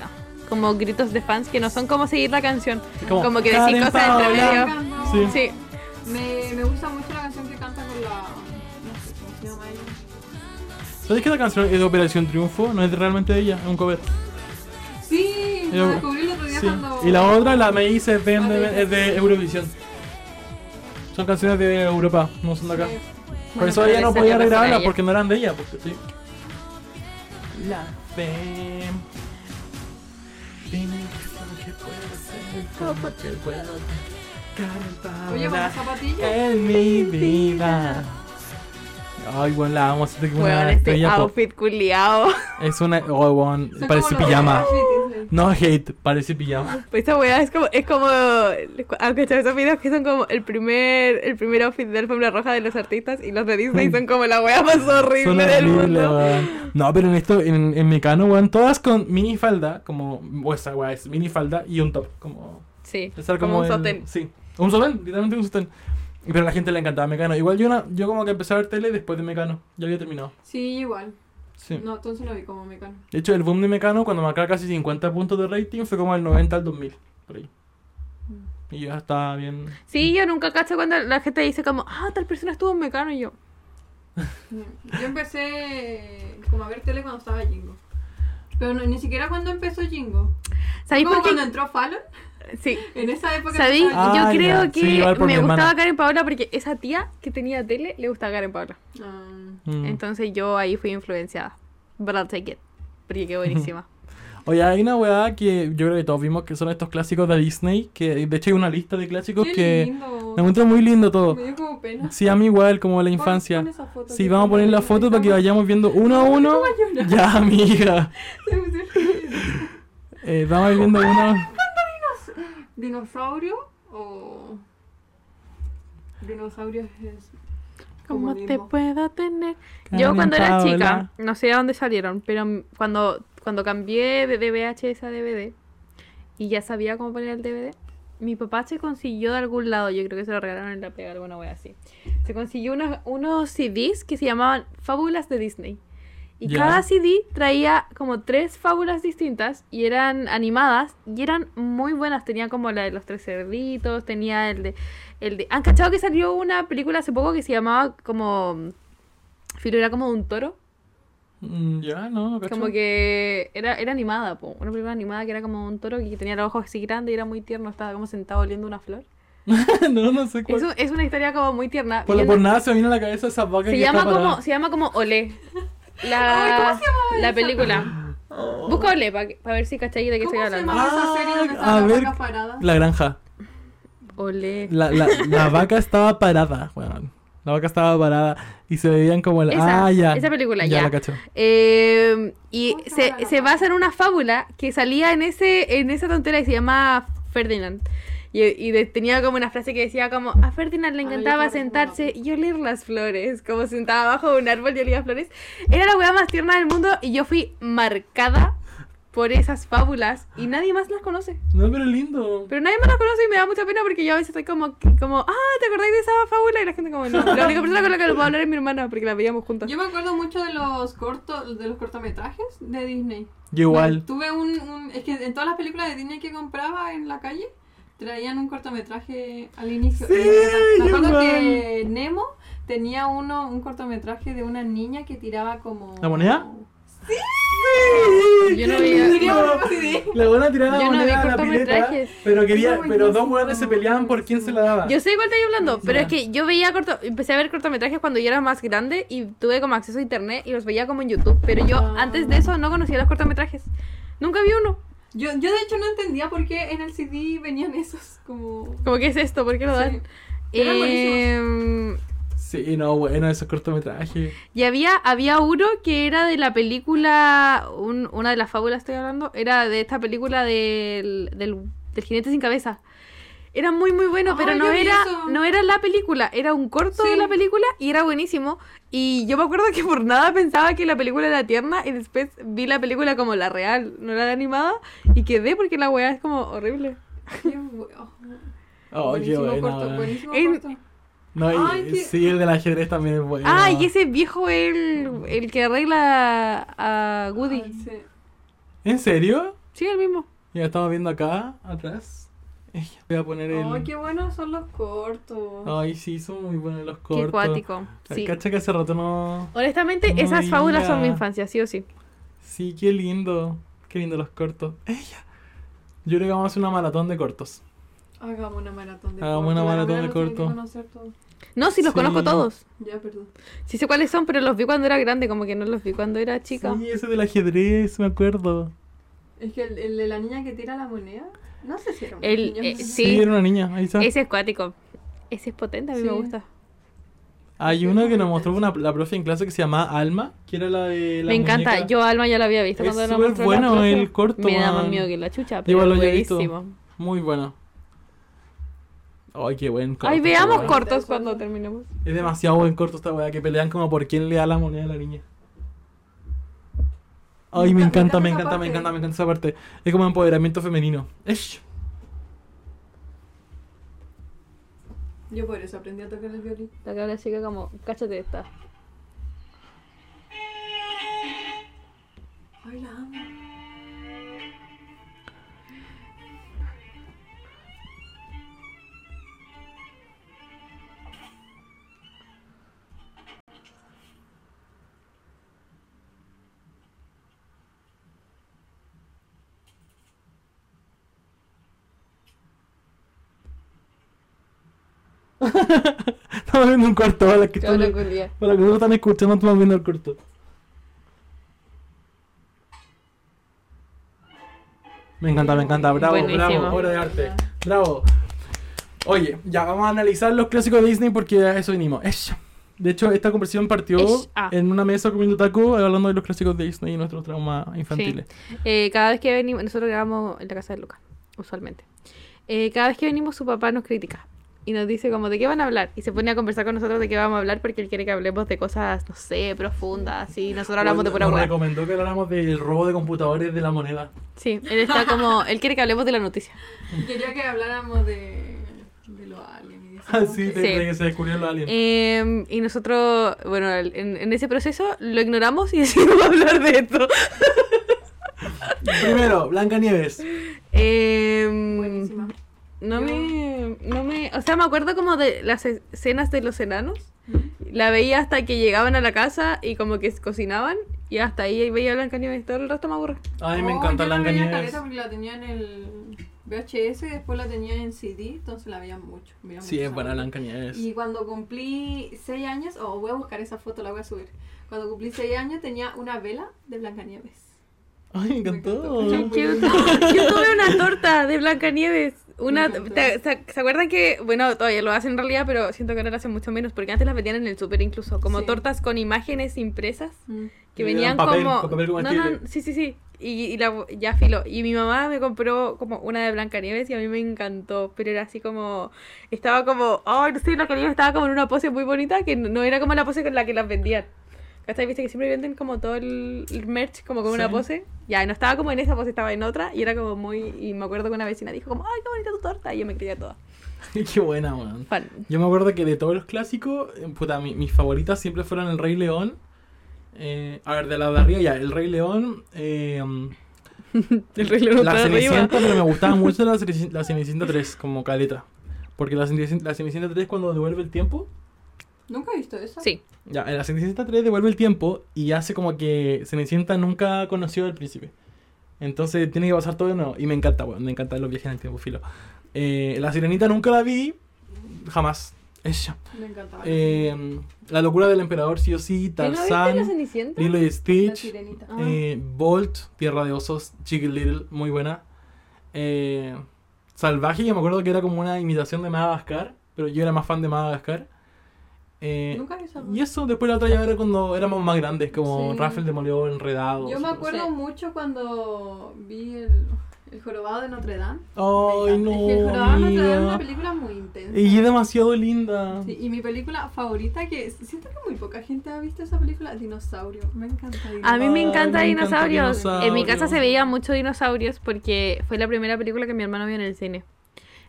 Speaker 4: como gritos de fans que no son como seguir la canción.
Speaker 5: Como,
Speaker 4: Como, que decís
Speaker 5: "Karen
Speaker 4: cosas entre
Speaker 5: Paola".
Speaker 4: medio.
Speaker 5: Sí.
Speaker 4: Sí.
Speaker 2: Me, me gusta mucho la canción que canta con la. No sé cómo se llama ella.
Speaker 5: ¿Sabes que la canción es de Operación Triunfo? No es realmente de ella, es un cover.
Speaker 2: Sí,
Speaker 5: Yo-
Speaker 2: lo descubrí el otro día
Speaker 5: Sí.
Speaker 2: cuando.
Speaker 5: Y la otra, la me hice
Speaker 2: Ah,
Speaker 5: vende,
Speaker 2: de-
Speaker 5: Ven- es de Eurovisión. Son canciones de Europa, no son de acá.
Speaker 2: Eh,
Speaker 5: Por
Speaker 4: Bueno,
Speaker 5: eso
Speaker 4: pero
Speaker 5: ella no
Speaker 4: esa le
Speaker 5: podía
Speaker 4: pasó a
Speaker 5: regrabarla
Speaker 4: ella.
Speaker 5: porque no eran de ella. Porque, sí. La fe. Dime qué puedo hacer, cómo te puedo cantar
Speaker 2: Oye, con las zapatillas.
Speaker 5: en mi vida. Ay, bueno, la amo, siento que es
Speaker 4: Weón,
Speaker 5: una
Speaker 4: este
Speaker 5: estrella pop.
Speaker 4: outfit culiao. <laughs>
Speaker 5: Es una. Oh, weón,
Speaker 2: son
Speaker 5: parece
Speaker 2: como los
Speaker 5: pijama.
Speaker 2: outfits, like.
Speaker 5: No hate, parece pijama.
Speaker 4: Pues esa weá es como, es como, aunque chavos, esos videos que son como el primer, el primer outfit de alfombra roja de los artistas y los de Disney son como la weá más <laughs> horrible
Speaker 5: Son
Speaker 4: del
Speaker 5: horribles,
Speaker 4: mundo.
Speaker 5: weón. No, pero en esto, en, en Mecano, weón, todas con minifalda, como, o esa weá es minifalda y un top, como,
Speaker 4: Sí,
Speaker 5: es
Speaker 4: como, un
Speaker 5: el-
Speaker 4: sostén.
Speaker 5: Sí, un sostén, literalmente un sostén. Y Pero a la gente le encantaba Mecano. Igual yo, no- yo como que empecé a ver tele después de Mecano, ya había terminado.
Speaker 2: Sí, igual.
Speaker 5: Sí.
Speaker 2: No, entonces lo vi como mecano. <laughs>
Speaker 5: De hecho, el boom de Mecano, cuando marcaba casi 50 puntos de rating, fue como el 90 al 2000, por ahí.
Speaker 2: Mm.
Speaker 5: Y ya estaba bien.
Speaker 4: Sí, yo nunca cacho cuando la gente dice como, ah, tal persona estuvo en Mecano y yo.
Speaker 2: Yo empecé como a ver tele cuando estaba Jingo. Pero no- ni siquiera cuando empezó Jingo.
Speaker 4: ¿Sabéis
Speaker 2: como
Speaker 4: por qué?
Speaker 2: cuando entró Fallon.
Speaker 4: Sí.
Speaker 2: En esa época.
Speaker 4: ¿Sabéis?
Speaker 2: empezaba
Speaker 5: Ah,
Speaker 4: yo creo
Speaker 5: ya.
Speaker 4: que
Speaker 5: Sí, igual por
Speaker 4: me
Speaker 5: mi
Speaker 4: gustaba
Speaker 5: hermana.
Speaker 4: Karen Paola porque esa tía que tenía tele le gustaba Karen Paola.
Speaker 2: Jingo. Ah.
Speaker 5: Mm.
Speaker 4: Entonces yo ahí fui influenciada. But I'll take it. Porque qué
Speaker 5: <laughs>
Speaker 4: buenísima.
Speaker 5: Oye, hay una weá que yo creo que todos vimos que son estos clásicos de Disney, que de hecho hay una lista de clásicos
Speaker 2: Qué
Speaker 5: que
Speaker 2: lindo.
Speaker 5: me encuentro muy lindo todo.
Speaker 2: Me dio como pena.
Speaker 5: Sí, a mí igual, como la
Speaker 2: Pon-
Speaker 5: infancia.
Speaker 2: pon esa foto
Speaker 5: Sí,
Speaker 2: que
Speaker 5: vamos a poner la
Speaker 2: estamos-
Speaker 5: foto para que
Speaker 2: estamos-
Speaker 5: vayamos viendo uno a uno.
Speaker 2: voy a llorar.
Speaker 5: Ya, amiga. <laughs> Eh, vamos a ir viendo uno.
Speaker 2: ¿Dinosaurio o.? Dinosaurio es.
Speaker 4: ¿Cómo te
Speaker 2: comunismo.
Speaker 4: puedo tener?
Speaker 5: Karen
Speaker 4: Yo cuando era
Speaker 5: Paola.
Speaker 4: chica, no sé a dónde salieron, pero m- cuando, cuando cambié de VHS a DVD y ya sabía cómo poner el DVD, mi papá se consiguió de algún lado, yo creo que se lo regalaron en la pega, alguna wea así. Se consiguió unos, unos CDs que se llamaban Fábulas de Disney. Y
Speaker 5: Ya.
Speaker 4: cada CD traía como tres fábulas distintas y eran animadas y eran muy buenas. Tenía como la de los tres cerditos, tenía el de... El de ¿Han cachado que salió una película hace poco que se llamaba como... Filo era como de un toro?
Speaker 5: Mm, Ya, no, no cacho.
Speaker 4: Como que era, era animada, po. una película animada que era como un toro que tenía los ojos así grandes y era muy tierno, estaba como sentado oliendo una flor.
Speaker 5: <laughs> no, no sé
Speaker 4: Es,
Speaker 5: cuál.
Speaker 4: un- es una historia como muy tierna.
Speaker 5: Por,
Speaker 4: bien-
Speaker 5: por nada se me vino a la cabeza esa
Speaker 4: se,
Speaker 5: vaca que
Speaker 4: llama
Speaker 5: está parada.
Speaker 4: como, se llama como Olé.
Speaker 2: <laughs>
Speaker 4: La, la película.
Speaker 5: Oh.
Speaker 4: Busca Olé para ver si cachai de qué
Speaker 2: ¿Cómo
Speaker 4: estoy
Speaker 2: se
Speaker 4: hablando.
Speaker 2: llama esa
Speaker 5: Ah,
Speaker 2: serie donde
Speaker 5: a
Speaker 2: están las
Speaker 5: ver.
Speaker 2: vacas paradas?
Speaker 5: La granja.
Speaker 4: Olé.
Speaker 5: La, la,
Speaker 4: <laughs>
Speaker 5: la vaca estaba parada, weón. La vaca estaba parada y se veían como la.
Speaker 4: Esa,
Speaker 5: ah, ya.
Speaker 4: esa película,
Speaker 5: Ya
Speaker 4: ya.
Speaker 5: la cacho.
Speaker 4: Eh, y
Speaker 2: ¿Cómo se
Speaker 4: se,
Speaker 2: llama la
Speaker 4: se
Speaker 2: vaca?
Speaker 4: basa en una fábula que salía en ese en esa tontera y se llama Ferdinand. Y, y de- tenía como una frase que decía como a Ferdinand le
Speaker 2: Ah, yo
Speaker 4: encantaba
Speaker 2: creo que es
Speaker 4: sentarse
Speaker 2: una-
Speaker 4: y oler las flores, como sentaba bajo un árbol y olía flores. Era la weá más tierna del mundo y yo fui marcada por esas fábulas y nadie más las conoce.
Speaker 5: No, pero lindo.
Speaker 4: Pero nadie más las conoce y me da mucha pena porque yo a veces estoy como, como ah, ¿te acordáis de esa fábula? Y la gente como, no, la única persona con la que lo puedo hablar es mi hermana porque la veíamos juntas.
Speaker 2: Yo me acuerdo mucho de los cortos, de los cortometrajes de Disney.
Speaker 5: Yo
Speaker 4: <laughs>
Speaker 5: igual.
Speaker 2: Tuve un, un- es que en todas las películas de Disney que compraba en la calle traían un cortometraje al inicio.
Speaker 5: Sí,
Speaker 2: Y me acuerdo
Speaker 5: igual.
Speaker 2: que Nemo tenía uno un cortometraje de una niña que tiraba como
Speaker 5: ¿La moneda?
Speaker 4: Yo no veía-
Speaker 2: Tenía una idea.
Speaker 5: La buena tirada
Speaker 4: Yo no
Speaker 5: moneda
Speaker 4: vi
Speaker 5: a la pileta,
Speaker 4: cortometrajes.
Speaker 5: pero quería,
Speaker 2: Era
Speaker 5: pero dos
Speaker 2: buenísimo,
Speaker 5: hueones se peleaban por quién se la daba.
Speaker 4: Yo sé igual te estoy hablando, pero
Speaker 5: Ya.
Speaker 4: es que yo veía corto, empecé a ver cortometrajes cuando yo era más grande y tuve como acceso a internet y los veía como en YouTube, pero yo
Speaker 2: Ah.
Speaker 4: antes de eso no conocía los cortometrajes. Nunca vi uno.
Speaker 2: Yo, yo de hecho no entendía por qué en el CD venían esos como
Speaker 4: Como que es esto, ¿por qué lo dan?
Speaker 2: Sí. Eran
Speaker 4: Eh,
Speaker 5: Sí, no, bueno, esos cortometrajes.
Speaker 4: y había había uno que era de la película un- una de las fábulas estoy hablando, era de esta película del del, del jinete sin cabeza. Era muy muy bueno,
Speaker 2: Ah,
Speaker 4: pero no
Speaker 2: yo vi
Speaker 4: era
Speaker 2: eso.
Speaker 4: no era la película, era un corto de
Speaker 2: Sí.
Speaker 4: la película y era buenísimo. Y yo me acuerdo que por nada pensaba que la película era tierna y después vi la película como la real, no la de animada y quedé porque la weá es como horrible.
Speaker 2: Qué bueno.
Speaker 5: Oh, qué
Speaker 2: buenísimo
Speaker 5: buena,
Speaker 2: corto,
Speaker 5: weón.
Speaker 2: buenísimo
Speaker 4: El-
Speaker 2: corto.
Speaker 5: No, y-
Speaker 2: Ay, qué-
Speaker 5: sí, el del ajedrez también es bueno.
Speaker 4: Ah, y ese viejo el, el que arregla a Woody.
Speaker 2: Ay, sí.
Speaker 5: ¿En serio?
Speaker 4: Sí, el mismo.
Speaker 5: Ya estamos viendo acá, atrás. Eh, Voy a poner el. Ah.
Speaker 2: Ay, qué buenos son los cortos.
Speaker 5: Ay, sí, son muy buenos los cortos.
Speaker 4: Qué cuático. Sí.
Speaker 5: Cacha que hace rato no.
Speaker 4: Honestamente,
Speaker 5: No
Speaker 4: esas fábulas son mi
Speaker 5: diga.
Speaker 4: infancia, sí o sí.
Speaker 5: Sí, qué lindo. Qué lindo los cortos. Ella. Yo creo que vamos a hacer una maratón de cortos.
Speaker 2: Hagamos una maratón de
Speaker 5: Hagamos
Speaker 2: cortos.
Speaker 5: una
Speaker 2: La
Speaker 5: maratón
Speaker 2: verdad
Speaker 5: de
Speaker 2: los tengo que
Speaker 5: cortos.
Speaker 2: conocer todos.
Speaker 4: No, sí los
Speaker 5: Sí.
Speaker 4: conozco todos.
Speaker 2: Ya, perdón.
Speaker 4: Sí sé cuáles son, pero los vi cuando era grande, como que no los vi cuando era chica.
Speaker 5: Sí, ese del ajedrez, me acuerdo.
Speaker 2: Es que el, el de la niña que tira la moneda. No sé si era un
Speaker 4: El-
Speaker 2: niño.
Speaker 4: eh,
Speaker 2: pero-
Speaker 4: sí.
Speaker 5: Sí, era una niña, ahí está.
Speaker 4: Ese es cuático. Ese es potente, a mí
Speaker 2: Sí.
Speaker 4: me gusta.
Speaker 5: Hay uno que nos mostró una, la profe en clase que se llamaba Alma, que era la de la
Speaker 4: me encanta.
Speaker 5: muñeca.
Speaker 4: Yo Alma ya la había visto
Speaker 5: Es
Speaker 4: cuando era
Speaker 5: súper
Speaker 4: mostró la
Speaker 5: bueno
Speaker 4: profe.
Speaker 5: el corto,
Speaker 4: Me da más
Speaker 5: man.
Speaker 4: miedo que la chucha, pero
Speaker 5: Igual lo he visto.
Speaker 4: buenísimo.
Speaker 5: Muy bueno. Ay, qué buen corto.
Speaker 4: Ay, veamos
Speaker 5: weón.
Speaker 4: cortos cuando terminemos.
Speaker 5: Es demasiado buen corto esta weá, que pelean como por quién le da la moneda a la niña. Ay, me
Speaker 2: Me encanta-
Speaker 5: encanta, me
Speaker 2: me
Speaker 5: encanta, me encanta,
Speaker 2: encanta
Speaker 5: me encanta esa parte. Es como empoderamiento femenino. Esh. <laughs>
Speaker 2: Yo por eso aprendí a tocar el violín.
Speaker 4: La cara de la chica como, cáchate esta.
Speaker 2: Ay, la amo.
Speaker 5: Estamos viendo un corto, para los que,
Speaker 4: Yo
Speaker 5: están,
Speaker 4: lo culié.
Speaker 5: para los que no están escuchando, estamos viendo el corto. Me encanta, me encanta. Bravo,
Speaker 4: Buenísimo.
Speaker 5: bravo. Obra de arte. Bravo. Oye, ya vamos a analizar los clásicos de Disney porque a eso vinimos. Esh. De hecho, esta conversación partió
Speaker 4: Esh, ah.
Speaker 5: en una mesa comiendo taco hablando de los clásicos de Disney y nuestros traumas infantiles.
Speaker 4: Eh, cada vez que venimos, nosotros grabamos en la casa de Lucas, usualmente. Eh, cada vez que venimos, su papá nos critica y nos dice como, ¿de qué van a hablar? Y se pone a conversar con nosotros de qué vamos a hablar porque él quiere que hablemos de cosas, no sé, profundas. Y nosotros hablamos de pura
Speaker 5: Nos
Speaker 4: hueá.
Speaker 5: recomendó que habláramos del robo de computadores de la moneda. <laughs>
Speaker 4: Sí, él <laughs> está como, él quiere que hablemos de la noticia.
Speaker 2: Quería que habláramos de, de los aliens. y de esas cosas.
Speaker 5: Así de,
Speaker 4: Sí.
Speaker 5: de que se descubrieron los aliens.
Speaker 4: Eh, y nosotros, bueno, el- en, en ese proceso lo ignoramos y <laughs> decidimos hablar de esto.
Speaker 5: Primero, Blanca Nieves.
Speaker 4: Eh,
Speaker 2: Buenísima.
Speaker 4: No
Speaker 2: Yo-
Speaker 4: me, no me, o sea, me acuerdo como de las escenas de los enanos. La veía hasta que llegaban a la casa y como que cocinaban y hasta ahí veía a Blancanieves. Todo el resto me aburre.
Speaker 5: Ay, me
Speaker 2: Oh,
Speaker 5: encanta
Speaker 2: yo
Speaker 5: Blanca
Speaker 2: la veía
Speaker 5: Nieves.
Speaker 2: caleta porque la tenía en el VHS, después la tenía en CD, entonces la veía mucho. veía
Speaker 5: Sí,
Speaker 2: mucho
Speaker 5: es buena
Speaker 2: esa
Speaker 5: Blanca Nieves.
Speaker 2: Y cuando cumplí 6 años, o voy a buscar esa foto, la voy a subir. Cuando cumplí 6 años tenía una vela de Blancanieves.
Speaker 5: Ay, me
Speaker 2: encantó.
Speaker 5: encantó.
Speaker 2: Ay,
Speaker 4: Yo
Speaker 2: muy bien.
Speaker 4: tuve una torta de Blancanieves. Una,
Speaker 2: Me encantó.
Speaker 4: ¿te- se, se acuerdan que, bueno, todavía lo hacen en realidad, pero siento que ahora lo hacen mucho menos? Porque antes las vendían en el súper incluso, como
Speaker 2: Sí.
Speaker 4: tortas con imágenes impresas. Que
Speaker 5: Y le
Speaker 4: venían
Speaker 5: dan papel,
Speaker 4: como...
Speaker 5: con papel
Speaker 4: no,
Speaker 5: comestible.
Speaker 4: no, sí, sí, sí. Y, y la, ya filo. Y mi mamá me compró como una de Blancanieves y a mí me encantó. Pero era así como... Estaba como... Ay, no sé, Blancanieves estaba como en una pose muy bonita que no era como la pose con la que las vendían. ¿Cachai? Viste que siempre venden como todo el el merch como con una
Speaker 5: Sí.
Speaker 4: pose. Ya, no estaba como en esa pose, estaba en otra. Y era como muy... Y me acuerdo que una vecina dijo como... Ay, qué bonita tu torta. Y yo me creía toda.
Speaker 5: <laughs> Qué buena, weón.
Speaker 4: Fan.
Speaker 5: Yo me acuerdo que de todos los clásicos, eh, puta, mi- mis favoritas siempre fueron El Rey León. Eh, a ver, de la de arriba ya, El Rey León. Eh, mm,
Speaker 4: El reloj no
Speaker 5: la
Speaker 4: estaba arriba.
Speaker 5: Cenicienta, pero me gustaba mucho la, Cenicienta- la Cenicienta 3, como caleta. Porque la Cenicienta, la Cenicienta 3 cuando devuelve el tiempo,
Speaker 2: Nunca he visto eso.
Speaker 4: Sí.
Speaker 5: Ya, en la Cenicienta 3 devuelve el tiempo y hace como que Cenicienta nunca conoció al príncipe. Entonces tiene que pasar todo de nuevo. Y me encanta, weón. Me encantan los viajes en el tiempo, filo. Eh, la sirenita nunca la vi. Jamás. Ella.
Speaker 4: Ah,
Speaker 2: Me encantaba.
Speaker 5: Eh, la locura del emperador, sí o sí.
Speaker 4: ¿Y no viste la
Speaker 5: Tarzán.
Speaker 4: Cenicienta?
Speaker 5: Lilo y
Speaker 2: la
Speaker 5: Stitch.
Speaker 2: sirenita.
Speaker 4: Ah.
Speaker 5: eh, Bolt, Tierra de Osos. Chick Little, muy buena. Eh, Salvaje, que me acuerdo que era como una imitación de Madagascar. Pero yo era más fan de Madagascar. Eh,
Speaker 2: Nunca he visto
Speaker 5: y eso después la otra ya era cuando éramos más grandes, como
Speaker 2: Sí.
Speaker 5: Rafael Demoledor, Enredados.
Speaker 2: Yo me acuerdo
Speaker 4: Sí.
Speaker 2: mucho cuando vi el, el jorobado de Notre Dame.
Speaker 5: Ay,
Speaker 2: <laughs> Me encanta. Es que el jorobado de
Speaker 5: no,
Speaker 2: Notre Dame es una
Speaker 5: amiga.
Speaker 2: película muy intensa.
Speaker 5: Y es demasiado linda.
Speaker 2: Sí, y mi película favorita, que s- siento que muy poca gente ha visto esa película, Dinosaurio. Me encanta
Speaker 4: A
Speaker 2: Dinosaurio.
Speaker 4: mí me
Speaker 5: Ay,
Speaker 4: encanta
Speaker 5: me encanta
Speaker 4: dinosaurios. En mi casa
Speaker 5: dinosaurios.
Speaker 4: se veía mucho dinosaurios porque fue la primera película que mi hermano vio en el cine.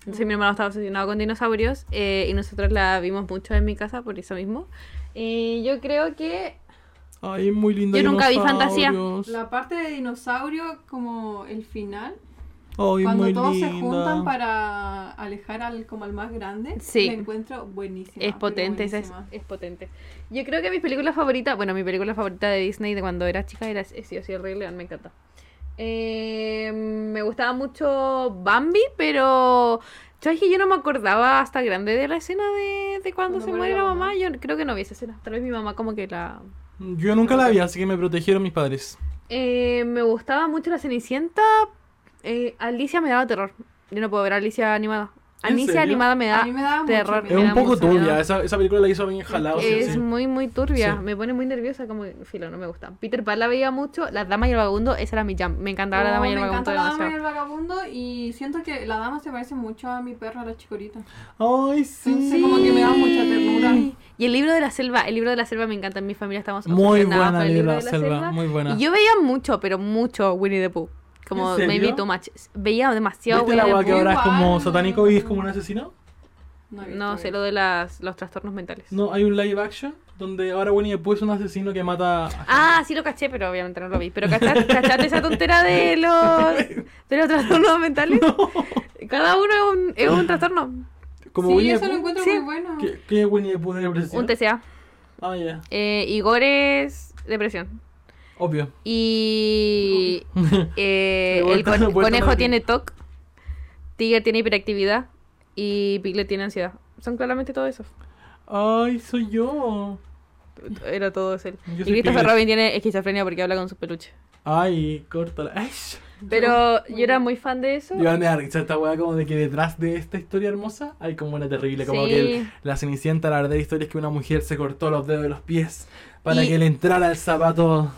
Speaker 4: Entonces mi hermano estaba obsesionado con dinosaurios eh, y nosotros la vimos mucho en mi casa por eso mismo. Y yo creo que
Speaker 5: Ay, muy lindo.
Speaker 4: Yo nunca vi fantasía.
Speaker 5: dinosaurios.
Speaker 2: La parte de dinosaurio, como el final,
Speaker 5: Ay,
Speaker 2: cuando
Speaker 5: muy
Speaker 2: todos
Speaker 5: linda.
Speaker 2: se juntan para alejar al como al más grande,
Speaker 4: Sí.
Speaker 2: la encuentro buenísima.
Speaker 4: es potente, esa
Speaker 2: pero
Speaker 4: es,
Speaker 2: buenísima.
Speaker 4: es potente. Yo creo que mi película favorita, bueno, mi película favorita de Disney de cuando era chica era es sí o sí el Rey León, me encanta. Eh, me gustaba mucho Bambi, pero sabes que yo no me acordaba hasta grande de la escena de, de cuando,
Speaker 2: Cuando
Speaker 4: se muere la mamá. Yo creo que no vi esa escena. Tal vez mi mamá como que la
Speaker 5: Yo nunca la vi, así que me protegieron mis padres.
Speaker 4: Eh, me gustaba mucho la Cenicienta. Eh, Alicia me daba terror. Yo no puedo ver a Alicia animada.
Speaker 5: ¿En
Speaker 4: Alicia
Speaker 5: serio?
Speaker 4: animada me da,
Speaker 2: A mí me daba mucho
Speaker 4: terror.
Speaker 2: miedo.
Speaker 5: Es
Speaker 4: me da
Speaker 5: un poco
Speaker 4: mucho miedo.
Speaker 5: turbia, esa, esa película la hizo bien jalado. sí,
Speaker 4: Es
Speaker 5: sí.
Speaker 4: muy, muy turbia.
Speaker 5: Sí.
Speaker 4: Me pone muy nerviosa. Como, que, filo, no me gusta. Peter Pan la veía mucho. La Dama y el Vagabundo, esa era mi jam. Me encantaba la
Speaker 2: Oh,
Speaker 4: Dama y el
Speaker 2: me
Speaker 4: Vagabundo
Speaker 2: encanta la dama y
Speaker 4: demasiado.
Speaker 2: el vagabundo y siento que la dama se parece mucho a mi perra, la chicorita.
Speaker 5: Ay,
Speaker 2: Entonces,
Speaker 5: sí.
Speaker 2: como que me da mucha ternura.
Speaker 4: Y el libro de la selva, el libro de la selva me encanta. En mi familia estamos
Speaker 5: Muy
Speaker 4: obsesionados
Speaker 5: buena
Speaker 4: con el libro
Speaker 5: Libra
Speaker 4: de la
Speaker 5: Selva,
Speaker 4: selva.
Speaker 5: muy buena.
Speaker 4: Y yo veía mucho, pero mucho Winnie the Pooh. Como
Speaker 5: ¿En
Speaker 4: maybe
Speaker 5: serio?
Speaker 4: too much. Veía demasiado
Speaker 5: ¿Viste la
Speaker 4: Winnie
Speaker 5: agua
Speaker 4: the
Speaker 5: que
Speaker 4: Pooh.
Speaker 5: ahora es como
Speaker 2: Igual.
Speaker 5: satánico y es como un asesino?
Speaker 2: No, he visto
Speaker 4: No sé,
Speaker 2: eso.
Speaker 4: lo de las, los trastornos mentales.
Speaker 5: No, hay un live action donde ahora Winnie the Pooh es un asesino que mata. a-
Speaker 4: Ah, sí lo caché, pero obviamente no lo vi. Pero cachar- cachate esa tontera de los, de los trastornos
Speaker 5: <laughs>
Speaker 4: mentales. Cada uno es un, es un trastorno.
Speaker 5: Como
Speaker 2: sí,
Speaker 5: Winnie the
Speaker 2: eso lo
Speaker 5: Pooh.
Speaker 2: encuentro
Speaker 4: Sí.
Speaker 2: muy bueno.
Speaker 5: ¿Qué, qué es Winnie the Pooh de depresión?
Speaker 4: Un TCA.
Speaker 5: Ah, ya.
Speaker 4: Eh, Igor es depresión.
Speaker 5: Obvio. <laughs>
Speaker 4: Y eh,
Speaker 5: De
Speaker 4: el
Speaker 5: vuelta-
Speaker 4: con-
Speaker 5: de vuelta a
Speaker 4: conejo
Speaker 5: la
Speaker 4: tiene TOC. Tiger tiene hiperactividad. Y Piglet tiene ansiedad. Son claramente todo eso.
Speaker 5: Ay, soy yo.
Speaker 4: Era todo eso.
Speaker 5: Yo
Speaker 4: Y
Speaker 5: soy
Speaker 4: Christopher
Speaker 5: Piglet.
Speaker 4: Robin tiene esquizofrenia porque habla con su peluche.
Speaker 5: Ay, córtala. <laughs> Ay, sh-
Speaker 4: Pero yo era muy fan de eso.
Speaker 5: Yo me da risa esta weá como de que detrás de esta historia hermosa hay como una terrible, como
Speaker 4: Sí.
Speaker 5: que el- la Cenicienta, la verdad la historia es que una mujer se cortó los dedos de los pies para
Speaker 4: Y-
Speaker 5: que le entrara el zapato.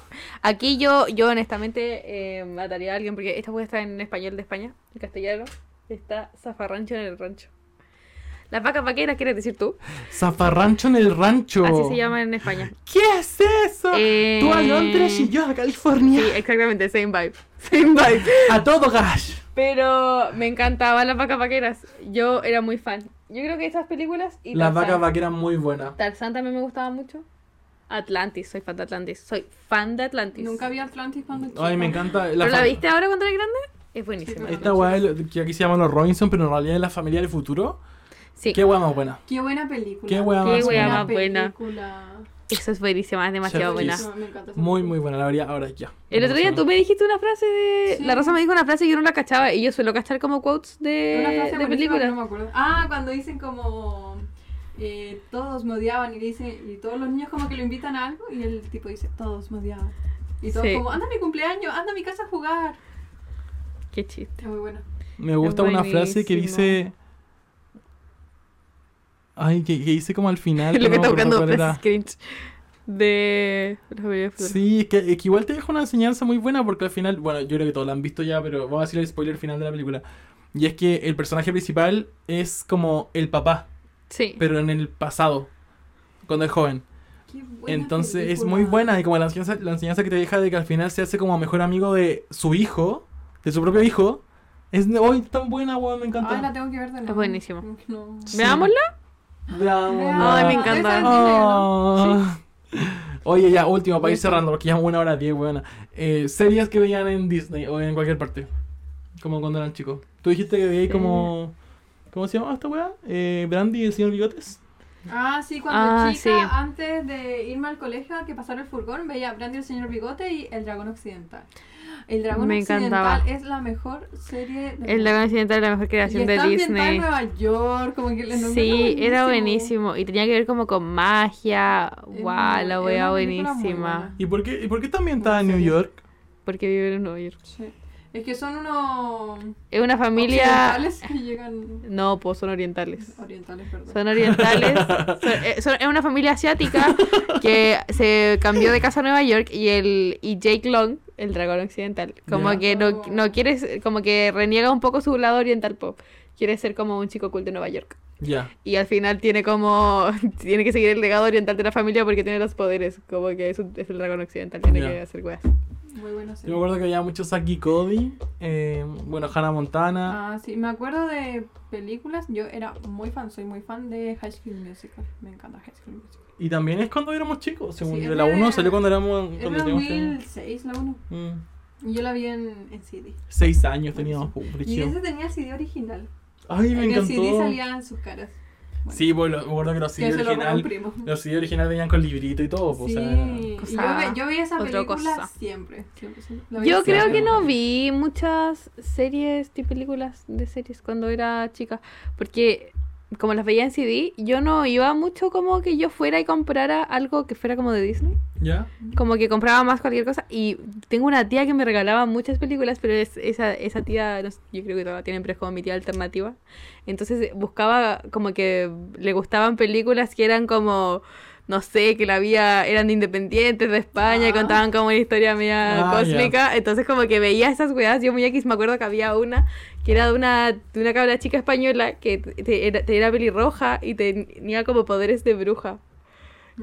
Speaker 4: Aquí yo, yo honestamente eh, mataría a alguien porque esta puede estar en español de España, en castellano. Está zafarrancho en el rancho. Las vacas vaqueras, quieres decir tú.
Speaker 5: Zafarrancho en el rancho.
Speaker 4: Así se llama en España.
Speaker 5: ¿Qué es eso?
Speaker 4: Eh,
Speaker 5: Tú a Londres y yo a California.
Speaker 4: Sí, exactamente, same vibe. <laughs> Same vibe.
Speaker 5: A todo gas.
Speaker 4: Pero me encantaban las vacas vaqueras. Yo era muy fan. Yo creo que esas películas y
Speaker 5: Las
Speaker 4: Tarzán.
Speaker 5: vacas vaqueras muy buenas.
Speaker 4: Tarzán también me gustaba mucho. Atlantis, soy fan de Atlantis. Soy fan de Atlantis.
Speaker 2: Nunca vi Atlantis cuando chica.
Speaker 5: Ay, me encanta.
Speaker 4: ¿Pero la
Speaker 5: fa-
Speaker 4: viste ahora cuando eres grande? Es buenísima.
Speaker 5: Esta weá es lo- que aquí se llama los Robinson, pero en realidad es la familia del futuro.
Speaker 4: Sí.
Speaker 5: Qué weá más buena.
Speaker 2: Qué buena película.
Speaker 5: Qué weá más
Speaker 4: Qué weá
Speaker 5: buena.
Speaker 4: más buena.
Speaker 2: película.
Speaker 4: Eso es buenísima, es demasiado buena.
Speaker 5: Chef Kiss.
Speaker 2: Me encanta esa
Speaker 5: Muy,
Speaker 2: película.
Speaker 5: muy buena, la vería ahora ya.
Speaker 4: El otro día tú me dijiste una frase de...
Speaker 2: Sí.
Speaker 4: La Rosa me dijo una frase y yo no la cachaba y yo suelo cachar como quotes
Speaker 2: Una
Speaker 4: de,
Speaker 2: frase
Speaker 4: de
Speaker 2: buenísima que No
Speaker 4: películas.
Speaker 2: me acuerdo. Ah, cuando dicen como. eh, todos me odiaban y le dicen. Y todos los niños como que lo invitan a algo. Y el tipo dice: Todos me odiaban. Y todos
Speaker 4: Sí.
Speaker 2: como: Anda a mi cumpleaños, anda a mi casa a jugar.
Speaker 4: Qué chiste.
Speaker 2: Está muy buena.
Speaker 5: Me gusta una frase que
Speaker 4: buenísimo.
Speaker 5: dice. Ay, que, que dice como al
Speaker 4: <laughs>
Speaker 5: final.
Speaker 4: Lo que
Speaker 5: no
Speaker 4: está
Speaker 5: me acuerdo
Speaker 4: buscando
Speaker 5: cuál era.
Speaker 4: frases cringe de los videos de
Speaker 5: Sí, es que, es que igual te deja una enseñanza muy buena porque al final, bueno, yo creo que todos la han visto ya, pero vamos a decir el spoiler final de la película. Y es que el personaje principal es como el papá,
Speaker 4: Sí.
Speaker 5: pero en el pasado, cuando es joven.
Speaker 2: Qué buena
Speaker 5: Entonces es
Speaker 2: película.
Speaker 5: muy buena y como la enseñanza, la enseñanza que te deja de que al final se hace como mejor amigo de su hijo, de su propio hijo, es hoy tan buena, weón, me encanta.
Speaker 2: Ay, Ah, la tengo que ver de nuevo.
Speaker 4: buenísimo.
Speaker 2: No.
Speaker 5: Sí.
Speaker 4: ¿Veámosla?
Speaker 5: Veámosla.
Speaker 4: Ay, me encanta.
Speaker 2: Esa es chilena.
Speaker 5: Ah. Oye, ya, último, para ir
Speaker 2: Listo.
Speaker 5: cerrando, porque ya una hora diez, weona. Eh, series que veían en Disney o en cualquier parte. Como cuando eran chicos. Tú dijiste que veías como. ¿Cómo se llama esta weá? Eh, Brandy y el señor Bigotes.
Speaker 2: Ah, sí, cuando
Speaker 4: Ah,
Speaker 2: chica,
Speaker 4: sí.
Speaker 2: antes de irme al colegio a que pasara el furgón, veía a Brandy el señor Bigote y El Dragón Occidental. El Dragón
Speaker 4: Me
Speaker 2: Occidental
Speaker 4: encantaba.
Speaker 2: es la mejor serie del
Speaker 4: El
Speaker 2: mundo.
Speaker 4: dragón occidental es la mejor
Speaker 2: Y
Speaker 4: creación de
Speaker 2: está ambientada
Speaker 4: Disney.
Speaker 2: en Nueva York, como que le
Speaker 4: Sí, era buenísimo. Y tenía que ver como con magia.
Speaker 2: Es
Speaker 4: Guau,
Speaker 2: muy-
Speaker 4: la
Speaker 2: es
Speaker 4: wea
Speaker 2: una película muy
Speaker 4: buenísima.
Speaker 2: buena.
Speaker 5: ¿Y por qué, y por qué está ambientada en New
Speaker 2: serie.
Speaker 5: York?
Speaker 4: Porque viven en Nueva York.
Speaker 2: Sí. Es que son unos
Speaker 4: Es una familia...
Speaker 2: orientales que llegan
Speaker 4: No, pues son orientales.
Speaker 2: orientales, perdón.
Speaker 4: Son
Speaker 5: <laughs>
Speaker 4: orientales. Son- eh, son- es una familia asiática que se cambió de casa a Nueva York y el y Jake Long, el dragón occidental, como
Speaker 5: Ya.
Speaker 4: que no, no quiere, ser- como que reniega un poco su lado oriental pop. Quiere ser como un chico cool de Nueva York.
Speaker 5: Ya.
Speaker 4: Y al final tiene como. <laughs> Tiene que seguir el legado oriental de la familia porque tiene los poderes. Como que es, un- es el dragón occidental, tiene
Speaker 5: Ya.
Speaker 4: que hacer weas.
Speaker 2: Muy buena
Speaker 5: Yo me
Speaker 2: serie.
Speaker 5: acuerdo que había mucho Saki Cody, eh, bueno, Hannah Montana.
Speaker 2: Ah, sí, me acuerdo de películas. Yo era muy fan, soy muy fan de High School Musical. Me encanta High School Musical.
Speaker 5: Y también es cuando éramos chicos, según
Speaker 2: Sí,
Speaker 5: de la 1
Speaker 2: era-
Speaker 5: salió cuando éramos.
Speaker 2: Era
Speaker 5: Cuando teníamos que-
Speaker 2: 2006, la 1.
Speaker 5: Mm,
Speaker 2: Y yo la vi en, en CD.
Speaker 5: seis años teníamos, pu-
Speaker 2: Y
Speaker 5: brígido.
Speaker 2: ese tenía el CD original.
Speaker 5: Ay,
Speaker 2: En
Speaker 5: me
Speaker 2: el
Speaker 5: encantó.
Speaker 2: CD salían sus caras. bueno.
Speaker 5: Sí, pues lo- me acuerdo que los
Speaker 2: Que
Speaker 5: CD
Speaker 2: se lo robó un
Speaker 5: original,
Speaker 2: primo.
Speaker 5: los CD original venían con librito y todo, pues,
Speaker 2: Sí,
Speaker 5: o sea,
Speaker 2: y yo,
Speaker 4: Cosa-
Speaker 2: ve- yo veía esa
Speaker 4: otra
Speaker 2: película
Speaker 4: cosa.
Speaker 2: siempre. siempre, siempre. La veía
Speaker 4: Yo creo
Speaker 2: siempre.
Speaker 4: que no vi muchas series y películas de series cuando era chica, porque como las veía en CD, yo no iba mucho como que yo fuera y comprara algo que fuera como de Disney,
Speaker 5: ¿ya?
Speaker 4: como que compraba más cualquier cosa y tengo una tía que me regalaba muchas películas, pero es- esa, esa tía, no sé, yo creo que todavía la tienen, pero es como mi tía alternativa, entonces eh, buscaba como que le gustaban películas que eran como... No sé, que la había, eran de independientes de España y
Speaker 2: Ah.
Speaker 4: contaban como una historia media
Speaker 5: Ah,
Speaker 4: cósmica. Entonces, como que veía esas weas. Yo muy X me acuerdo que había una que era de una, de una cabra chica española que te- era, te- era pelirroja y tenía como poderes de bruja.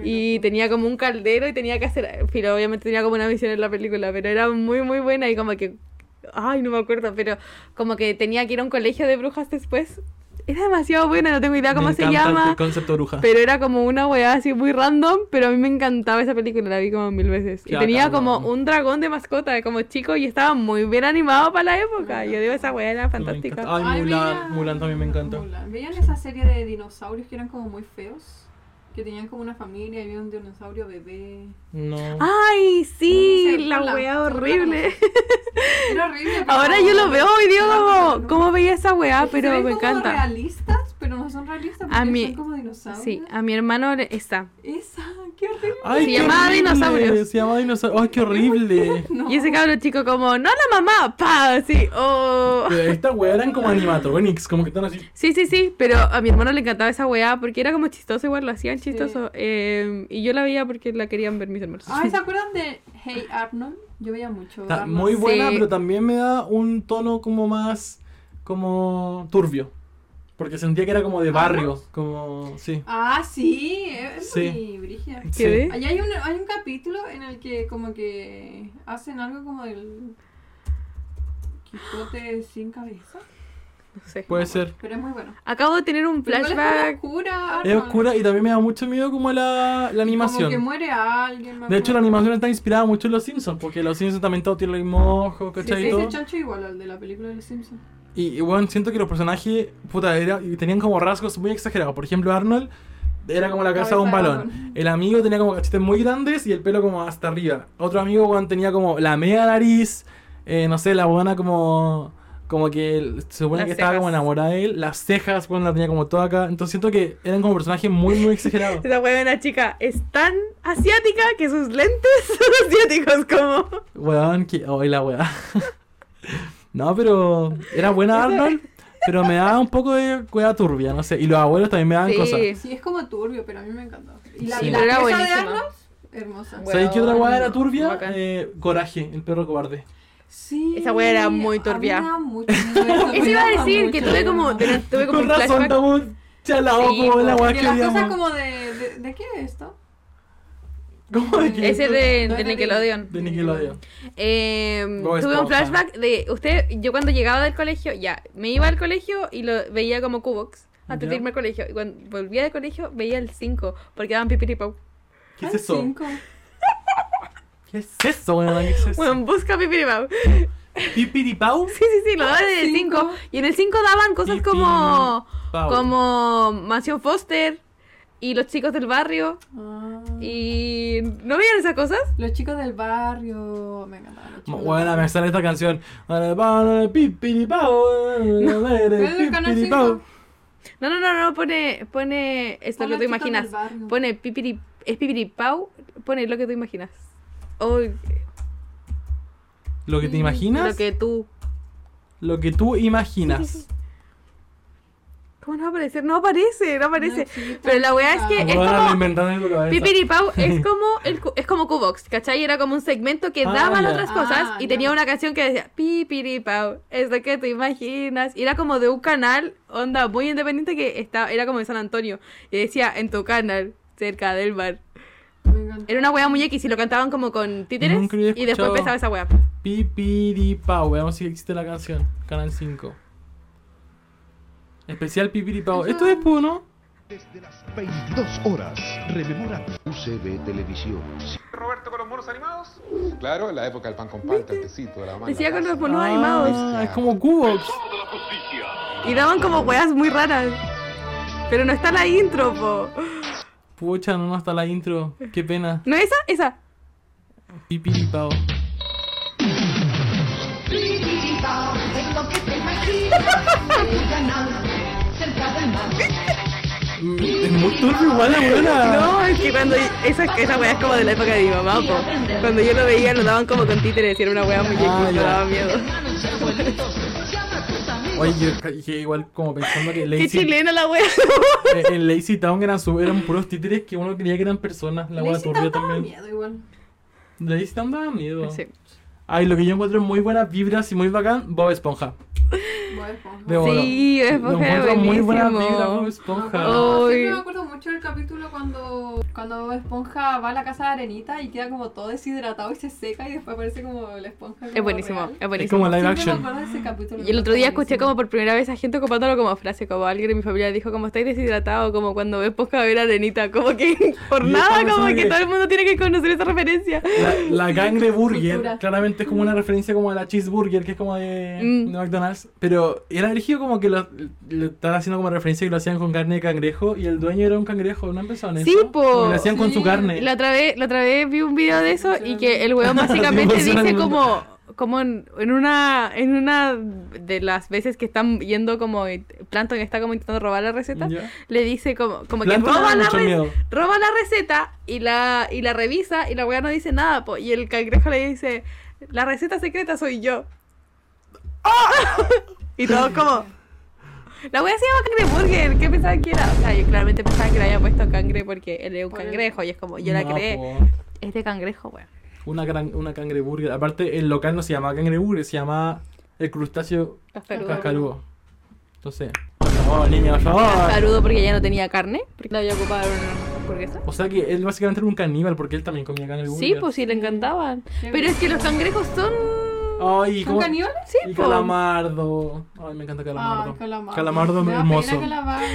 Speaker 4: Y tenía como un caldero y tenía que hacer. eh, Filo, obviamente tenía como una misión en la película, pero era muy, muy buena y como que. Ay, no me acuerdo, pero como que tenía que ir a un colegio de brujas después. Era demasiado buena, no tengo idea cómo
Speaker 5: Me
Speaker 4: se
Speaker 5: encanta el
Speaker 4: llama.
Speaker 5: concepto bruja.
Speaker 4: Pero era como una weá así muy random, pero a mí me encantaba esa película, la vi como mil veces.
Speaker 5: Qué
Speaker 4: y tenía
Speaker 5: bacán,
Speaker 4: como
Speaker 5: weón.
Speaker 4: un dragón de mascota, como chico, y estaba muy bien animado para la época. Yo digo, esa weá era
Speaker 5: Me encanta.
Speaker 4: fantástica.
Speaker 5: Ay, Mulan, Mulan también me encanta.
Speaker 2: Mulan. ¿Veían esa serie de dinosaurios que eran como muy feos? Que tenían como una familia y había un dinosaurio bebé.
Speaker 5: No.
Speaker 4: Ah, Ay,
Speaker 2: No
Speaker 4: sí,
Speaker 2: sé,
Speaker 4: la
Speaker 2: hola,
Speaker 4: weá
Speaker 2: hola,
Speaker 4: horrible.
Speaker 2: Era horrible. pero-
Speaker 4: Ahora yo lo veo y digo
Speaker 2: No, no, Ah, no,
Speaker 4: como,
Speaker 2: no.
Speaker 4: ¿cómo veía esa
Speaker 2: Es
Speaker 4: weá?
Speaker 2: que se
Speaker 4: Pero
Speaker 2: ven
Speaker 4: me
Speaker 2: como
Speaker 4: encanta.
Speaker 2: realistas, pero no son realistas
Speaker 4: A
Speaker 2: porque
Speaker 4: mí-
Speaker 2: son como dinosaurios.
Speaker 4: Sí, a mi hermano le- esa.
Speaker 2: Esa, qué horrible.
Speaker 5: Ay,
Speaker 4: Se
Speaker 5: qué
Speaker 4: llamaba
Speaker 5: horrible,
Speaker 4: Dinosaurios.
Speaker 5: Se llamaba dinosaurios. Ay, qué horrible.
Speaker 2: <laughs> No.
Speaker 4: Y ese cabro chico como, no la mamá, pa, así, oh.
Speaker 5: Pero Esta weá eran como animatronics, como que están así.
Speaker 4: Sí, sí, sí, pero a mi hermano le encantaba esa weá porque era como chistoso, igual lo hacían
Speaker 2: Sí.
Speaker 4: chistoso. eh, y yo la veía porque la querían ver mis hermanos.
Speaker 2: Ay, ¿se acuerdan de Hey Arnold? Yo veía mucho.
Speaker 5: Está
Speaker 2: Arnold.
Speaker 5: muy buena,
Speaker 4: Sí.
Speaker 5: pero también me da un tono como más. como. turbio. Porque sentía que era como de barrio. Como. sí.
Speaker 2: Ah, sí, es
Speaker 5: Sí.
Speaker 2: muy brígida.
Speaker 4: <laughs>
Speaker 5: Sí.
Speaker 4: ¿Qué?
Speaker 2: Allá hay un, hay un capítulo en el que como que hacen algo como del Quijote sin cabeza,
Speaker 4: No sé.
Speaker 5: Puede ser.
Speaker 2: pero es muy bueno.
Speaker 4: Acabo de tener un
Speaker 2: Pero igual
Speaker 4: flashback.
Speaker 2: Es como oscura.
Speaker 5: Es
Speaker 2: Arnold.
Speaker 5: oscura y también me da mucho miedo como la, la
Speaker 2: Como que
Speaker 5: animación.
Speaker 2: muere alguien. me
Speaker 5: De hecho, la
Speaker 2: acuerdo.
Speaker 5: animación está inspirada mucho en Los Simpsons, porque Los Simpsons también todo tiene los mismos ojos,
Speaker 2: Sí,
Speaker 5: ¿cachai?
Speaker 2: sí,
Speaker 5: y, todo.
Speaker 2: ese chancho igual al de la película de los Simpsons.
Speaker 5: y, y, bueno, siento que los personajes, puta, era- y tenían como rasgos muy exagerados. Por ejemplo, Arnold era como la casa de un
Speaker 2: Cabeza de
Speaker 5: balón. El amigo tenía como cachetes muy grandes y el pelo como hasta arriba. Otro amigo, weón, tenía como la media nariz, eh, no sé, la buena como... Como que él- se supone
Speaker 4: Las
Speaker 5: que estaba como
Speaker 4: cejas.
Speaker 5: enamorada de él. Las cejas, bueno, la tenía como toda acá. Entonces siento que eran como personajes muy, muy
Speaker 2: <laughs>
Speaker 5: exagerados.
Speaker 4: Esa weá de una chica es tan asiática que sus lentes <laughs> son asiáticos como.
Speaker 5: Weón, que. Hoy la weá. <laughs> No, pero. Era buena Arnold, pero me daba un poco de weá turbia, no sé. Y los abuelos también me daban cosas.
Speaker 4: Sí.
Speaker 2: Sí, es como turbio, pero a mí me encantó. Y la,
Speaker 5: Sí.
Speaker 2: y la
Speaker 4: Pero era
Speaker 2: pieza de
Speaker 4: buenísima.
Speaker 2: Arnold, hermosa.
Speaker 4: Bueno.
Speaker 5: ¿Sabéis qué otra weá era turbia?
Speaker 4: Bacán.
Speaker 5: Eh, coraje, el perro cobarde.
Speaker 2: Sí.
Speaker 4: Esa wea era muy
Speaker 2: a mí
Speaker 4: turbia.
Speaker 2: me daba mucho miedo,
Speaker 4: <laughs> Eso iba a decir que
Speaker 2: mucho
Speaker 4: tuve como,
Speaker 2: miedo.
Speaker 4: tuve como un
Speaker 5: Con razón,
Speaker 4: flashback.
Speaker 5: estamos chalados
Speaker 4: Sí,
Speaker 5: como de la weá
Speaker 2: De
Speaker 5: que
Speaker 2: las cosas
Speaker 5: odiamos.
Speaker 2: como de, de... ¿De qué es esto?
Speaker 5: ¿Cómo de que-
Speaker 4: Ese de,
Speaker 2: No
Speaker 4: de
Speaker 2: era
Speaker 4: Nickelodeon.
Speaker 5: De Nickelodeon.
Speaker 4: Eh,
Speaker 5: Bob
Speaker 4: tuve
Speaker 5: Esponja.
Speaker 4: un flashback de usted, yo cuando llegaba del colegio, ya, me iba al colegio y lo veía como Cubox antes de
Speaker 5: Ya.
Speaker 4: irme al colegio. Y cuando volvía del colegio veía el 5, porque daban pipiripau.
Speaker 5: ¿Qué es
Speaker 4: Ah,
Speaker 2: Ay,
Speaker 5: eso?
Speaker 2: cinco.
Speaker 5: ¿Qué es eso, weón? ¿Qué es eso?
Speaker 4: Bueno, busca pipiripau. <laughs>
Speaker 5: ¿Pipiripau?
Speaker 4: Sí, sí,
Speaker 5: Ah,
Speaker 4: sí, lo daban en el 5.
Speaker 2: Cinco.
Speaker 4: Y en el 5 daban cosas como,
Speaker 5: Pipiripau.
Speaker 4: como Mansión Foster y los chicos del barrio.
Speaker 2: Ah.
Speaker 4: Y ¿no veían esas cosas?
Speaker 2: Los chicos del barrio. Me encantaban los chicos. del
Speaker 5: Bueno,
Speaker 2: barrio.
Speaker 5: me sale esta canción. Pipiripau.
Speaker 2: Pero en el canal
Speaker 5: Pipiripau.
Speaker 2: cinco,
Speaker 4: No, no, no, no, pone, pone esto
Speaker 2: Pon
Speaker 4: lo
Speaker 2: los
Speaker 4: que tú
Speaker 2: chicos del
Speaker 4: imaginas.
Speaker 2: barrio.
Speaker 4: Pone pipiri, es pipiripau, pone lo que tú imaginas. O
Speaker 5: Lo que te imaginas.
Speaker 4: Mm, lo que tú.
Speaker 5: Lo que tú imaginas.
Speaker 4: <laughs> ¿Cómo no va a aparecer? No aparece, no aparece.
Speaker 2: No existe,
Speaker 4: Pero la weá es que
Speaker 5: Bueno,
Speaker 4: es
Speaker 5: ahora lo
Speaker 4: como.
Speaker 5: inventaron en tu cabeza.
Speaker 4: Pipiripau
Speaker 5: <laughs>
Speaker 4: es como el cu- es como Cubox, ¿cachai? Era como un segmento que
Speaker 5: Ah,
Speaker 4: daban
Speaker 5: ya.
Speaker 4: otras cosas
Speaker 2: Ah,
Speaker 4: y
Speaker 2: ya.
Speaker 4: tenía una canción que decía Pipiripau, es lo que te imaginas. Y era como de un canal, onda, muy independiente que estaba, era como de San Antonio. Y decía, en tu canal, cerca del bar.
Speaker 2: Me encanta.
Speaker 4: Era una wea muy X y lo cantaban como con títeres.
Speaker 5: Nunca había
Speaker 4: Y después
Speaker 5: escuchado.
Speaker 4: empezaba esa wea.
Speaker 5: Pipiripao. Veamos si existe la canción. Canal 5. Especial Pipiripao. Esto es Pu, ¿no?
Speaker 7: Desde las 22 horas, rememora UCB Televisión.
Speaker 8: Roberto con los monos animados? Claro, en la época del pan con pan, tantecito, la mano.
Speaker 4: Decía
Speaker 8: la
Speaker 4: con los
Speaker 8: casa.
Speaker 4: monos
Speaker 5: Ah,
Speaker 4: animados.
Speaker 5: Es como Cubox. Ah.
Speaker 4: Y daban como weas muy raras. Pero no está la intro, po.
Speaker 5: Pucha, no, no está la intro. Qué pena.
Speaker 4: ¿No esa? Esa.
Speaker 5: Pipiripao. Mm, Es muy turbio igual la
Speaker 4: <laughs>
Speaker 5: buena.
Speaker 4: No, es que cuando. Esa, esa wea es como de la época de mi mamá, po. Cuando yo lo veía, lo daban como con títeres. Y era una wea muy X,
Speaker 5: Ah,
Speaker 4: me
Speaker 5: ya.
Speaker 4: daba miedo.
Speaker 5: Oye, yo ca- dije igual como pensando que
Speaker 4: Qué
Speaker 5: Lazy,
Speaker 4: chilena la
Speaker 5: <laughs>
Speaker 4: wea.
Speaker 5: eh, en Lazy Town eran, su- eran puros títeres que uno creía que eran personas. La wea
Speaker 2: Lazy Town
Speaker 5: turbia
Speaker 2: daba
Speaker 5: también.
Speaker 2: miedo igual.
Speaker 5: Lazy Town daba miedo.
Speaker 4: Sí.
Speaker 5: Ay, lo que yo encuentro muy buenas vibras y muy bacán, Bob Esponja.
Speaker 2: Bob Esponja.
Speaker 5: De verdad.
Speaker 4: Sí, Bob Esponja
Speaker 5: Lo encuentro
Speaker 4: es
Speaker 5: muy buenas
Speaker 4: buenísimo. Oh.
Speaker 5: vibras, Bob
Speaker 2: Me
Speaker 5: Esponja.
Speaker 2: acuerdo-
Speaker 4: Ay.
Speaker 2: Siempre me acuerdo mucho del capítulo cuando, cuando Bob Esponja va a la casa de Arenita y queda como todo deshidratado y se seca y después aparece como la esponja. como
Speaker 4: Es buenísimo,
Speaker 2: real.
Speaker 4: es
Speaker 5: es
Speaker 4: buenísimo.
Speaker 5: como live
Speaker 2: Siempre me
Speaker 5: action.
Speaker 2: acuerdo de ese capítulo.
Speaker 4: Y el otro día escuché como por primera vez a gente ocupándolo como frase, como alguien de mi familia dijo como estáis deshidratado, como cuando ves posca ver arenita, como que <laughs> por
Speaker 5: Yo
Speaker 4: nada,
Speaker 5: estaba
Speaker 4: como que
Speaker 5: pensando
Speaker 4: todo el mundo tiene que conocer esa referencia.
Speaker 5: La, la gangre burger,
Speaker 2: Cultura.
Speaker 5: claramente es como una referencia como a la cheeseburger, que es como de,
Speaker 4: Mm.
Speaker 5: de McDonald's. Pero era dirigido como que lo, lo estaban haciendo como referencia y lo hacían con carne de cangrejo. Y el dueño era un cangrejo, ¿no han pensado en
Speaker 4: Sí,
Speaker 5: eso?
Speaker 4: po.
Speaker 5: Como que Lo hacían con su
Speaker 2: Sí.
Speaker 5: carne.
Speaker 4: La otra vez, la otra vez vi un video de eso y que el
Speaker 5: <laughs>
Speaker 4: weón básicamente dice
Speaker 5: Sí, emocionante.
Speaker 4: como como en, en una en una de las veces que están yendo como Planton está como intentando robar la receta,
Speaker 5: Ya.
Speaker 4: le dice como como que
Speaker 5: Plankton
Speaker 4: roba
Speaker 5: me da
Speaker 4: la
Speaker 5: mucho
Speaker 4: receta.
Speaker 5: miedo.
Speaker 4: roba la receta y la, y la revisa y la weá no dice nada, po. Y el cangrejo le dice, la receta secreta soy yo. ¡Ah! y todos como... La weá se llama cangreburger, ¿qué pensaban que era? O sea, yo claramente pensaba que le había puesto cangre porque él es un
Speaker 2: Por el-
Speaker 4: cangrejo y es como, yo la
Speaker 5: No,
Speaker 4: creé.
Speaker 5: po.
Speaker 4: Es de cangrejo, weón.
Speaker 5: Una, gran, una cangreburger. Aparte, el local no se llamaba cangreburger, se llamaba el crustáceo
Speaker 4: Cascarudo.
Speaker 5: cascarudo. Entonces, por favor, niña, por favor.
Speaker 4: Cascarudo porque ya no tenía carne, porque la había ocupado en una hamburguesa.
Speaker 5: O sea que él básicamente era un caníbal porque él también comía cangreburger.
Speaker 4: Sí, pues sí, le encantaban. Pero es que los cangrejos son...
Speaker 5: Ay,
Speaker 2: ¿Son
Speaker 5: ¿cómo-
Speaker 2: caníbales?
Speaker 4: Sí,
Speaker 5: Oh.
Speaker 4: pues.
Speaker 5: Y
Speaker 4: po.
Speaker 5: Calamardo. Ay, me encanta Calamardo.
Speaker 2: Ah, calamardo.
Speaker 5: Calamardo
Speaker 2: Me da
Speaker 5: hermoso.
Speaker 2: pena calamardo.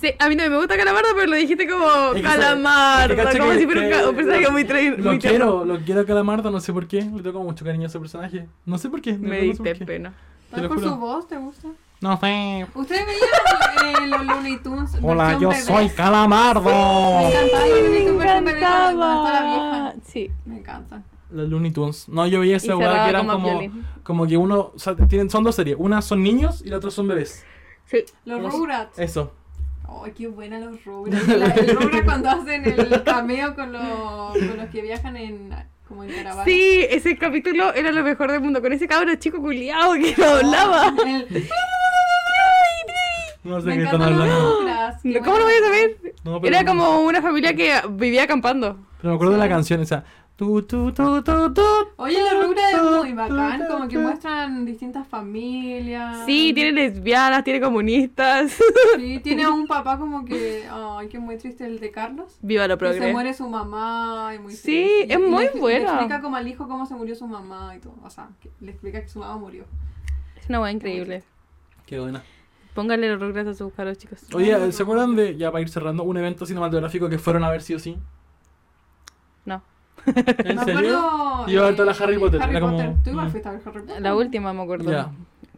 Speaker 4: Sí, a mí no me gusta calamardo, pero lo dijiste como
Speaker 5: que sabe-
Speaker 4: calamardo,
Speaker 5: es que cacha
Speaker 4: como
Speaker 5: que-
Speaker 4: si fuera un,
Speaker 5: que-
Speaker 4: ca- un personaje muy, tra-
Speaker 5: Lo
Speaker 4: muy tierno.
Speaker 5: quiero, lo quiero a Calamardo, no sé por qué. Le tengo mucho cariño a ese personaje. No sé por qué. de
Speaker 4: Me
Speaker 5: verdad no sé por
Speaker 4: diste
Speaker 5: qué.
Speaker 4: pena.
Speaker 5: Te
Speaker 2: ¿Tal
Speaker 5: lo
Speaker 2: por su
Speaker 5: juro.
Speaker 2: voz te gusta?
Speaker 5: No sé.
Speaker 2: ¿Ustedes veían eh, los Looney Tunes?
Speaker 5: Hola,
Speaker 2: versión
Speaker 5: yo
Speaker 2: bebés?
Speaker 5: soy
Speaker 2: Me
Speaker 5: Calamardo.
Speaker 2: encantaba los Looney Tunes
Speaker 4: Oh. Me
Speaker 2: versión bebé cuando- cuando está la
Speaker 4: encantaba.
Speaker 2: vieja.
Speaker 4: Sí.
Speaker 2: Me encanta.
Speaker 5: Los Looney Tunes. No, yo veía
Speaker 4: Y
Speaker 5: esa
Speaker 4: cerraba
Speaker 5: weá que eran
Speaker 4: como
Speaker 5: como,
Speaker 4: violín.
Speaker 5: como que uno. O sea, tienen, son dos series. Una son niños y la otra son bebés.
Speaker 4: sí.
Speaker 2: Los
Speaker 5: Los-
Speaker 2: Rugrats.
Speaker 4: eh.
Speaker 5: Eso.
Speaker 2: Ay, qué buena los Rugrats. La- El Rugrats cuando hacen el cameo con los, con los que viajan en, como en caravana.
Speaker 4: Sí, ese capítulo era lo mejor del mundo. Con ese cabro chico culiao que no hablaba.
Speaker 2: <laughs> El-
Speaker 4: Ah.
Speaker 5: No sé
Speaker 2: me
Speaker 5: qué están
Speaker 2: encantan
Speaker 4: <gasps>
Speaker 2: los
Speaker 5: hablando.
Speaker 2: Rugrats. qué
Speaker 4: ¿Cómo lo voy
Speaker 2: buena.
Speaker 4: a saber?
Speaker 5: No, pero-
Speaker 4: Era como una familia que vivía acampando.
Speaker 5: Pero me acuerdo de la canción esa. Tu, tu, tu, tu, tu.
Speaker 2: Oye, los Rugrats es muy bacán. Como que muestran distintas familias.
Speaker 4: Sí, tiene lesbianas, tiene comunistas. <laughs>
Speaker 2: Sí, tiene a un papá como que. Ay, qué muy triste el de Carlos.
Speaker 4: Viva lo
Speaker 2: Que Pues se
Speaker 4: progreso.
Speaker 2: muere su mamá y muy
Speaker 4: Sí,
Speaker 2: triste. Y-
Speaker 4: es
Speaker 2: y
Speaker 4: muy
Speaker 2: le- y
Speaker 4: buena.
Speaker 2: Le explica como al hijo cómo se murió su mamá y todo. O sea, que le explica que su mamá murió.
Speaker 4: Es una weá increíble.
Speaker 5: Qué buena.
Speaker 4: Pónganle los rugras a sus caros, chicos.
Speaker 5: Oye, ¿se acuerdan de, ya para ir cerrando, un evento cinematográfico que fueron a ver sí
Speaker 4: <laughs>
Speaker 5: o sí?
Speaker 4: No.
Speaker 5: ¿En
Speaker 2: Me
Speaker 5: serio?
Speaker 2: acuerdo,
Speaker 5: Iba a ver toda la
Speaker 2: eh,
Speaker 5: Harry Potter,
Speaker 2: Harry
Speaker 5: era como-
Speaker 2: Potter. Tú igual
Speaker 5: Mm.
Speaker 2: fuiste a ver Harry Potter.
Speaker 4: La última me acuerdo.
Speaker 5: Ya.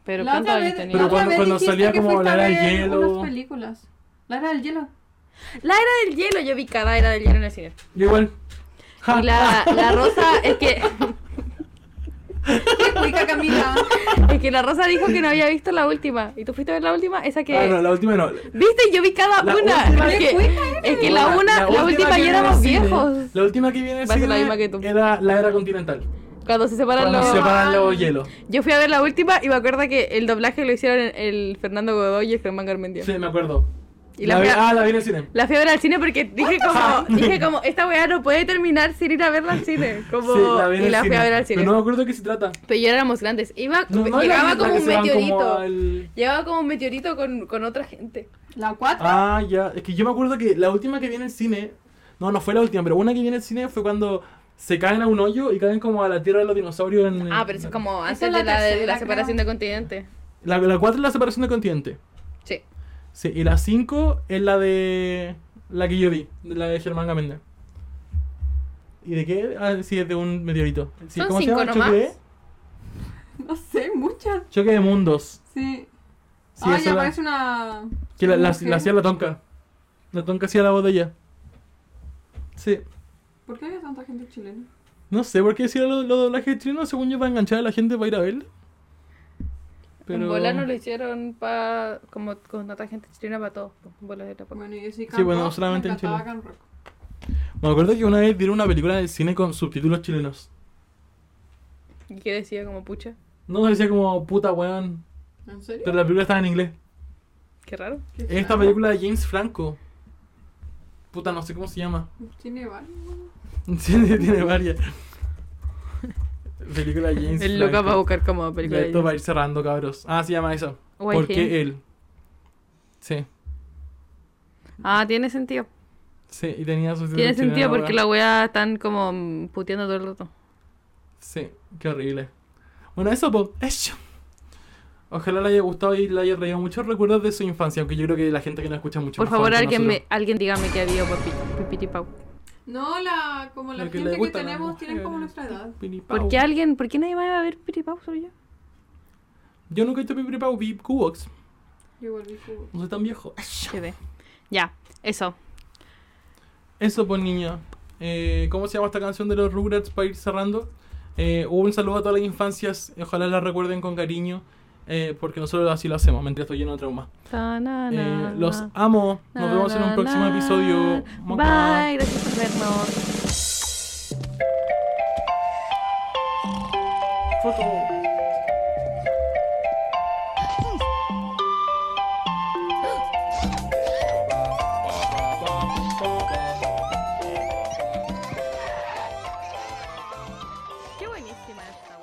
Speaker 4: Pero
Speaker 2: La
Speaker 4: ¿cuántos
Speaker 2: otra
Speaker 4: años
Speaker 2: vez,
Speaker 4: tenía?
Speaker 5: Pero
Speaker 2: la otra
Speaker 5: cuando-
Speaker 2: vez
Speaker 5: cuando
Speaker 2: dijiste
Speaker 5: salía
Speaker 2: que
Speaker 5: como
Speaker 2: fuiste a
Speaker 5: la era
Speaker 2: ver
Speaker 5: del hielo.
Speaker 2: unas películas. La era del hielo.
Speaker 4: La era del hielo, yo vi cada era del hielo en el cine.
Speaker 5: Yo igual. Ja.
Speaker 4: Y la,
Speaker 5: <laughs>
Speaker 4: la rosa, es que, <laughs>
Speaker 2: Qué cuica
Speaker 5: <laughs>
Speaker 2: Camila.
Speaker 4: es que la rosa dijo que no había visto la última. ¿Y tú fuiste a ver la última? Esa que.
Speaker 5: Ah, no, la última no.
Speaker 4: ¿Viste? Yo vi cada
Speaker 5: La
Speaker 4: una.
Speaker 5: última
Speaker 4: es,
Speaker 5: que
Speaker 4: que, es que la una, la, última
Speaker 5: que
Speaker 4: ya
Speaker 5: viene
Speaker 4: éramos
Speaker 5: en el cine-
Speaker 4: viejos.
Speaker 5: La última que viene en el
Speaker 4: Va a ser la
Speaker 5: cine
Speaker 4: misma que tú.
Speaker 5: era la era continental.
Speaker 4: Cuando se separan
Speaker 5: Cuando
Speaker 4: los.
Speaker 5: separan los hielos.
Speaker 4: Yo fui a ver la última y me acuerdo que el doblaje lo hicieron el, el Fernando Godoy y el Germán Garmendia.
Speaker 5: Sí, me acuerdo.
Speaker 4: Y la
Speaker 5: vi-
Speaker 4: fui a-
Speaker 5: ah, la vi en el cine.
Speaker 4: La fui a ver al cine porque dije como, dije como, esta weá no puede terminar sin ir a verla al cine. Como,
Speaker 5: Sí, la vi en
Speaker 4: y
Speaker 5: el
Speaker 4: la fui
Speaker 5: cine.
Speaker 4: a ver al cine.
Speaker 5: Pero no me acuerdo de qué se trata.
Speaker 4: Pero ya éramos grandes. Iba,
Speaker 5: No, no es la
Speaker 4: llegaba
Speaker 5: que-
Speaker 4: como
Speaker 5: la que
Speaker 4: un
Speaker 5: se van
Speaker 4: meteorito.
Speaker 5: al-
Speaker 4: Llegaba como un meteorito con, con otra gente.
Speaker 2: La 4.
Speaker 5: Ah, ya. Es que yo me acuerdo que la última que vi en el cine No, no fue la última, pero una que viene al cine fue cuando se caen a un hoyo y caen como a la tierra de los dinosaurios en.
Speaker 9: Ah, pero eso es como
Speaker 2: Esa
Speaker 9: antes
Speaker 2: es la
Speaker 9: de la, de
Speaker 2: tercera,
Speaker 9: la separación
Speaker 2: creo.
Speaker 9: de continente.
Speaker 5: La, la 4 es la separación de continente.
Speaker 9: Sí.
Speaker 5: Sí, y la 5 es la de. La que yo vi, de la de Germán Gamenda. ¿Y de qué? Ah, sí, es de un meteorito. Sí,
Speaker 9: Son
Speaker 5: ¿Cómo se
Speaker 9: cinco
Speaker 5: llama? Choque
Speaker 9: nomás.
Speaker 5: de,
Speaker 2: <laughs> No sé, muchas.
Speaker 5: choque de mundos.
Speaker 2: Sí.
Speaker 5: Sí,
Speaker 2: ah,
Speaker 5: esa
Speaker 2: ya
Speaker 5: era-
Speaker 2: parece una.
Speaker 5: Que la, la-
Speaker 2: mujer.
Speaker 5: la hacía la tonca. La tonca hacía la voz de ella. Sí.
Speaker 2: ¿Por qué hay tanta gente chilena?
Speaker 5: No sé por qué decir los los doblajes chilenos, según yo, para enganchar a la gente para ir a verla.
Speaker 9: En bola no lo hicieron pa, como con tanta gente chilena para todos. pues, En bola era pa-
Speaker 2: Bueno, yo sí,
Speaker 5: Sí, bueno,
Speaker 2: Rock,
Speaker 5: solamente
Speaker 2: me
Speaker 5: en Chile.
Speaker 2: encantaba Camp Rock.
Speaker 5: Me acuerdo que una vez vieron una película en el cine con subtítulos chilenos.
Speaker 9: ¿Y qué decía como pucha?
Speaker 5: No, decía como puta weón.
Speaker 2: ¿En serio?
Speaker 5: Pero la película estaba en inglés.
Speaker 9: Qué raro.
Speaker 2: Qué
Speaker 5: Esta
Speaker 2: raro.
Speaker 5: película de James Franco. Puta, no sé cómo se llama. <laughs>
Speaker 2: Tiene varios.
Speaker 5: Tiene,
Speaker 9: <laughs>
Speaker 5: tiene varias. película de James
Speaker 9: El
Speaker 5: Franco.
Speaker 9: loca va a buscar como película.
Speaker 5: Ya, esto va a ir cerrando, cabros. Ah, se llama eso.
Speaker 4: Guay,
Speaker 5: ¿Por
Speaker 4: sí.
Speaker 5: qué él? Sí.
Speaker 9: Ah, tiene sentido.
Speaker 5: Sí, y tenía sus
Speaker 9: Tiene sentido porque la weá están como mm, puteando todo el rato.
Speaker 5: Sí, qué horrible. Bueno, eso, pues, eso. Ojalá le haya gustado y le haya traído muchos recuerdos de su infancia, aunque yo creo que la gente que no escucha mucho.
Speaker 4: Por
Speaker 5: más
Speaker 4: favor,
Speaker 5: joven que
Speaker 4: alguien, me,
Speaker 5: nosotros.
Speaker 4: alguien dígame que ha habido papi- pipiripau.
Speaker 2: No, la, como la
Speaker 5: Lo que le
Speaker 2: gente que
Speaker 5: gusta a las
Speaker 2: tenemos tienen como
Speaker 5: mujeres.
Speaker 2: nuestra edad.
Speaker 5: Piripau.
Speaker 4: ¿Por qué alguien? ¿Por qué nadie más va a ver pipiripau? Solo yo.
Speaker 5: Yo nunca he visto Pipiripau, vi Cubox.
Speaker 2: Yo volví jugo.
Speaker 5: No soy tan viejo.
Speaker 4: Se ve. Ya, eso.
Speaker 5: Eso, pues, niña. Eh, ¿Cómo se llama esta canción de los Rugrats para ir cerrando? Eh, un saludo a todas las infancias. Ojalá la recuerden con cariño, eh, porque nosotros así lo hacemos. Mentira, estoy lleno de trauma.
Speaker 4: Ta, na, na,
Speaker 5: Eh, los
Speaker 4: na,
Speaker 5: amo. Nos
Speaker 4: na,
Speaker 5: vemos en un
Speaker 4: na,
Speaker 5: próximo
Speaker 4: na.
Speaker 5: episodio. Moca.
Speaker 4: Bye, gracias por vernos.
Speaker 9: Qué buenísima esta.